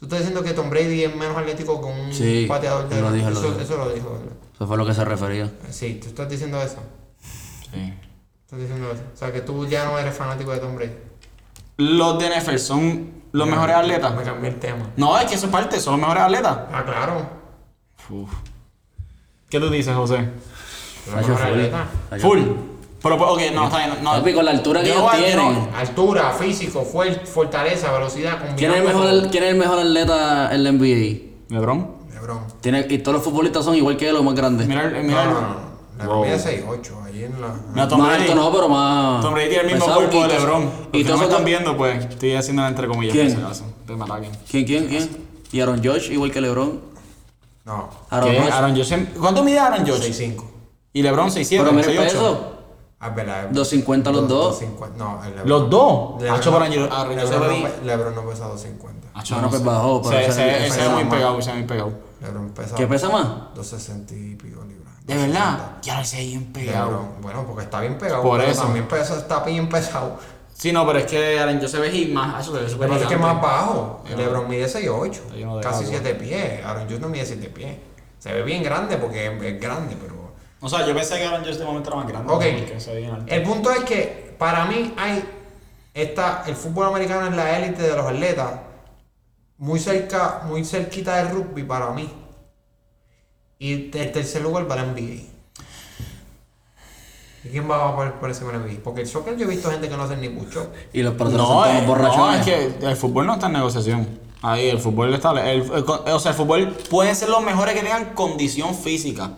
A: Tú estás diciendo que Tom Brady es menos atlético que un
B: Sí,
A: pateador de
B: lo dijo, lo
A: eso,
B: dijo.
A: eso lo dijo. ¿verdad?
B: Eso fue a lo que se refería.
A: Sí, tú estás diciendo eso.
B: Sí.
A: Estás diciendo eso. O sea, que tú ya no eres fanático de Tom Brady.
C: Los de NFL son los mejores atletas.
A: Me cambié el tema.
C: No, es que eso es parte, son los mejores atletas.
A: Ah, claro.
C: Uf. ¿Qué tú dices, José?
A: Los
B: Nacho,
A: mejores
B: full.
A: atletas.
B: Nacho,
C: Full. Pero, pues, ok, no, está bien. No,
B: Papi, con la altura que
C: Yo
B: ellos
C: voy a-
B: tienen.
C: yo-
A: Altura, físico, fuer- fortaleza, velocidad, combinado.
B: ¿Quién es, el mejor, ¿Quién es el mejor atleta en la NBA?
C: LeBron.
A: Lebron.
B: Tiene, y todos los futbolistas son igual que los más grandes.
C: Mira, el-
A: No,
C: mira. el-
A: no, no. Lebron mide 6'8", ahí en la...
C: Mira, Tom
B: más
C: Brady.
B: alto no, pero más.
C: Tom Brady tiene el mismo
B: pesado,
C: cuerpo de
B: y todos-
C: LeBron.
B: Y
C: Y todos
B: todos
C: no me
B: esos
C: están viendo, pues, estoy haciendo entre comillas,
B: ¿Quién?
C: por si acaso. Te me ataquen.
B: ¿Quién, quién, quién? Y Aaron Josh, igual que LeBron.
A: No,
B: Aaron
C: ¿Qué?
B: Rodgers.
C: Aaron Josh- ¿Cuánto mide Aaron Josh?
A: 6'5".
C: Y LeBron 6'7,
B: Pero mira el
C: 6'8.
B: peso.
A: Ah, es verdad.
B: 250 los dos.
A: 250, No, el Lebron.
C: Los dos. Ah,
A: Lebron-
C: Hacho por Aaron Aaron Josh.
A: Lebron,
C: lo
A: Ah,
C: vi.
A: no, pues. pe- Lebron no pesa 250.
C: Hacho,
B: No, no, pues, bajó, pero ese-
C: Ese- Ese ese
A: ese
C: es muy
A: es
C: pegado, ese es muy pegado.
A: Lebron pesa...
B: ¿Qué pesa más?
A: 260 y pico libras.
C: De verdad, ya lo hice bien pegado.
A: Lebron, bueno, porque está bien pegado.
C: Por
A: pero
C: eso.
A: También pesa, está bien pesado.
C: Sí, no, pero es que Aaron Josh se ve y más, Hacho se ve súper
A: Pero es que
C: gigante.
A: más bajo.
C: Yo-
A: Lebron mide 6'8",
C: Está lleno de
A: casi
C: agua.
A: 7 pies. Aaron Jones no mide 7 pies. Se ve bien grande porque es, es grande, pero...
C: O sea, yo pensé que Aaron Josh de momento era más grande.
A: Ok,
C: porque se ve bien alto.
A: el punto es que para mí hay... Esta, el fútbol americano es la élite de los atletas. Muy cerca, muy cerquita del rugby para mí. Y el tercer lugar para NBA. ¿Y quién va a poner por encima del NBA? Porque el soccer yo he visto gente que no hace ni mucho.
B: Y los personas
C: No,
B: son
C: eh,
B: todos borrachos.
C: no, es que el fútbol no está en negociación. Ahí el fútbol está. El, el- o sea, el fútbol pueden ser los mejores que tengan condición física.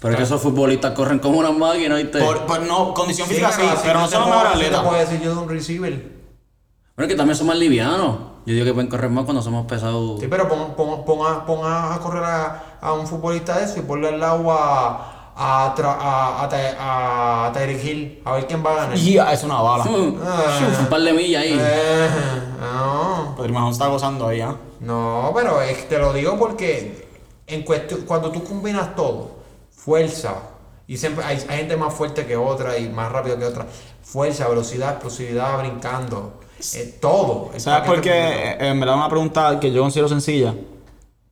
B: Pero es que esos futbolistas corren como unas máquinas, ¿viste?
C: Por, por- no, condición física sí,
A: si
C: pero
A: yo
C: no
A: te
C: son los
A: puedo-
C: mejores
A: si
C: atletas.
A: Te puedo decir yo de un receiver.
B: Bueno, es que también son más livianos. Yo digo que pueden correr más cuando somos pesados.
A: Sí, pero pon, pon- pon a, pon a- a correr a, a un futbolista de eso y ponle al lado a, a, Tra- a, a, Ty- a Tyreek Hill a ver quién va a ganar. Ah,
C: Y es una bala.
B: Mm. Un par de millas ahí.
A: Eh, no,
C: Patrick Mahomes está gozando ahí, ¿ah?
A: no, pero es- te lo digo porque en cuestión, cuando tú combinas todo, fuerza, y siempre hay, hay gente más fuerte que otra y más rápido que otra, fuerza, velocidad, explosividad, brincando, eh, todo. el
C: ¿Sabes por
A: paquete
C: qué?
A: completo.
C: Eh, En verdad, una pregunta que yo considero sencilla.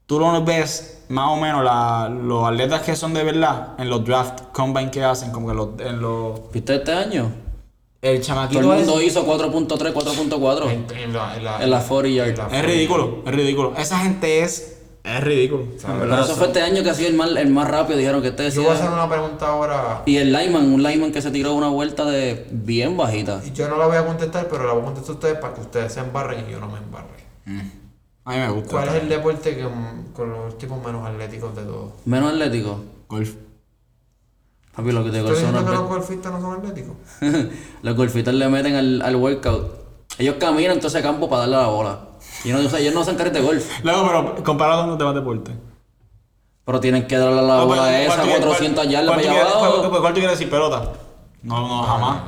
C: Tú no ves más o menos la- los atletas que son de verdad en los draft combine que hacen, como que los, en los.
B: ¿Viste este año?
C: El
B: Todo
C: chamaquito
B: el
C: es.
B: mundo hizo 4.3, 4.4
A: En, en la, en la-
B: en la 40 yard.
A: en la-
C: Es ridículo, es ridículo. Esa gente es. Es ridículo. En
B: Pero
C: verdad,
B: eso fue este año que ha sido el más, el más rápido, dijeron que este
A: Yo voy a hacer
B: decía.
A: una pregunta ahora.
B: Y el lineman, un lineman que se tiró una vuelta de bien bajita.
A: Y Yo no la voy a contestar, pero la voy a contestar a ustedes para que ustedes se embarren y yo no me embarre.
C: A mí me gusta.
A: ¿Cuál es el deporte que, mm, con los tipos menos atléticos de todos?
B: Menos atlético.
C: Golf.
B: Papi, lo que te
A: ¿Tú
B: son
A: diciendo que los
B: los,
A: golfistas no son atléticos?
B: los golfistas le meten al, al workout. Ellos caminan todo ese campo para darle a la bola. Y no, o sea, ellos no usan carreras de golf.
C: Luego, pero comparado con los demás deportes.
B: Pero tienen que darle a la bola a esa, 400 yardas
C: ¿Cuál
B: para
C: tú
B: allá
C: quieres-
B: abajo.
C: cuál- cuál tú quieres decir pelota? No, no, jamás.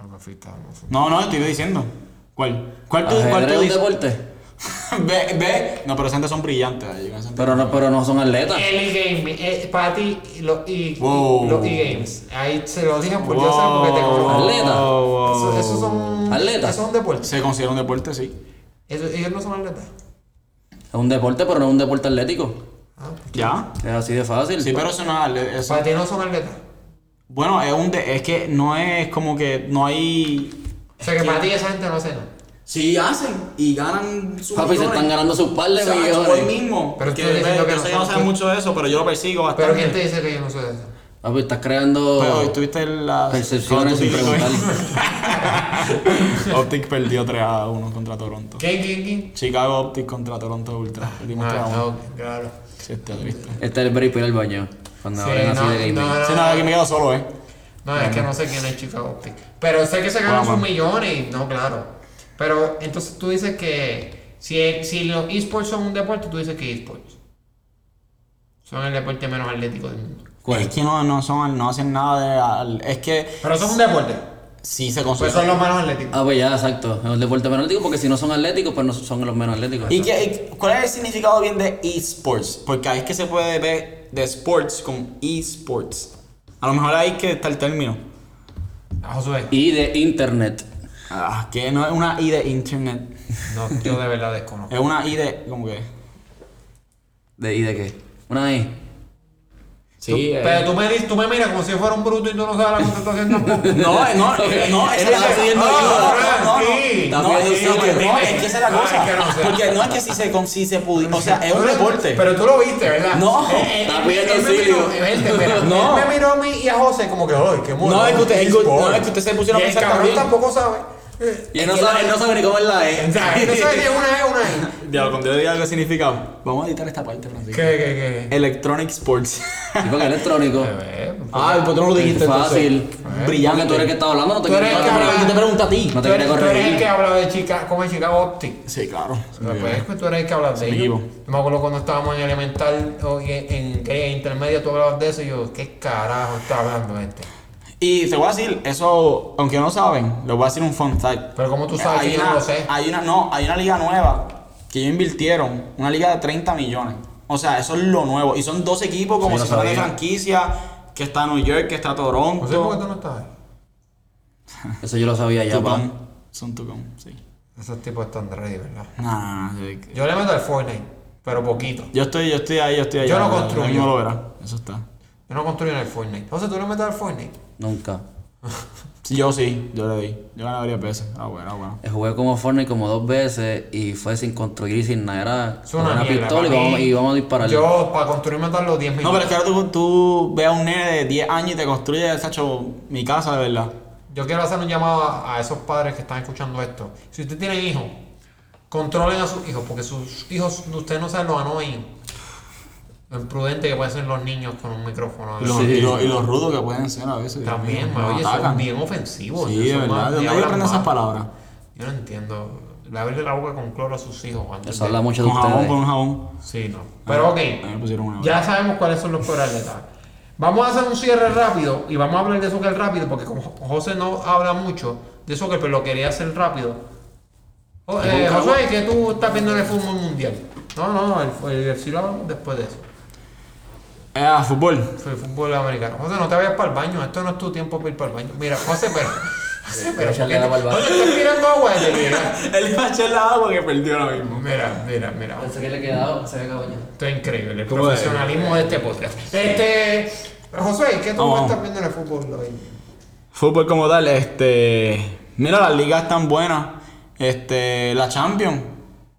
A: Los golfistas no son.
C: No, no, estoy diciendo. ¿Cuál? ¿Cuál tú, cuál
B: Ajedrez
C: tú
B: es un
C: dices?
B: deporte.
C: ve, ve. No, pero esas gente son brillantes. ahí, esas gente-
B: Pero no, pero no son atletas.
A: El e-gaming, eh, para ti, los e-
C: Wow.
A: los e-games. Ahí se lo dije por
C: Wow,
A: yo sé porque te conozco.
B: Atleta.
C: wow, wow.
A: Eso- Esos son.
B: Atletas.
A: Esos son deportes.
C: Se considera un deporte, sí.
A: Eso- ellos no son atletas.
B: Es un deporte, pero no es un deporte atlético.
A: Ah,
C: ¿Ya?
B: Es así de fácil.
C: Sí, pero eso no es. eso-
A: Para ti no son atletas.
C: Bueno, es un de- es que no es como que no hay.
A: O sea que para ti esa gente no hace nada.
C: Sí, hacen y ganan sus
B: Papi, se
C: millones.
B: están ganando sus par
C: O
B: de
C: sea, hoy
B: millones.
C: mismo.
A: Pero
C: que,
A: estoy diciendo
C: ve,
A: que
C: yo
A: no
C: sé que no
A: son-
C: saben mucho de eso, pero yo lo persigo bastante.
A: Pero ¿quién te dice que yo no soy de eso?
B: Papi, estás creando
C: Pero hoy tuviste la.
B: oh. percepciones sin preguntar.
C: Optic perdió 3 a 1 contra Toronto.
A: ¿Quién, quién, quién?
C: Chicago Optic contra Toronto Ultra. Perdimos 3 a
A: Ah,
C: 1.
A: no, claro.
C: Sí, está triste.
B: Este es el break para el baño. Cuando
A: Sí,
B: abren así
A: no,
B: de gaming.
A: no,
C: Sí, nada, que me quedo solo, eh.
A: No, es que no sé quién es Chicago Optic. Pero sé que se ganó
C: Vamos.
A: sus millones, y- no, claro. Pero entonces tú dices que si, si los esports son un deporte, tú dices que esports son el deporte menos atlético del mundo.
C: Es que no, no, son, no hacen nada de. al- es que
A: Pero son un deporte.
C: sí se
A: Pues
C: considera.
A: son los menos atléticos.
B: Ah, pues ya, exacto. Es un deporte menos atlético porque si no son atléticos, pues no son los menos atléticos.
C: ¿Y qué, y cuál es el significado bien de esports? Porque ahí es que se puede ver de sports con esports. A lo mejor ahí es que está el término.
A: A Ah, Josué.
B: Y de internet.
C: Ah, que no es una I de internet.
A: No, yo de verdad desconozco.
C: Es una I de. como que?
B: ¿De, ¿Y de qué? Una E. I.
C: Sí, eh,
A: Pero tú me, dices- tú me miras como si fuera un bruto y tú no sabes la contestación tampoco.
C: No, eh, no, eh, no, es que
B: Está pidiendo
C: no,
B: ayuda.
C: no, no, no,
A: Sí.
C: no,
B: Está
C: es
B: pidiendo
C: que-
B: auxilio.
C: no, es que esa es la
A: Ay,
C: cosa.
A: que no sé.
C: Porque no es que si se, con- si se pudiera, o sea, es un deporte.
A: Pero tú lo viste, ¿verdad? Eh,
C: No.
B: Está pidiendo auxilio.
A: No.
C: No.
A: este, Él me miró a mí y a José como que, ¡ay, qué mono!
C: No, es que usted- es que-
A: Sport".
C: no, es que usted se pusieron
A: Y
C: a
A: el
C: pensar
A: cabrón
C: también.
A: tampoco sabe. Eh,
B: Y él no sabe, él no sabe ni cómo es la E.
A: o sea, él no sabe si es una E o una I.
C: Diablo, cuando yo diga algo significado, vamos a editar esta parte, Francisco.
A: ¿Qué, qué, qué?
C: Electronic Sports.
B: Sí, porque es electrónico.
C: Ah, pues tú no lo dijiste
B: Fácil.
C: entonces.
B: Brillante.
C: Brillante.
B: Eh, Porque tú eres que estás hablando, no te
A: Tú eres
B: quiero
A: el que habla.
B: corregir.
C: Yo te pregunto a ti.
B: No
A: Tú
B: te quería
A: eres, tú eres el que
B: corregir.
A: habla de Chicago, como de Chicago Optic.
C: Sí, claro. pues,
A: Después que pues, tú eres el que hablas de
C: Sí,
A: ello.
C: vivo.
A: Yo me acuerdo cuando estábamos en elemental o en, en, que en intermedia tú hablabas de eso y yo, ¿qué carajo está hablando este?
C: Y te voy a decir, eso, aunque no saben, les voy a decir un fun fact.
A: Pero como tú sabes,
C: hay
A: que yo
C: una,
A: no lo sé.
C: Hay una, no, hay una liga nueva que ellos invirtieron, una liga de 30 millones. O sea, eso es lo nuevo. Y son dos equipos como
B: Sí,
C: si
B: lo
C: fueran de
B: sabía.
C: franquicia, que está New York, que está Toronto.
A: No sé por qué tú no estás ahí.
B: Eso yo lo sabía ya, pa.
C: Tucum. Son Tucum, sí.
A: Esos tipos están ready, ¿verdad?
C: Nah, sí.
A: Yo le meto al Fortnite, pero poquito.
C: yo estoy, yo estoy ahí, yo estoy ahí.
A: Yo lo construyo.
C: No lo verá. Eso está.
A: Yo no construyo en el Fortnite. José, tú le metes al Fortnite.
B: Nunca.
C: Sí, yo sí, yo le di. Yo gané varias veces. Ah, bueno, ah, bueno.
B: Jugué como Fortnite como dos veces y fue sin construir y sin nada. Era
A: Es
B: con
A: una,
B: una
A: mierda,
B: pistola y
A: para
B: vamos,
A: mí.
B: y vamos a disparar.
A: Yo, para construir, me tardo 10
C: No,
A: minutos.
C: pero es que ahora tú, tú ves a un nene de 10 años y te construye, hecho mi casa, de verdad.
A: Yo quiero hacer un llamado a, a esos padres que están escuchando esto. Si usted tiene hijos, controlen a sus hijos, porque sus hijos, ustedes no saben lo annoying, lo imprudente que pueden ser los niños con un micrófono.
C: Y los,
B: Sí.
C: y los- y los rudos que pueden ser a veces. Dios
A: También,
C: mío,
A: ma, oye,
C: nos
A: son
C: atacan.
A: bien ofensivos.
C: Sí, de
A: son
C: verdad.
A: más-
C: ¿De
A: y
C: dónde
A: hablan
C: aprenden esas
A: más.
C: palabras?
A: Yo no entiendo. Lavarle la boca con cloro a sus hijos antes
B: Eso
A: de-
B: habla Ah, mucho de
C: Con jabón, con
B: ustedes.
C: un jabón.
A: Sí, no. Pero ok,
C: A mí me pusieron una.
A: ya sabemos cuáles son los peores de edad. Vamos a hacer un cierre rápido y vamos a hablar de soccer rápido porque como José no habla mucho de soccer, pero lo quería hacer rápido. Jo- eh, José, que tú estás viendo en el fútbol mundial. No, no, el, el, el sí lo hablamos después de eso.
C: Eh, ah, fútbol.
A: Fue el fútbol americano. José, no te vayas para el baño. Esto no es tu tiempo para ir para el baño. Mira, José, pero... José, pero...
B: Echarle
A: ¿por qué-
B: la barba.
A: José, estás tirando agua desde que llega.
C: Él iba a echar la agua que perdió ahora mismo.
A: Mira, mira, mira.
B: Pensé que le quedaba, se había acabado ya.
A: Esto es increíble, el
C: ¿Cómo
A: profesionalismo de este podcast. Este. José, ¿qué tú
C: Vamos.
A: estás viendo en el fútbol hoy?
C: Fútbol como tal, este. Mira, las ligas están buenas. Este. La Champions.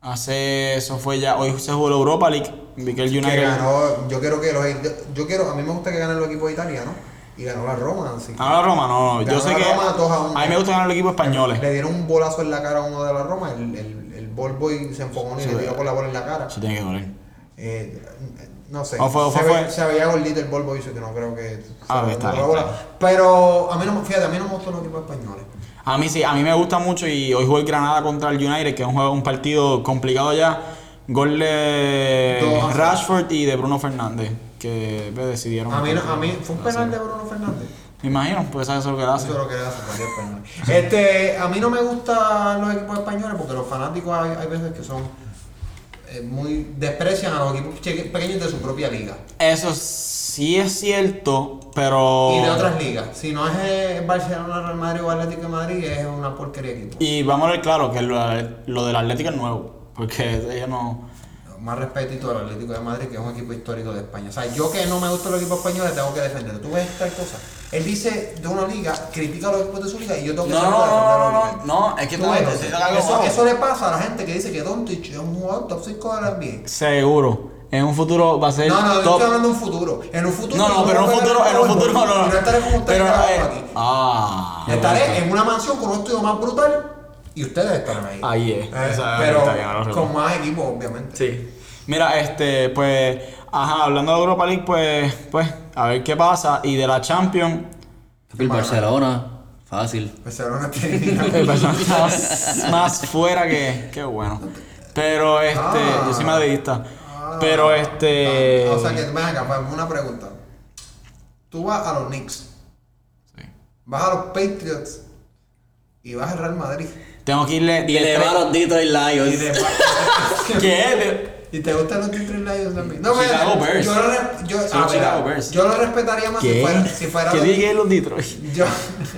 C: Hace. Eso fue ya. Hoy se jugó la Europa League. Vi que el
A: Que
C: United.
A: ganó, yo quiero que los. Yo quiero, a mí me gusta que ganen los equipos italianos y ganó la Roma, así que
C: Ganó la Roma, no, no. Yo
A: Ganó
C: sé
A: la
C: que.
A: Roma dos a uno.
C: a mí me gusta ganar los equipos españoles.
A: le dieron un bolazo en la cara a uno de la Roma, el, el, el ball boy se enfocó y le tiró con la bola en la cara.
C: Eso tiene que doler.
A: Eh, no sé,
C: O fue- o
A: se,
C: fue-
A: ve-
C: fue.
A: se veía gordito el ball boy, así que no creo que.
C: Ah,
A: se-
C: está
A: no
C: bien,
A: la bola.
C: está bien.
A: Pero a mí no me- fíjate, a mí no me gustan los equipos españoles.
C: A mí sí, a mí me gusta mucho y hoy jugó el Granada contra el United, que es un, juego, un partido complicado ya. Gol de
A: Dos a cero.
C: Rashford y de Bruno Fernández, que pues, decidieron.
A: A mí, no- a mí
C: Ah,
A: fue un penal de Bruno Fernández.
C: Me imagino, pues eso es lo que hace.
A: Eso es lo que le hace cualquier español. Este, a mí no me gustan los equipos españoles porque los fanáticos hay, hay veces que son eh, muy desprecian a los equipos che- pequeños de su propia liga
C: Eso sí es cierto, pero.
A: y de otras ligas. Si no es eh, Barcelona, Real Madrid o Atlético de Madrid es una porquería de equipo.
C: Y vamos a ver claro que lo, lo del Atlético es nuevo, porque ellos no.
A: Más respeto al Atlético de Madrid que es un equipo histórico de España. O sea, yo que no me gustan los equipos españoles tengo que defenderlo. Tú ves tal cosa. Él dice de una liga, critica a los equipos de su liga y yo tengo que
C: No, no,
A: salir a
C: no,
A: defender a
C: no,
A: los
C: no,
A: equipos.
C: no, es que
A: Tú
C: tú-
A: ves,
C: te- te- te- te-
A: eso, eso le pasa a la gente que dice que Doncic es un jugador top 5 de la NBA.
C: Seguro. En un futuro va a ser
A: No, no, yo
C: top.
A: estoy hablando de un futuro. En un futuro.
C: No, no,
A: yo
C: pero en un
A: voy a
C: futuro,
A: ganar
C: en un
A: todo el
C: futuro
A: mundo.
C: no.
A: Y no estaré como ustedes
C: Pero no,
A: grabados
C: eh,
A: aquí.
C: Ah.
A: Estaré en una mansión con un estudio más brutal y ustedes estarán ahí.
C: Ahí es.
A: Eh,
C: Esa-
A: pero
C: está bien, ahora lo
A: con
C: recuerdo.
A: más equipos, obviamente.
C: Sí. Mira, este, pues, ajá, hablando de Europa League, pues, pues, a ver qué pasa. Y de la Champions,
B: El Barcelona, fácil.
A: Barcelona tiene.
C: el Barcelona está más, más fuera que, qué bueno. Pero, este,
A: Ah.
C: yo soy madridista. Pero, este,
A: Ah, O sea que ven acá, vamos, una pregunta. Tú vas a los Knicks,
C: sí.
A: vas a los Patriots y vas al Real Madrid.
C: tengo que irle. Pues,
B: Y le va a los ditos y
A: Y
B: Lions.
A: de-
C: ¿Qué?
A: ¿Y te gustan los Detroit Lions también? No,
C: Chicago
A: pero
C: Bears.
A: Yo, lo re- yo,
C: Son
A: a ver,
C: Chicago Bears.
A: yo lo respetaría más si fuera, si fuera
C: ¿Qué
A: los-
C: dije los Detroit?
A: Yo.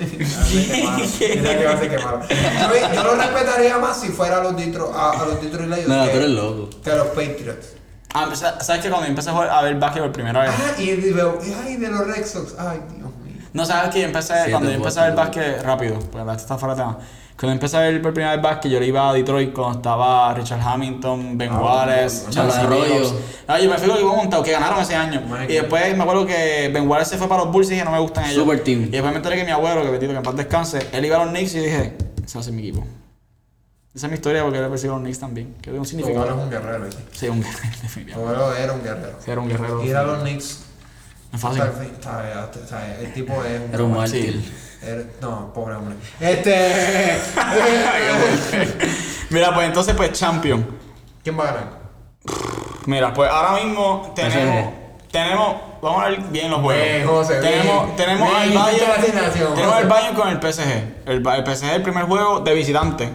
A: Mira que va a ser quemado. Yo, yo lo respetaría más si fuera a los Detroit, a, a los Detroit Lions
B: Nada,
A: que,
B: tú eres loco.
A: que a los Patriots.
C: Ah, sa- ¿Sabes que cuando yo empecé a jugar- a ver básquet por primera vez?
A: Ah, y de, ay, de los Red Sox. Ay, Dios mío.
C: No, sabes que yo empecé,
B: Sí,
C: cuando
B: te
C: yo empecé a ver
B: puedo-
C: básquet, rápido, pues la está fuera de tema. Cuando empecé a ver por primera vez básquet, yo le iba a Detroit cuando estaba Richard Hamilton, Ben
B: Ah,
C: Wallace,
B: no,
C: Chauncey
B: Arroyo.
C: Billups. No, yo me fui con el equipo montado, que ganaron ese año.
A: Michael.
C: Y después me acuerdo que Ben Wallace se fue para los Bulls y dije, no me gustan ellos.
B: Super team.
C: Y después me enteré que mi abuelo, que bendito que en paz descanse, él iba a los Knicks y dije, ese va a ser mi equipo. Esa es mi historia porque yo le persigo a los Knicks también, que tiene un
A: Tu
C: significado.
A: abuelo es un guerrero. ¿viste?
C: Sí, un guerrero,
A: Tu
C: definitivamente.
A: abuelo era un guerrero.
C: Sí, era un guerrero.
A: Ir a los Knicks.
C: No es fácil.
A: está- está- está- está- El tipo es un.
B: Era un
C: Sí.
B: mártir.
A: era- no, pobre hombre. Este.
C: Mira, pues entonces, pues champion.
A: ¿Quién va a ganar?
C: Mira, pues ahora mismo tenemos.
B: Ese
C: Tenemos. Vamos a ver bien los juegos.
A: Bien, José,
C: tenemos
A: bien.
C: tenemos
A: Bien,
C: al
A: hiciste la
C: Bayern.
A: asignación,
C: Tenemos
A: José.
C: al Bayern con el PSG. El, Ba- el PSG el primer juego de visitante.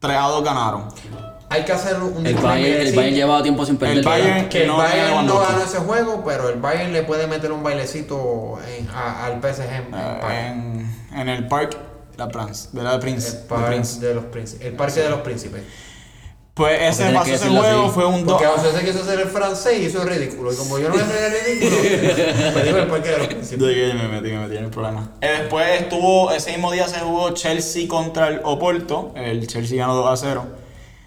C: 3 a 2 ganaron.
A: Hay que hacer un.
B: El Bayern, el Bayern llevaba tiempo sin perder.
C: El Bayern-
A: Que el
C: No,
A: Bayern no
C: Lewandowski.
A: ganó ese juego, pero el Bayern le puede meter un bailecito en- a- al PSG en, en
C: eh,
A: París.
C: en, en el Parc de la Prince. De la
A: El
C: Prince. de
A: par-
C: Prince.
A: de los príncipes. El parque de los príncipes.
C: Pues ese
B: tenés
C: pasó
B: que
C: ese
B: decirlo
C: juego
B: así.
C: fue un 2.
A: Porque José se quiso hacer el francés y hizo el ridículo. Y como yo no le soy el ridículo, me digo el parque de los príncipes.
C: De que me metí, me metí en el problema. Eh, después estuvo, ese mismo día se jugó Chelsea contra el Oporto. El Chelsea ganó 2 a 0.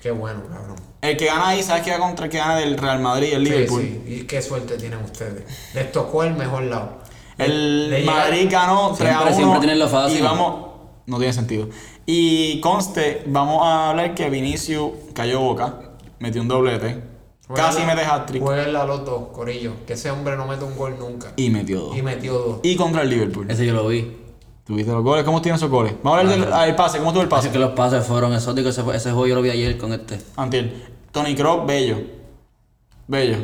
A: Qué bueno, cabrón.
C: El que gana ahí, ¿sabes qué va contra el que gana del Real Madrid y el
A: Sí,
C: Liverpool?
A: sí. Y qué suerte tienen ustedes. Les tocó el mejor lado.
C: El
A: Le llega-
C: Madrid ganó 3 a
B: Siempre,
C: 1.
B: siempre tienen lo fácil.
C: Y vamos. No tiene sentido. Y conste, vamos a hablar que Vinicius cayó boca, metió un doblete,
A: Jueguenla-
C: casi mete hat-trick
A: Jueguenla a los dos, Corillo. Que ese hombre no mete un gol nunca.
C: y metió dos.
A: Y metió dos.
C: Y contra el Liverpool.
B: Ese yo lo vi.
C: ¿Tuviste los goles? ¿Cómo estuvieron esos goles? Vamos a hablar del ah, el pase. ¿Cómo estuvo el
B: Así
C: pase?
B: que los pases fueron exóticos. Ese, fue- ese juego yo lo vi ayer con este.
C: Antiel. Tony Kroos, bello. Bello.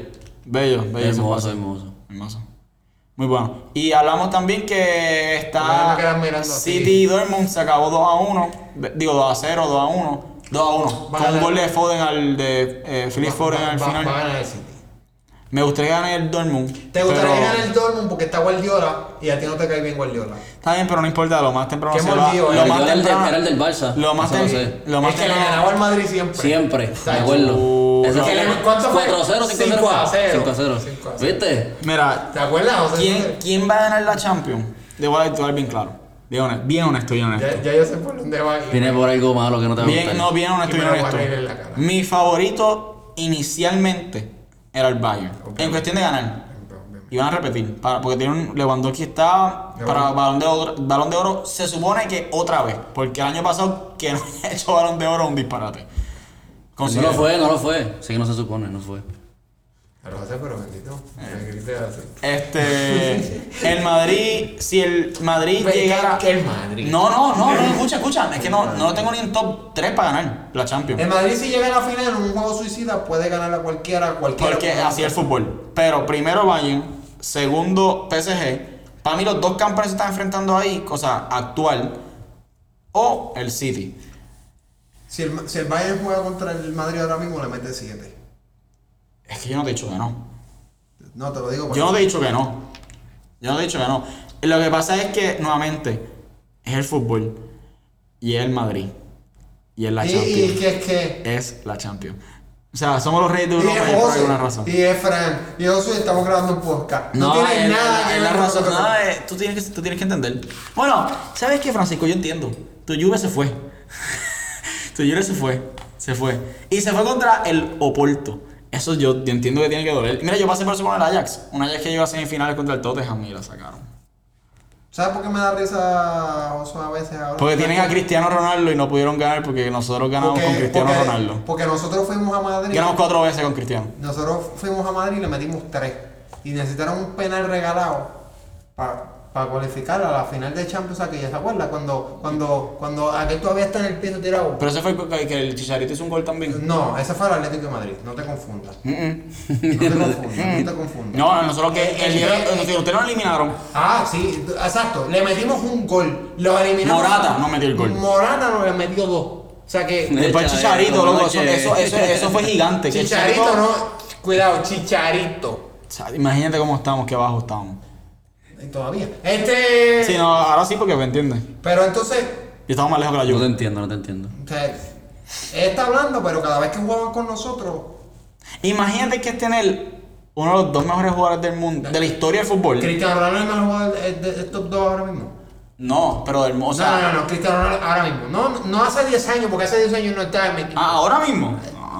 C: Bello, bello. ese
B: Hermoso,
C: pase.
B: hermoso.
C: Hermoso. Muy bueno. Y hablamos también que
A: Bueno, no
C: está
A: quedan mirando a ti.
C: City y Dortmund se acabó 2 a 1. Ve- Digo 2 a 0, 2 a 1. 2 a 1.
A: Va a
C: Con un
A: ganar.
C: gol de Foden al de eh, Philip Foden
A: Va-
C: al
A: va- va a
C: final.
A: ganar el City.
C: Me gustaría ganar el Dortmund.
A: Te gustaría
C: pero-
A: ganar el Dortmund porque está Guardiola y a ti no te cae bien Guardiola.
C: Está bien, pero no importa, lo más temprano
A: Qué
C: se va.
A: mordido, eh.
C: Lo
B: Pero
C: más
B: yo era el de-
C: temprano.
B: era el del Barça,
C: Lo más
B: eso lo
C: tem-
B: sé.
C: Lo más
A: es que le
C: temprano-
A: ganaba al Madrid siempre.
B: Siempre,
A: Está
B: de
A: hecho.
B: acuerdo.
C: Uh,
B: Ese
C: no.
B: fue-
A: ¿Qué le- cuánto fue?
B: 4-0, 5-0.
A: 5-0.
B: 5-0.
A: 5-0.
B: ¿Viste?
C: Mira,
A: ¿Te acuerdas, José?
C: ¿quién, ¿quién va a ganar la Champions? Debo actuar bien claro. Bien honesto, bien honesto. Bien honesto.
A: Ya, ya yo sé por dónde va. y-
B: Viene por algo malo que no te va a
C: Bien,
B: gustar.
C: no, bien
A: Y
C: honesto,
A: me
C: bien
A: lo voy a
C: honesto.
A: reír en la cara.
C: Mi favorito inicialmente era el Bayern.
A: Ok.
C: En cuestión de ganar. Y van a repetir. para- porque tiene un Lewandowski está para
A: Lewandowski.
C: balón de, oro, balón de oro. Se supone que otra vez. Porque el año pasado que no había hecho balón de oro es un disparate.
B: No
C: Considero.
B: lo fue, no lo fue. Así que no se supone, no fue.
A: Pero José, pero bendito.
C: Eh.
A: Me grité así.
C: Este. El Madrid. Si el Madrid
A: Ve,
C: llegara.
A: que- que el Madrid.
C: No, no, no, no, escucha, escucha. Es que no, no lo tengo ni en top 3 para ganar la Champions.
A: El Madrid si llega a la final en un juego suicida puede ganar a cualquiera, cualquiera.
C: Porque así es el fútbol. Pero primero Bayern, segundo PSG. Para mí los dos campeones se están enfrentando ahí, cosa actual. O el City.
A: Si el, si el Bayern juega contra el Madrid ahora mismo le mete 7.
C: Es que yo no te he dicho que no.
A: No, te lo digo porque
C: Yo no te he dicho que no. Yo no te he dicho que no. Lo que pasa es que, nuevamente, es el fútbol. Y es el Madrid. Y es la
A: Y,
C: Champions.
A: y que es que...
C: Es la Champions. O sea, somos los reyes de
A: Y
C: Europa
A: es
C: por
A: José,
C: alguna razón.
A: y es Fran, y yo soy, estamos grabando un podcast. No, tienes
C: es-
A: nada que ver
C: es la
A: con
C: razón.
A: nosotros.
C: No, eh, tú, tienes que, tú tienes que entender. Bueno, ¿sabes qué, Francisco? Yo entiendo. Tu Juve se fue. tu Juve se fue. Se fue. Y se fue contra el Oporto. Eso yo, yo entiendo que tiene que doler. Mira, yo pasé por eso con el Ajax. Un Ajax que llegó a semifinales contra el Tottenham y la sacaron.
A: ¿Sabes por qué me da risa Oso a veces ahora?
C: Porque tienen a Cristiano Ronaldo y no pudieron ganar porque nosotros ganamos
A: Porque-
C: con Cristiano
A: porque-
C: Ronaldo.
A: Porque nosotros fuimos a Madrid.
C: Ganamos cuatro veces con Cristiano.
A: Nosotros fuimos a Madrid y le metimos tres. Y necesitaron un penal regalado para cualificar a la final de Champions aquella, ¿se acuerda? Cuando, cuando, cuando aquel todavía está en el piso tirado.
C: Pero ese fue que, que el Chicharito hizo un gol también.
A: No, ese fue el Atlético de Madrid, no te confundas.
C: Mm, mm.
A: No te confundas, no te confundas.
C: No, nosotros que
A: Eh,
C: el,
A: eh,
C: día-
A: eh,
C: nosotros- ustedes lo eliminaron.
A: Ah, sí, exacto. Le metimos un gol. Lo eliminamos.
C: Morata no metió el gol.
A: Morata nos le metió dos. O sea que.
C: Después
B: Echa,
C: Chicharito,
B: eh,
C: loco,
B: no,
C: eso,
B: che.
C: eso, eso, eso fue gigante. que
A: Chicharito no. Cuidado, Chicharito.
C: O sea, imagínate cómo estamos, qué abajo estamos.
A: Todavía. Este.
C: Sí, no, ahora sí porque me entiendes.
A: Pero entonces.
C: Yo estaba más lejos que la
B: Yo te
C: lluvia.
B: entiendo, no te entiendo.
A: o sea, él está hablando, pero cada vez que jugaban con nosotros.
C: Imagínate que es tener uno de los dos mejores jugadores del mundo, de la historia del fútbol.
A: Cristiano Ronaldo es el mejor jugador de, de- de estos dos ahora mismo.
C: No, pero del o sea,
A: no, no, no, no, Cristiano Ronaldo ahora mismo. No, no hace 10 años, porque hace 10 años no está en mi equipo.
C: ah, ahora mismo.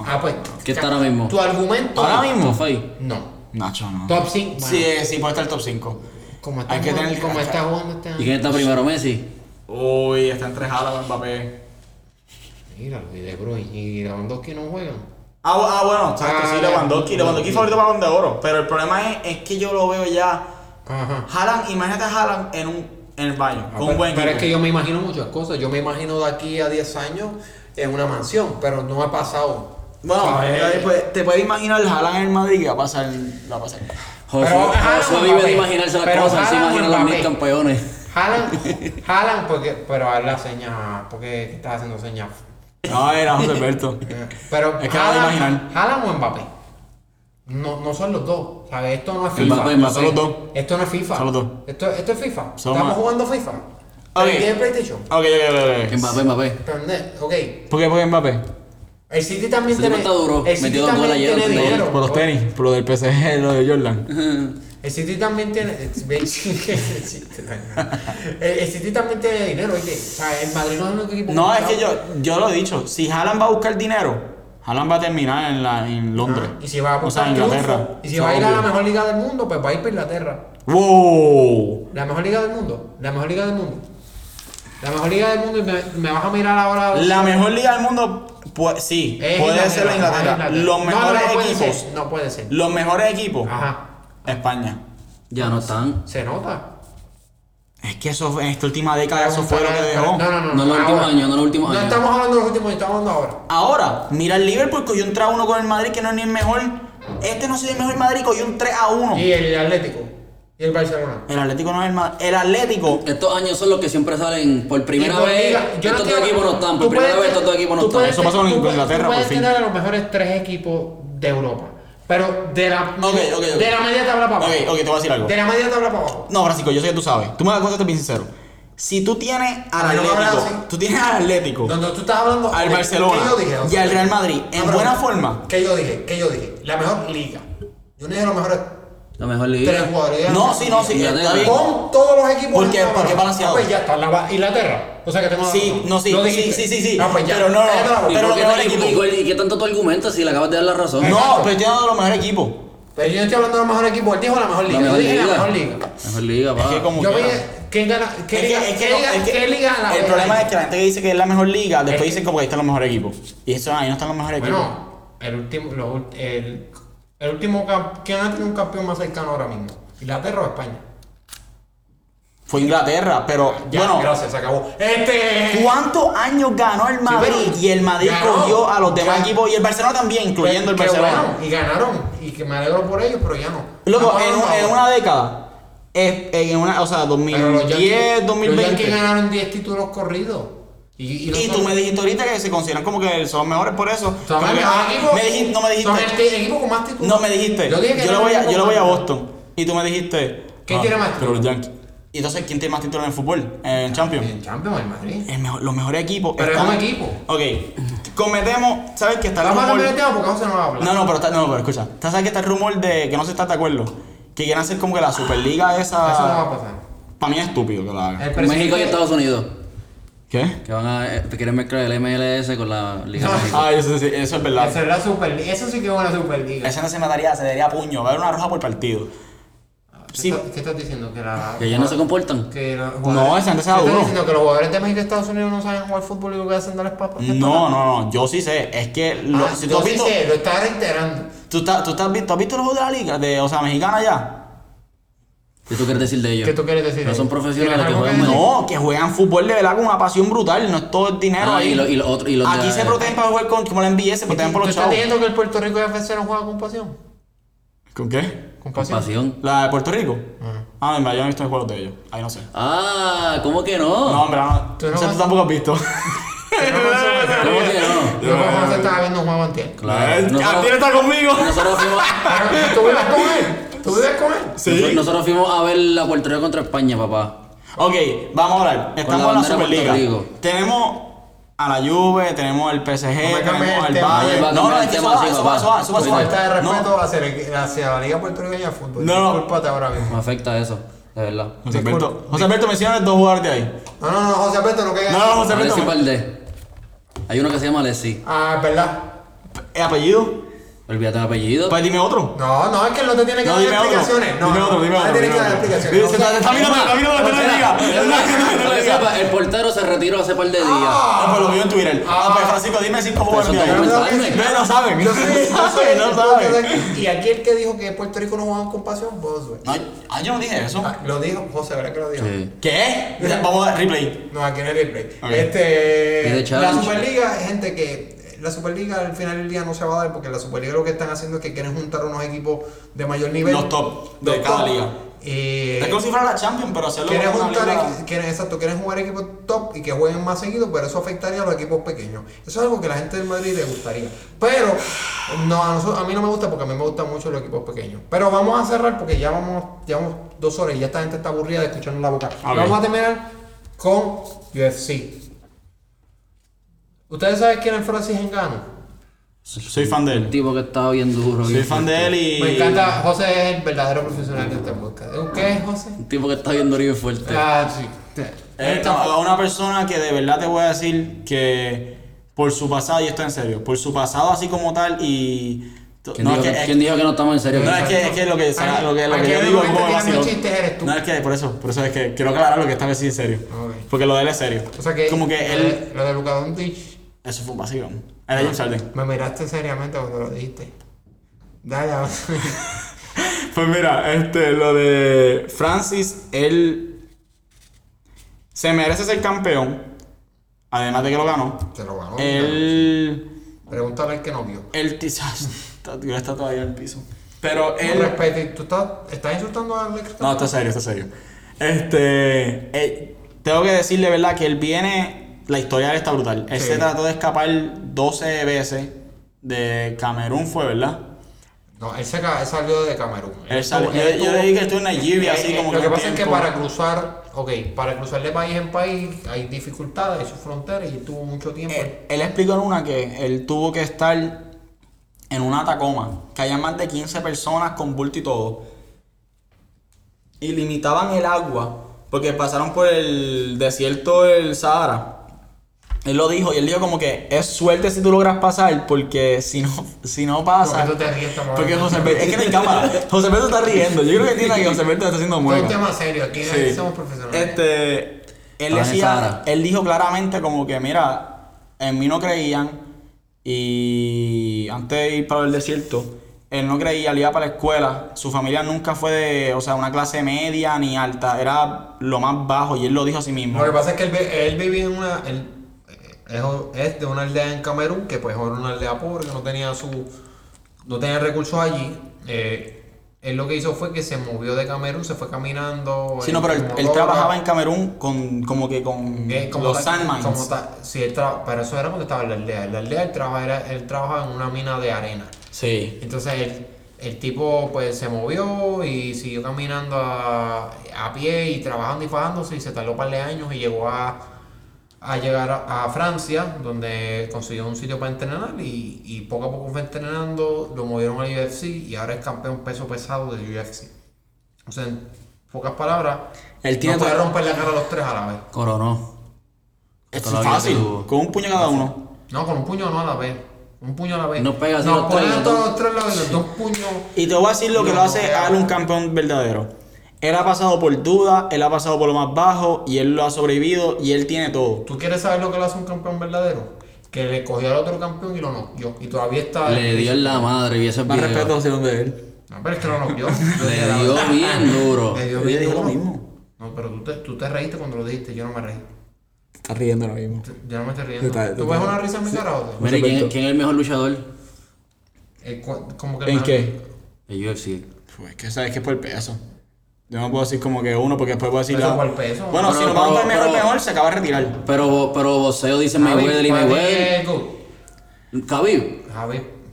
A: Ah, pues.
B: ¿Qué está ahora mismo?
A: Tu argumento.
C: Ahora mismo.
B: ¿Cómo fue ahí?
A: No.
C: Nacho, no.
A: Top 5.
C: Sí, eh, sí, puede estar el top 5.
A: Como está,
C: Hay que
A: jugando,
C: tener-
A: como está jugando este año.
B: ¿Y quién está primero, Messi?
C: Uy, está entre Haaland y Mbappé.
A: Mira, y De Bruyne y Lewandowski no juegan.
C: Ah, bu- ah, bueno, exacto,
A: Ah,
C: sí, Lewandowski.
A: ya.
C: Lewandowski es favorito para Balón de Oro. Pero el problema es, es que yo lo veo ya.
A: Ajá. Ah,
C: Haaland, imagínate a Haaland en, un, en el baño, con un
A: pero,
C: buen
A: pero es
C: equipo.
A: que yo me imagino muchas cosas. Yo me imagino de aquí a 10 años en una mansión, pero no ha pasado.
C: Bueno,
A: ¿Sabes?
C: eh, pues, te puedes imaginar Haaland en el Madrid que va a pasar. Va a pasar.
B: Josué
A: Pero Haaland
B: Josué
A: o
B: vive de
A: Mbappé.
B: imaginarse las
A: Pero
B: cosas, él se
A: Haaland o
B: imagina los mil
A: Mbappé.
B: campeones.
A: Jalan, jalan porque, pero haz la seña, porque estás haciendo señas.
C: No, era José Alberto.
A: Eh, Pero
C: Es que no lo
A: Jalan,
C: imaginan.
A: o Mbappé. No, no son los dos, ¿sabes? Esto no es FIFA.
B: Mbappé,
C: Son
B: Mbappé.
C: los dos.
A: Esto no es FIFA.
C: Son los dos.
A: Esto, esto es FIFA.
C: Son
A: Estamos
C: más.
A: jugando FIFA.
C: Ok.
A: ¿Y el PlayStation?
C: Ok, ok, ok, ok.
B: Mbappé, Mbappé.
A: Internet, ok.
C: ¿Por qué? ¿Por qué Mbappé?
A: El City también
B: Ese
A: tiene.
B: tipo está duro.
A: El City
B: Metió dos
A: también
B: goles ayer
A: tiene
B: en el
A: dinero.
C: Por los tenis, por lo del PSG, lo de Jordan.
A: El City también tiene. eh, El el City también tiene dinero, oye. O sea, el Madrid no es el único equipo.
C: No, es
A: comprado.
C: que yo, yo lo he dicho. Si Haaland va a buscar dinero, Haaland va a terminar en, la, en Londres.
A: Ah, Y si va a
C: O sea,
A: buscar
C: en
A: triunfo,
C: Inglaterra.
A: y si va a ir a la
C: Obvio.
A: mejor liga del mundo, pues va a ir para Inglaterra.
C: ¡Wow!
A: La mejor liga del mundo. La mejor liga del mundo. La mejor liga del mundo y me, me vas a mirar ahora.
C: La mejor liga del mundo, pues sí,
A: Es
C: puede ser la
A: es
C: Inglaterra. Los mejores
A: no, no puede
C: equipos,
A: ser, no puede ser.
C: los mejores equipos,
A: Ajá.
C: España.
B: Ya no están.
A: Se nota.
C: Es que eso, en esta última década, eso fue lo que
A: No,
C: dejó.
A: no, no.
B: No en los últimos
A: ahora.
B: años, no en los últimos
A: No
B: años.
A: estamos hablando de los últimos años, estamos hablando ahora.
C: Ahora, mira el Liverpool, cogió un 3 a 1 con el Madrid, que no es ni el mejor. Este no ha sido el mejor Madrid, cogió un 3 a 1.
A: Y el Atlético. Y el Barcelona.
C: El Atlético no es el Madrid. El Atlético
B: Estos años son los que siempre salen por primera
A: Y por
B: vez.
A: liga, yo no
B: estos dos
A: estoy-
B: equipos no están. Por
A: tú
B: primera
A: puedes-
B: vez estos dos equipos no
A: tú
B: están.
A: puedes-
C: Eso pasó en
A: tú puedes-
C: Inglaterra,
A: tú
C: por
A: puedes
C: fin.
A: tener a los mejores tres equipos de Europa. Pero de la,
C: Ok, ok, ok.
A: De la media tabla para abajo.
C: Ok, ok, te voy a decir algo.
A: De la media tabla para abajo.
C: No, Francisco, yo sé que tú sabes. Tú me das cuenta, bien sincero. Si tú tienes al
A: A mí no me
C: Atlético,
A: hablas así.
C: tú tienes al Atlético,
A: Donde tú estás hablando.
C: al
A: ¿qué-
C: Barcelona
A: qué yo dije? O
C: y
A: sea,
C: al Real Madrid,
A: no,
C: en
A: pero-
C: buena forma.
A: ¿Qué yo dije? ¿Qué yo dije? La mejor liga. Yo no dije los mejores
B: La mejor
A: tres
B: liga.
A: jugadores.
C: No, sí, no, sí,
B: Inglaterra.
C: está bien.
A: Con todos los equipos.
C: Porque-
A: en la
C: porque
A: tabla.
C: balanceado.
A: Ah, Pues ya está. La, ba- Inglaterra. O sea que tengo la
C: Sí,
A: razón.
C: no, sí,
A: Lo
C: sí,
A: dijiste.
C: sí, sí, sí.
A: Ah, pues ya.
C: Pero no, no,
A: Cállate la boca.
B: ¿Y
C: pero
B: por
C: lo
B: qué
C: mejor
B: tan- y-
C: equipo.
B: y- ¿Y qué tanto tu argumento si le acabas de dar la razón?
C: No,
A: Exacto.
C: pero estoy hablando de los mejores equipos.
A: Pero yo no estoy hablando de los mejores equipos. Él dijo la mejor
B: La
A: liga. Yo
B: mejor
A: dije
B: liga.
A: la mejor liga.
B: Mejor liga,
C: Es
B: va.
C: que como
A: Ah. Yo
C: quiera.
A: dije, ¿qué gana? ¿Qué
C: Es que-
A: liga?
C: es que
A: ¿Qué
C: no,
A: liga?
C: es que
A: ¿Qué liga? la
C: El
A: verdad?
C: problema es que la gente que dice que es la mejor liga,
A: Es que-
C: después dicen como que ahí están los mejores equipos. Y eso ahí no están los mejores equipos.
A: Bueno, el último, los ult- el, el último camp- ¿quién ha tenido un campeón más cercano ahora mismo? ¿Inglaterra o España?
C: Fue Inglaterra, pero
A: Ya,
C: bueno,
A: gracias, se acabó. Este.
C: ¿Cuántos años ganó el Madrid?
A: pero-
C: y el Madrid
A: ganó.
C: cogió a los demás
A: Ya.
C: equipos y el Barcelona también, incluyendo el
A: Qué
C: Barcelona.
A: bueno, y ganaron. Y que me alegro por ellos, pero ya no.
C: Loco,
A: Estamos
C: en,
A: hablando
C: un- en
A: ahora.
C: una década, es- en una, o sea,
A: Pero los Yankees-
C: 2010,
A: Los Yankees
C: 2020.
A: ganaron 10 títulos corridos. Y, y no
C: Y
A: son-
C: tú me dijiste ahorita que se consideran como que son mejores por eso.
A: son
C: Como
A: el
C: que,
A: mejor
C: ah,
A: equipo-
C: me dijiste, no me
A: Son el
C: dijiste.
A: te- equipo con más títulos.
C: No me dijiste. Yo,
A: Yo dije que
C: le
A: era
C: voy
A: el
C: a,
A: equipo
C: yo le
A: con
C: voy a
A: más-
C: Boston. Y tú me dijiste.
A: ¿Quién
C: ah,
A: tiene más
C: Pero
A: títulos?
C: los Yankees. Y entonces, ¿quién tiene más títulos en el fútbol? En
A: En
C: Champions.
A: Champions, el Madrid.
C: El mejor- los mejores equipos.
A: Pero es
C: están-
A: un equipo.
C: Ok. Cometemos. ¿Sabes que está el
A: Vamos a
C: rumor?
A: cambiar el tema porque José no va a hablar.
C: No, no, pero está, no, pero escucha. ¿tú ¿Sabes que está el rumor de que no se está de acuerdo? Que quieren hacer como que la Superliga esa.
A: Eso no va a pasar.
C: Para mí es estúpido que la hagan.
A: El
B: México
A: presidente-
B: y Estados Unidos.
C: ¿Qué?
B: Que van a. eh, Quieren mezclar el MLS con la Liga
A: No.
B: México.
C: Ah, eso, sí, eso es verdad.
A: Eso es la Superliga. Eso sí que es una Superliga.
C: Esa no se mataría, se daría puño. Va a haber una roja por partido.
A: ¿Qué,
C: Sí.
A: está- qué estás diciendo? Que la.
B: Que ya no se comportan.
A: que los
C: No,
A: jugadores-
C: esa gente se
A: ¿Qué
C: da
A: estás
C: duro.
A: diciendo? Que los jugadores de México y Estados Unidos no saben jugar fútbol y lo que hacen darles papas.
C: No, no, no. Yo sí sé. Es que. Lo,
A: Ah,
C: si tú
A: yo
C: has
A: sí
C: visto.
A: sé, lo estás reiterando.
C: ¿Tú, estás- tú, estás vi- tú has visto los juegos de la liga? De, o sea, mexicana ya.
B: ¿Qué tú quieres decir de ellos?
A: ¿Qué tú quieres decir?
B: No son profesionales
A: ¿Tienes
B: que
A: algo
B: juegan
A: decir?
C: No, que juegan fútbol de verdad con una pasión brutal. No es todo el dinero
B: Ah,
C: ahí.
B: y lo- y lo otro- y los
C: Aquí
B: de-
C: se protegen para jugar con. Como la NBA, se protegen por
A: ¿Tú
C: los
A: estás
C: chavos.
A: diciendo que el Puerto Rico FC no juega con pasión?
C: ¿Con qué?
A: Con
B: Con
A: pasión.
B: pasión.
C: ¿La de Puerto Rico? Ah, en verdad, yo no he visto el juego de ellos. Ahí no sé.
B: Ah, ¿cómo que
C: No,
B: no?
C: en verdad,
A: Tú
C: no.
A: no
C: O sea,
A: vas-
C: tú tampoco has visto.
A: Tú no consumes-
B: ¿Cómo que no?
A: Yo como no se estaba viendo un juego antier.
B: Claro.
C: Eh, ¿A ti
B: Nosotros,
C: está conmigo?
B: nosotros fuimos,
A: ¿Tú vives con él? ¿Tú vives con él?
C: Sí.
B: nosotros fuimos a ver la Puerto Rico contra España, papá.
C: Ok, vamos a hablar. Estamos en
B: bandera de
C: la
B: Puerto
C: Superliga.
B: Rico.
C: Tenemos a la Juve, tenemos al PSG,
A: me cambies
C: tenemos
A: el
C: al
A: tema,
C: Bayern.
B: va a
C: No,
B: cambiar
C: no,
B: el
C: es que eso
B: tema,
C: va,
B: sí,
C: eso va,
B: papá.
C: eso va, eso va, eso va.
A: Falta de
C: No,
A: respeto hacia, el- hacia la Liga Puertorriqueña de Fútbol.
C: No.
A: Discúlpate ahora mismo.
B: Me afecta eso, de verdad.
C: José Alberto, José Alberto menciona dos jugadores de ahí.
A: No, no, no, José Alberto, no caigas.
C: No, no, José
B: Alessi
C: Alberto.
B: Valdés. Hay uno que se llama Alessi.
A: Ah, es verdad.
C: ¿El eh, apellido?
B: Olvídate el apellido.
C: Pues dime otro.
A: No, no, es que él no te tiene que
C: No,
A: dar
C: dime otro.
A: explicaciones. No,
C: Dime
A: no,
C: otro, dime
A: no
C: otro.
A: te tiene que
C: dime
A: dar
C: otro.
A: explicaciones.
C: Se
A: O sea,
C: está está mirando, está mirando la Liga.
B: Es
C: Está mirando
B: más,
C: la
B: que
C: Liga.
B: sepa, Pues, El portero se retiró hace par de días.
C: Ah, pues lo vi en Twitter. Ah, pues Francisco, dime cinco jugadores de
B: Eso
C: ahí.
B: te
A: digo,
C: Ustedes no saben.
A: Yo sé, yo
C: No saben,
A: sé,
C: no
A: yo sé
C: saben.
A: que- Y aquí el que dijo que Puerto Rico no jugaba con pasión, Boswell.
C: No, ah, yo no dije eso.
A: Ah, lo dijo, José, ¿verdad que lo dijo?
B: Sí.
C: ¿Qué? Vamos a replay.
A: No, aquí en el replay.
C: Ok.
A: Este,
B: Y de
A: la
B: challenge.
A: Superliga, gente que la Superliga al final del día no se va a dar porque la Superliga lo que están haciendo es que quieren juntar unos equipos de mayor nivel.
C: Los top de
A: Los
C: cada
A: top.
C: liga.
A: Eh,
C: Es como si fuera la Champions, pero hacerlo
A: quieren
C: con una
A: juntar,
C: liga-
A: equi- quieren- exacto, quieren jugar equipos top y que jueguen más seguido, pero eso afectaría a los equipos pequeños. Eso es algo que la gente del Madrid le gustaría. Pero no, a, nosotros- a mí no me gusta porque a mí me gustan mucho los equipos pequeños. Pero vamos a cerrar porque ya vamos, llevamos dos horas y ya esta gente está aburrida de escucharnos la boca.
C: Ok.
A: Vamos a terminar con UFC. ¿Ustedes saben quién es Francis Engano?
C: Soy fan de
B: Un
C: él.
B: tipo que estaba bien duro.
C: Soy
B: bien
C: fan
B: fuerte.
C: de él y.
A: Me encanta, José es el verdadero profesional de este podcast. ¿Qué es José?
B: Un tipo que está bien duro y bien fuerte.
A: Ah, sí.
C: Él es Eh, una persona que de verdad te voy a decir que por su pasado, y esto en serio, por su pasado así como tal y.
B: ¿Quién, dijo, que, quién dijo que no estamos en serio?
C: No, es que, es que lo que,
A: Aquí-
C: lo que, lo
A: aquí
C: que yo
A: el
C: digo es
A: único
C: como
A: que tiene
C: vacilón.
A: mis chistes eres tú. Ah,
C: No, es que por eso, por eso es que quiero aclarar lo que esta vez sí en serio.
A: Ok.
C: Porque lo de él es serio.
A: O sea que. eh,
C: Como que él.
A: Lo de Luka Doncic,
C: Eso fue un vacilón. Era James Harden.
A: me miraste seriamente cuando lo dijiste. Dale, ahora.
C: Pues mira, este, lo de Francis, él. Se merece ser campeón. Además de que lo ganó.
A: Te lo ganó.
C: Él.
A: Pregúntale al que no vio.
C: Él. Está, tío, está todavía en el piso. Pero
A: Con
C: él.
A: respeto, y tú estás, estás insultando a Alex.
C: No, está serio, está serio. Este. eh, tengo que decirle, ¿verdad? Que él viene. La historia de él está brutal. Él
A: Sí.
C: se trató de escapar 12 veces de Camerún, fue, ¿verdad?
A: No, él, se ca- él salió de Camerún.
C: Él salió-
A: estuvo-
C: yo,
A: él
C: yo
A: estuvo-
C: le dije que estuvo en Nigeria,
A: Eh,
C: así
A: eh,
C: como
A: lo que
C: un
A: pasa es que
C: tiempo.
A: para cruzar, ok, para cruzar de país en país hay dificultades, hay sus fronteras y tuvo mucho tiempo.
C: Él, Eh, él explicó en una que él tuvo que estar en una tacoma, que había más de 15 personas con bulto y todo. Y limitaban el agua, porque pasaron por el desierto del Sahara. Él lo dijo, y él dijo como que es suerte si tú logras pasar, porque si no, si no
A: Porque
C: pasas...
A: tú te ríes, estamos
C: Porque
A: hablando.
C: José Alberto, es que no hay cámara. José Alberto está riendo. Yo creo que tiene que José Alberto está haciendo
A: Esto es un
C: muecas.
A: tema serio, aquí
C: Sí.
A: somos profesionales.
C: Este, él
B: Estaba en
C: decía,
B: Sahara.
C: él dijo claramente como que, mira, en mí no creían y antes de ir para el desierto, él no creía, él iba para la escuela, su familia nunca fue de, o sea, una clase media ni alta, era lo más bajo y él lo dijo a sí mismo.
A: Lo que pasa es que él, vi- él vivía en una. él- eh, es, es de una aldea en Camerún que, pues, era una aldea pobre, que no tenía su. No tenía recursos allí. Eh, él lo que hizo fue que se movió de Camerún, se fue caminando.
C: Sí, no, pero él,
A: como
C: él
A: loca.
C: trabajaba en Camerún con, como que con
A: Eh, como
C: los
A: tal-
C: Sandmines.
A: como tal- sí, él tra- pero eso era cuando estaba en la aldea. En la aldea él, traba- era- él trabajaba en una mina de arena.
C: Sí.
A: Entonces el, el tipo pues se movió y siguió caminando a, a pie y trabajando y fajándose y se tardó un par de años y llegó a, a llegar a, a Francia donde consiguió un sitio para entrenar y, y poco a poco fue entrenando, lo movieron al UFC y ahora es campeón peso pesado del UFC. O sea, en pocas palabras,
C: Él tiene
A: no puede
C: todo-
A: romper la cara a los tres a la vez.
B: Coronó.
C: Es
B: Con la vida
C: fácil,
B: que tuvo.
C: con un puño cada uno.
A: No, con un puño no a la vez. Un puño a la vez.
B: No pega así
A: Nos
B: los tres,
A: ponen a
B: ¿no?
A: todos los tres a la vez, los dos puños.
C: Y te voy a decir lo que lo hace a él un campeón verdadero. Él ha pasado por dudas, él ha pasado por lo más bajo y él lo ha sobrevivido y él tiene todo.
A: ¿Tú quieres saber lo que le hace un campeón verdadero? Que le cogió al otro campeón y lo noqueó. Y todavía está.
B: Le dio en la madre y ese
C: Ah. Más
B: video.
C: respeto Ah. hacia donde él.
A: No, pero es que lo noqueó.
B: Le dio bien duro.
A: Le dio
C: Yo
A: bien
C: le digo lo
A: duro.
C: mismo.
A: No, pero tú te, tú te reíste cuando lo dijiste. Yo no me reí.
C: Está riendo ahora mismo.
A: Yo no me estoy riendo.
C: Está-
A: ¿Tú ves una risa en mi cara o qué?
B: Mira, ¿y ¿quién, quién es el mejor luchador?
A: Eh, cu- Como que
C: ¿En
A: me-
C: qué?
B: El UFC.
C: Pues que sabes que es por el peso. Yo no puedo decir como que uno, porque después puedo decir.
A: Peso
C: la-
A: por peso.
C: Bueno,
B: Pero-
C: si nos vamos al
B: pero-
C: mejor,
B: pero-
C: mejor, se acaba de retirar.
B: Pero, pero boxeo dice Mayweather y Mayweather. Khabib.
A: Javi,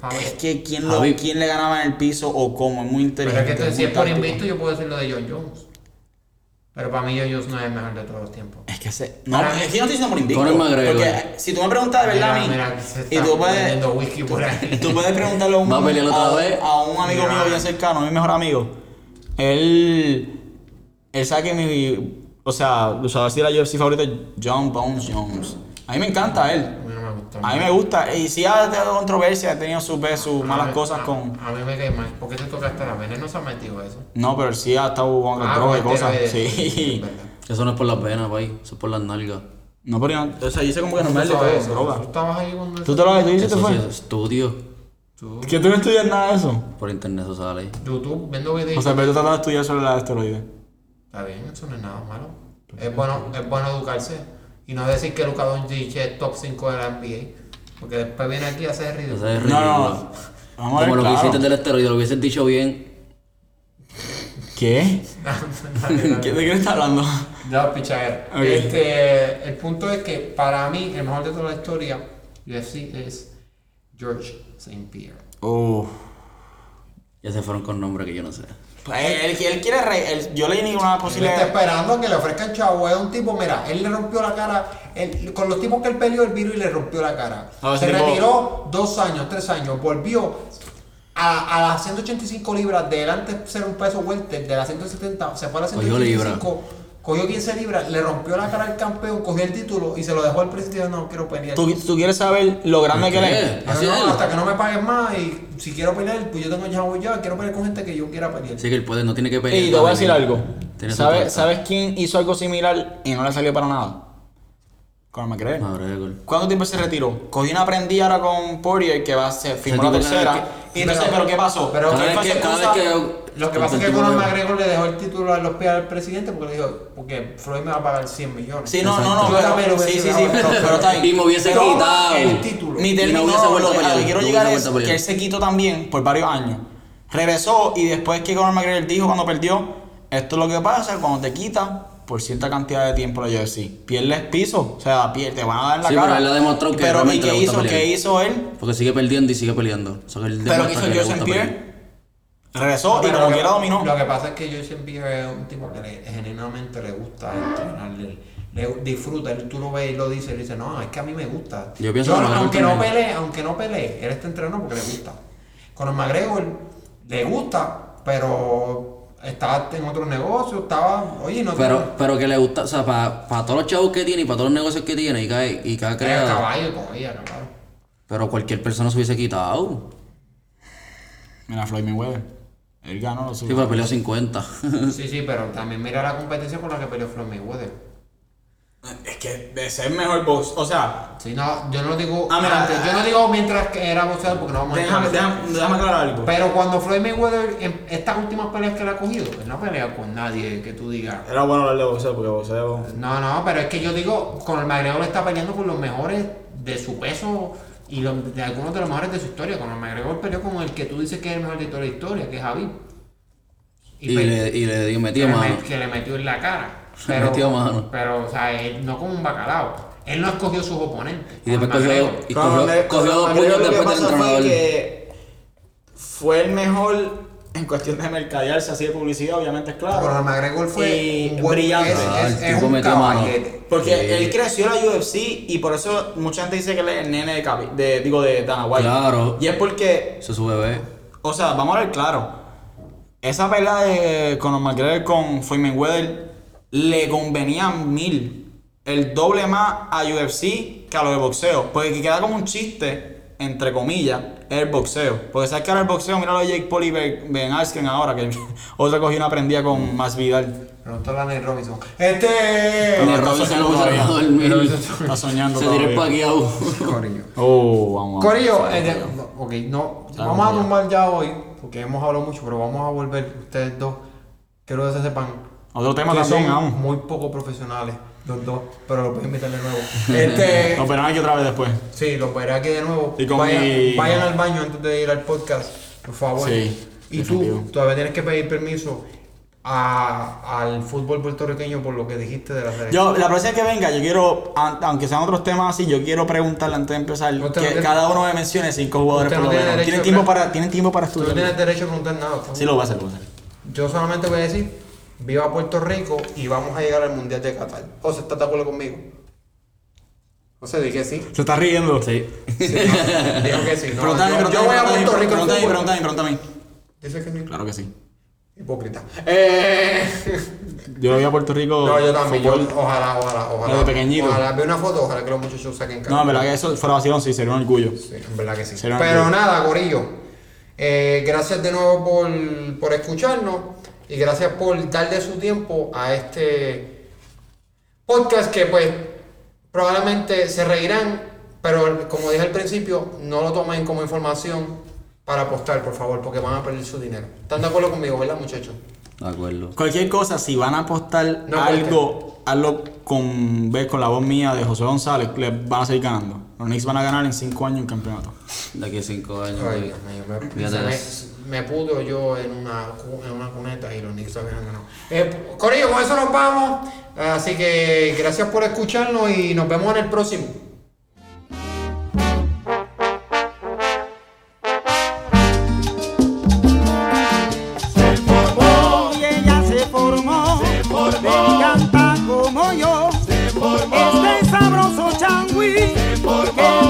A: Javi.
C: Es que quién, lo,
B: Javi.
C: quién le ganaba en el piso o cómo, es muy
A: Pero es
C: inteligente.
A: que tú-
C: muy
A: si es por
C: táctico.
A: invicto, yo puedo decir lo de John Jones. Pero para mí, John Jones no es el mejor de todos los tiempos.
C: Es que se. No,
A: Para
C: es
A: mí-
C: que yo no estoy diciendo por invicto.
B: Conor McGregor.
C: Porque si tú me preguntas de
A: Mira,
C: verdad a mí.
A: mira, se
C: y
A: está
C: tú puedes.
A: vendiendo whisky por ahí.
C: Tú puedes preguntarle a un,
B: Va a pelear otra
C: a,
B: vez.
C: a un amigo
A: Ya.
C: mío bien cercano, mi mejor amigo. Él. Él sabe que mi. O sea, luchador si era UFC favorito es John Bones Jones. A mí me encanta él.
A: A mí no me gusta.
C: A mí me gusta. Y sí ha tenido controversia, ha tenido sus pe- sus
A: A
C: malas
A: mí-
C: cosas
A: a-
C: con.
A: A mí me cae mal. ¿Por qué te tocaste la veneno? No se ha metido eso.
C: No, pero él sí ha estado con drogas y
A: Ah, con este
C: cosas.
A: esteroides.
C: Sí.
A: Verdad.
B: Eso no es por las venas, pay. Eso es por las nalgas.
C: No, pero yo- o sea, yo sé como que no me
A: Tú
C: todo,
A: sabes eso,
C: pues, droga.
A: Tú estabas ahí cuando
C: ¿Tú te lo tú hiciste
B: Eso
C: fue?
B: sí es estudio.
C: Que tú no estudias nada de eso.
B: Por internet eso sale.
A: YouTube viendo videos.
C: O sea, pero tú tratas de estudiar sobre la esteroides.
A: Está bien, eso no es nada malo. Es bueno, es bueno educarse. Y no decir que Luka Doncic es top 5 de la NBA. Porque después viene aquí a hacer
B: Eso es
A: ridículo.
B: ridículo.
C: No, no. Vamos a ver.
B: Como lo que
C: claro.
B: hiciste del esteroide, lo hubieses dicho bien.
C: ¿Qué?
A: Dale,
C: ¿Qué-
A: dale.
C: ¿De qué estás hablando?
A: Ya, pichar.
C: Ok.
A: Este, el punto es que para mí, el mejor de toda la historia, UFC, es George St. Pierre.
C: Uh.
B: Ya se fueron con nombres que yo no sé.
C: Pues él, él- él quiere. re- él- yo le di ninguna
A: Él está
C: posibilidad.
A: esperando que le ofrezcan chavo. Es un tipo, mira, él le rompió la cara. él- con los tipos que él peleó, el virus y le rompió la cara.
C: Ah,
A: Se
C: ese tipo-
A: retiró dos años, tres años. Volvió a, a las 185 libras. De él antes ser un peso welter, de las 170, se fue a las
B: Cogió libra.
A: 185. Cogió 15 libras, le rompió la cara al campeón, cogió el título y se lo dejó al presidente. No quiero pelear.
C: ¿Tú, tú quieres saber lo grande que él es?
B: ¿Qué?
A: Yo,
B: Así
A: no,
B: es él.
A: hasta que no me paguen más y si quiero pelear, pues yo tengo chavo ya, quiero pelear con gente que yo quiera pelear.
B: Así que él puede, no tiene que pelear.
C: Y te voy a decir algo.
B: Tiene su
C: ¿Sabes,
B: carta.
C: ¿Sabes quién hizo algo similar y no le salió para nada? Conor McGregor.
B: McGregor.
C: ¿Cuánto tiempo se retiró? Cogí una prendida ahora con Poirier que va a ser, firmó la
B: tipo que-
C: tercera.
A: que-
C: y entonces,
A: pero-
C: ¿pero qué pasó?
A: pero
C: ¿Qué
B: Cada vez
C: fue su
B: que, cada vez
C: excusa?
B: que.
A: Lo que pasa es que
B: con
A: Conor McGregor le dejó el título a los pies al presidente porque le dijo, porque Floyd me va a pagar 100 millones.
C: Sí, no, no, no,
B: Exacto.
A: Yo también
C: pero,
A: lo
C: sí,
A: hubiese
C: sí, sí,
A: dado.
C: pero, pero está bien.
B: Y me hubiese
C: Pero
B: quitado.
C: el
A: título.
C: Mi
B: Y no
C: término,
B: hubiese
C: no,
B: vuelto a
C: lo que- a lo que
B: pelear,
C: quiero
B: no
C: llegar
B: hubiese
C: es
B: vuelto a
C: que él
B: pelear.
C: se quitó también por varios años. Regresó y después que Conor McGregor dijo cuando perdió, esto es lo que pasa cuando te quitan por cierta cantidad de tiempo la UFC. Pierdes piso, o sea, pier- te van a dar la
B: Sí,
C: cara.
B: pero él ha demostrado que
C: Pero, ¿y
B: realmente
C: qué
B: le gusta
C: hizo?
B: pelear.
C: ¿Qué hizo él?
B: Porque sigue perdiendo y sigue peleando. O sea, que él
C: Pero ¿qué
B: demuestra
C: hizo
B: que le
C: Joseph
B: gusta pelear.
C: Pierre? Regresó y
A: Pero
C: como
A: lo que-
C: quiera dominó.
A: Lo que pasa es que Jason Pierre es un tipo que le- genuinamente le gusta entrenar, le, le disfruta, él, tú lo ves y lo dice, él dice, no, es que a mí me gusta.
B: Yo pienso que McGregor
A: aunque no
B: también.
A: pelee, aunque no pelee, él está entrenando porque le gusta. Con el McGregor le gusta, pero estaba en otro negocio, estaba, oye, no
B: Pero, pero que le gusta, o sea, para todos los chavos que tiene y para todos los negocios que tiene y que, ha- y que ha
A: tenía
B: creado.
A: caballo todavía, caballo.
B: Pero cualquier persona se hubiese quitado.
C: Mira, Floyd Mayweather. Él ganó los
B: Sí, pero peleó 50.
A: Sí, sí, pero también mira la competencia con la que peleó Floyd Mayweather.
C: Es que de ser mejor box, o sea,
A: Sí, no, yo no digo
C: Ah, mira,
A: antes, yo no digo mientras que era boxeador porque no vamos a
C: déjame,
A: entrar.
C: déjame, déjame aclarar algo.
A: Pero cuando Floyd Mayweather, en estas últimas peleas que él ha cogido, él no pelea con nadie que tú digas.
C: Era bueno hablar de boxeo porque boxeo.
A: No, no, pero es que yo digo, con el McGregor está peleando con los mejores de su peso y los- de algunos de los mejores de su historia. Con el McGregor peleó con el que tú dices que es el mejor de toda la historia, que es Javi.
B: y, le, y le dio
A: que,
B: metido
A: le
B: mano.
A: met- que le metió en la cara.
B: Le
A: Pero,
B: metió mano.
A: Pero, o sea, él no como un bacalao. Él no escogió sus oponentes.
B: Y después cogió,
A: McGregor.
B: y cogió, cogió dos puños después del entrenador.
C: que fue el mejor en cuestión de mercadearse, así de publicidad, obviamente es
A: Conor
C: claro.
A: McGregor
C: Y
A: fue un buen-
C: brillante.
A: es-
B: Ah,
A: es-
B: el
A: es
B: tipo
A: un
B: metió mano.
A: caballete.
C: Porque
B: Sí.
C: él creció en la UFC y por eso mucha gente dice que él es el nene de, Capi- de- digo, de Dana White.
B: Claro.
C: Y es porque
B: Eso es su bebé.
C: O sea, vamos a ver claro. Esa pelea de Conor McGregor con Floyd Mayweather le convenía mil. El doble más a UFC que a lo de boxeo. Porque queda como un chiste, entre comillas, el boxeo. Porque sabes que ahora el boxeo, mira lo de Jake Paul y Ben Ben Askren ahora, que otra cogió una prendida con Más Vidal.
A: Me gustó la Nate Robinson. Este.
B: Ni
C: está
B: Robinson
C: soñando
B: no se va a
C: todavía.
B: dormir.
C: Está soñando
B: Se tiró el
C: todavía.
B: paqueado.
A: Corillo.
C: Oh, vamos.
A: Corillo, eh, de- no, ok, no.
C: Claro,
A: Vamos a
C: corillo.
A: tumbar ya hoy, porque hemos hablado mucho, pero vamos a volver ustedes dos. Quiero que se sepan.
C: Otro tema
A: que
C: también,
A: son
C: vamos.
A: Muy poco profesionales, los dos, pero los voy a invitar de nuevo. Este.
C: Nos verán aquí otra vez después.
A: Sí, los veré aquí de nuevo.
C: Y con
A: vayan,
C: mi-
A: vayan al baño antes de ir al podcast, por favor.
C: Sí,
A: y
C: definitivo.
A: tú todavía tienes que pedir permiso a- al fútbol puertorriqueño por lo que dijiste de la selección.
C: Yo, la próxima que venga, yo quiero, a- aunque sean otros temas así, yo quiero preguntarle antes de empezar
A: Usted no
C: que
A: tiene-
C: cada uno me mencione cinco jugadores
A: Usted
C: por
A: no
C: lo
A: tiene
C: menos.
A: derecho
C: Tienen
A: de
C: tiempo,
A: pre-
C: para, tienen tiempo para
A: Tú no tienes
C: estudiar.
A: derecho a preguntar nada. cabrón.
C: Sí, lo voy a hacer, lo voy a hacer.
A: Yo solamente voy a decir, viva Puerto Rico y vamos a llegar al Mundial de Qatar. José, ¿estás de acuerdo conmigo? José, di que sí.
C: Se está riendo. Sí.
A: Digo que sí. No,
C: Pregúntame,
A: yo, yo voy a Puerto Rico. en
C: Pregúntame,
A: fútbol.
C: pregúntame, pregúntame.
A: Dice que sí.
C: Claro que sí.
A: Hipócrita. Eh,
C: Yo lo vi a Puerto Rico.
A: no, yo también. yo-
C: fútbol.
A: ojalá, ojalá, ojalá.
C: Lo de pequeñito.
A: Ojalá, ve una foto, ojalá que los muchachos saquen cara.
C: No, en verdad que eso fuera vacilón, sí, sería un orgullo.
A: Sí, en verdad que sí.
C: Será
A: Pero
C: bien.
A: nada, Gorillo. eh, gracias de nuevo por, por escucharnos y gracias por darle su tiempo a este podcast que pues probablemente se reirán, pero como dije al principio, no lo tomen como información para apostar, por favor, porque van a perder su dinero. ¿Están de acuerdo conmigo, verdad, muchachos?
B: De acuerdo.
C: Cualquier cosa, si van a apostar
A: No
C: algo, hazlo con, ve, con la voz mía de José González, les van a seguir ganando. Los Knicks van a ganar en 5 años en campeonato.
B: De aquí a cinco años.
A: Ay,
B: güey.
A: Dios mío, me,
B: Fíjate
A: se me-
B: eso.
A: me pudo yo en una, cu- en una cuneta y los Knicks habían ganado. Eh, Corillo, con eso nos vamos. Así que gracias por escucharnos y nos vemos en el próximo.
E: y ella se formó. Me encanta como yo. Este sabroso changui que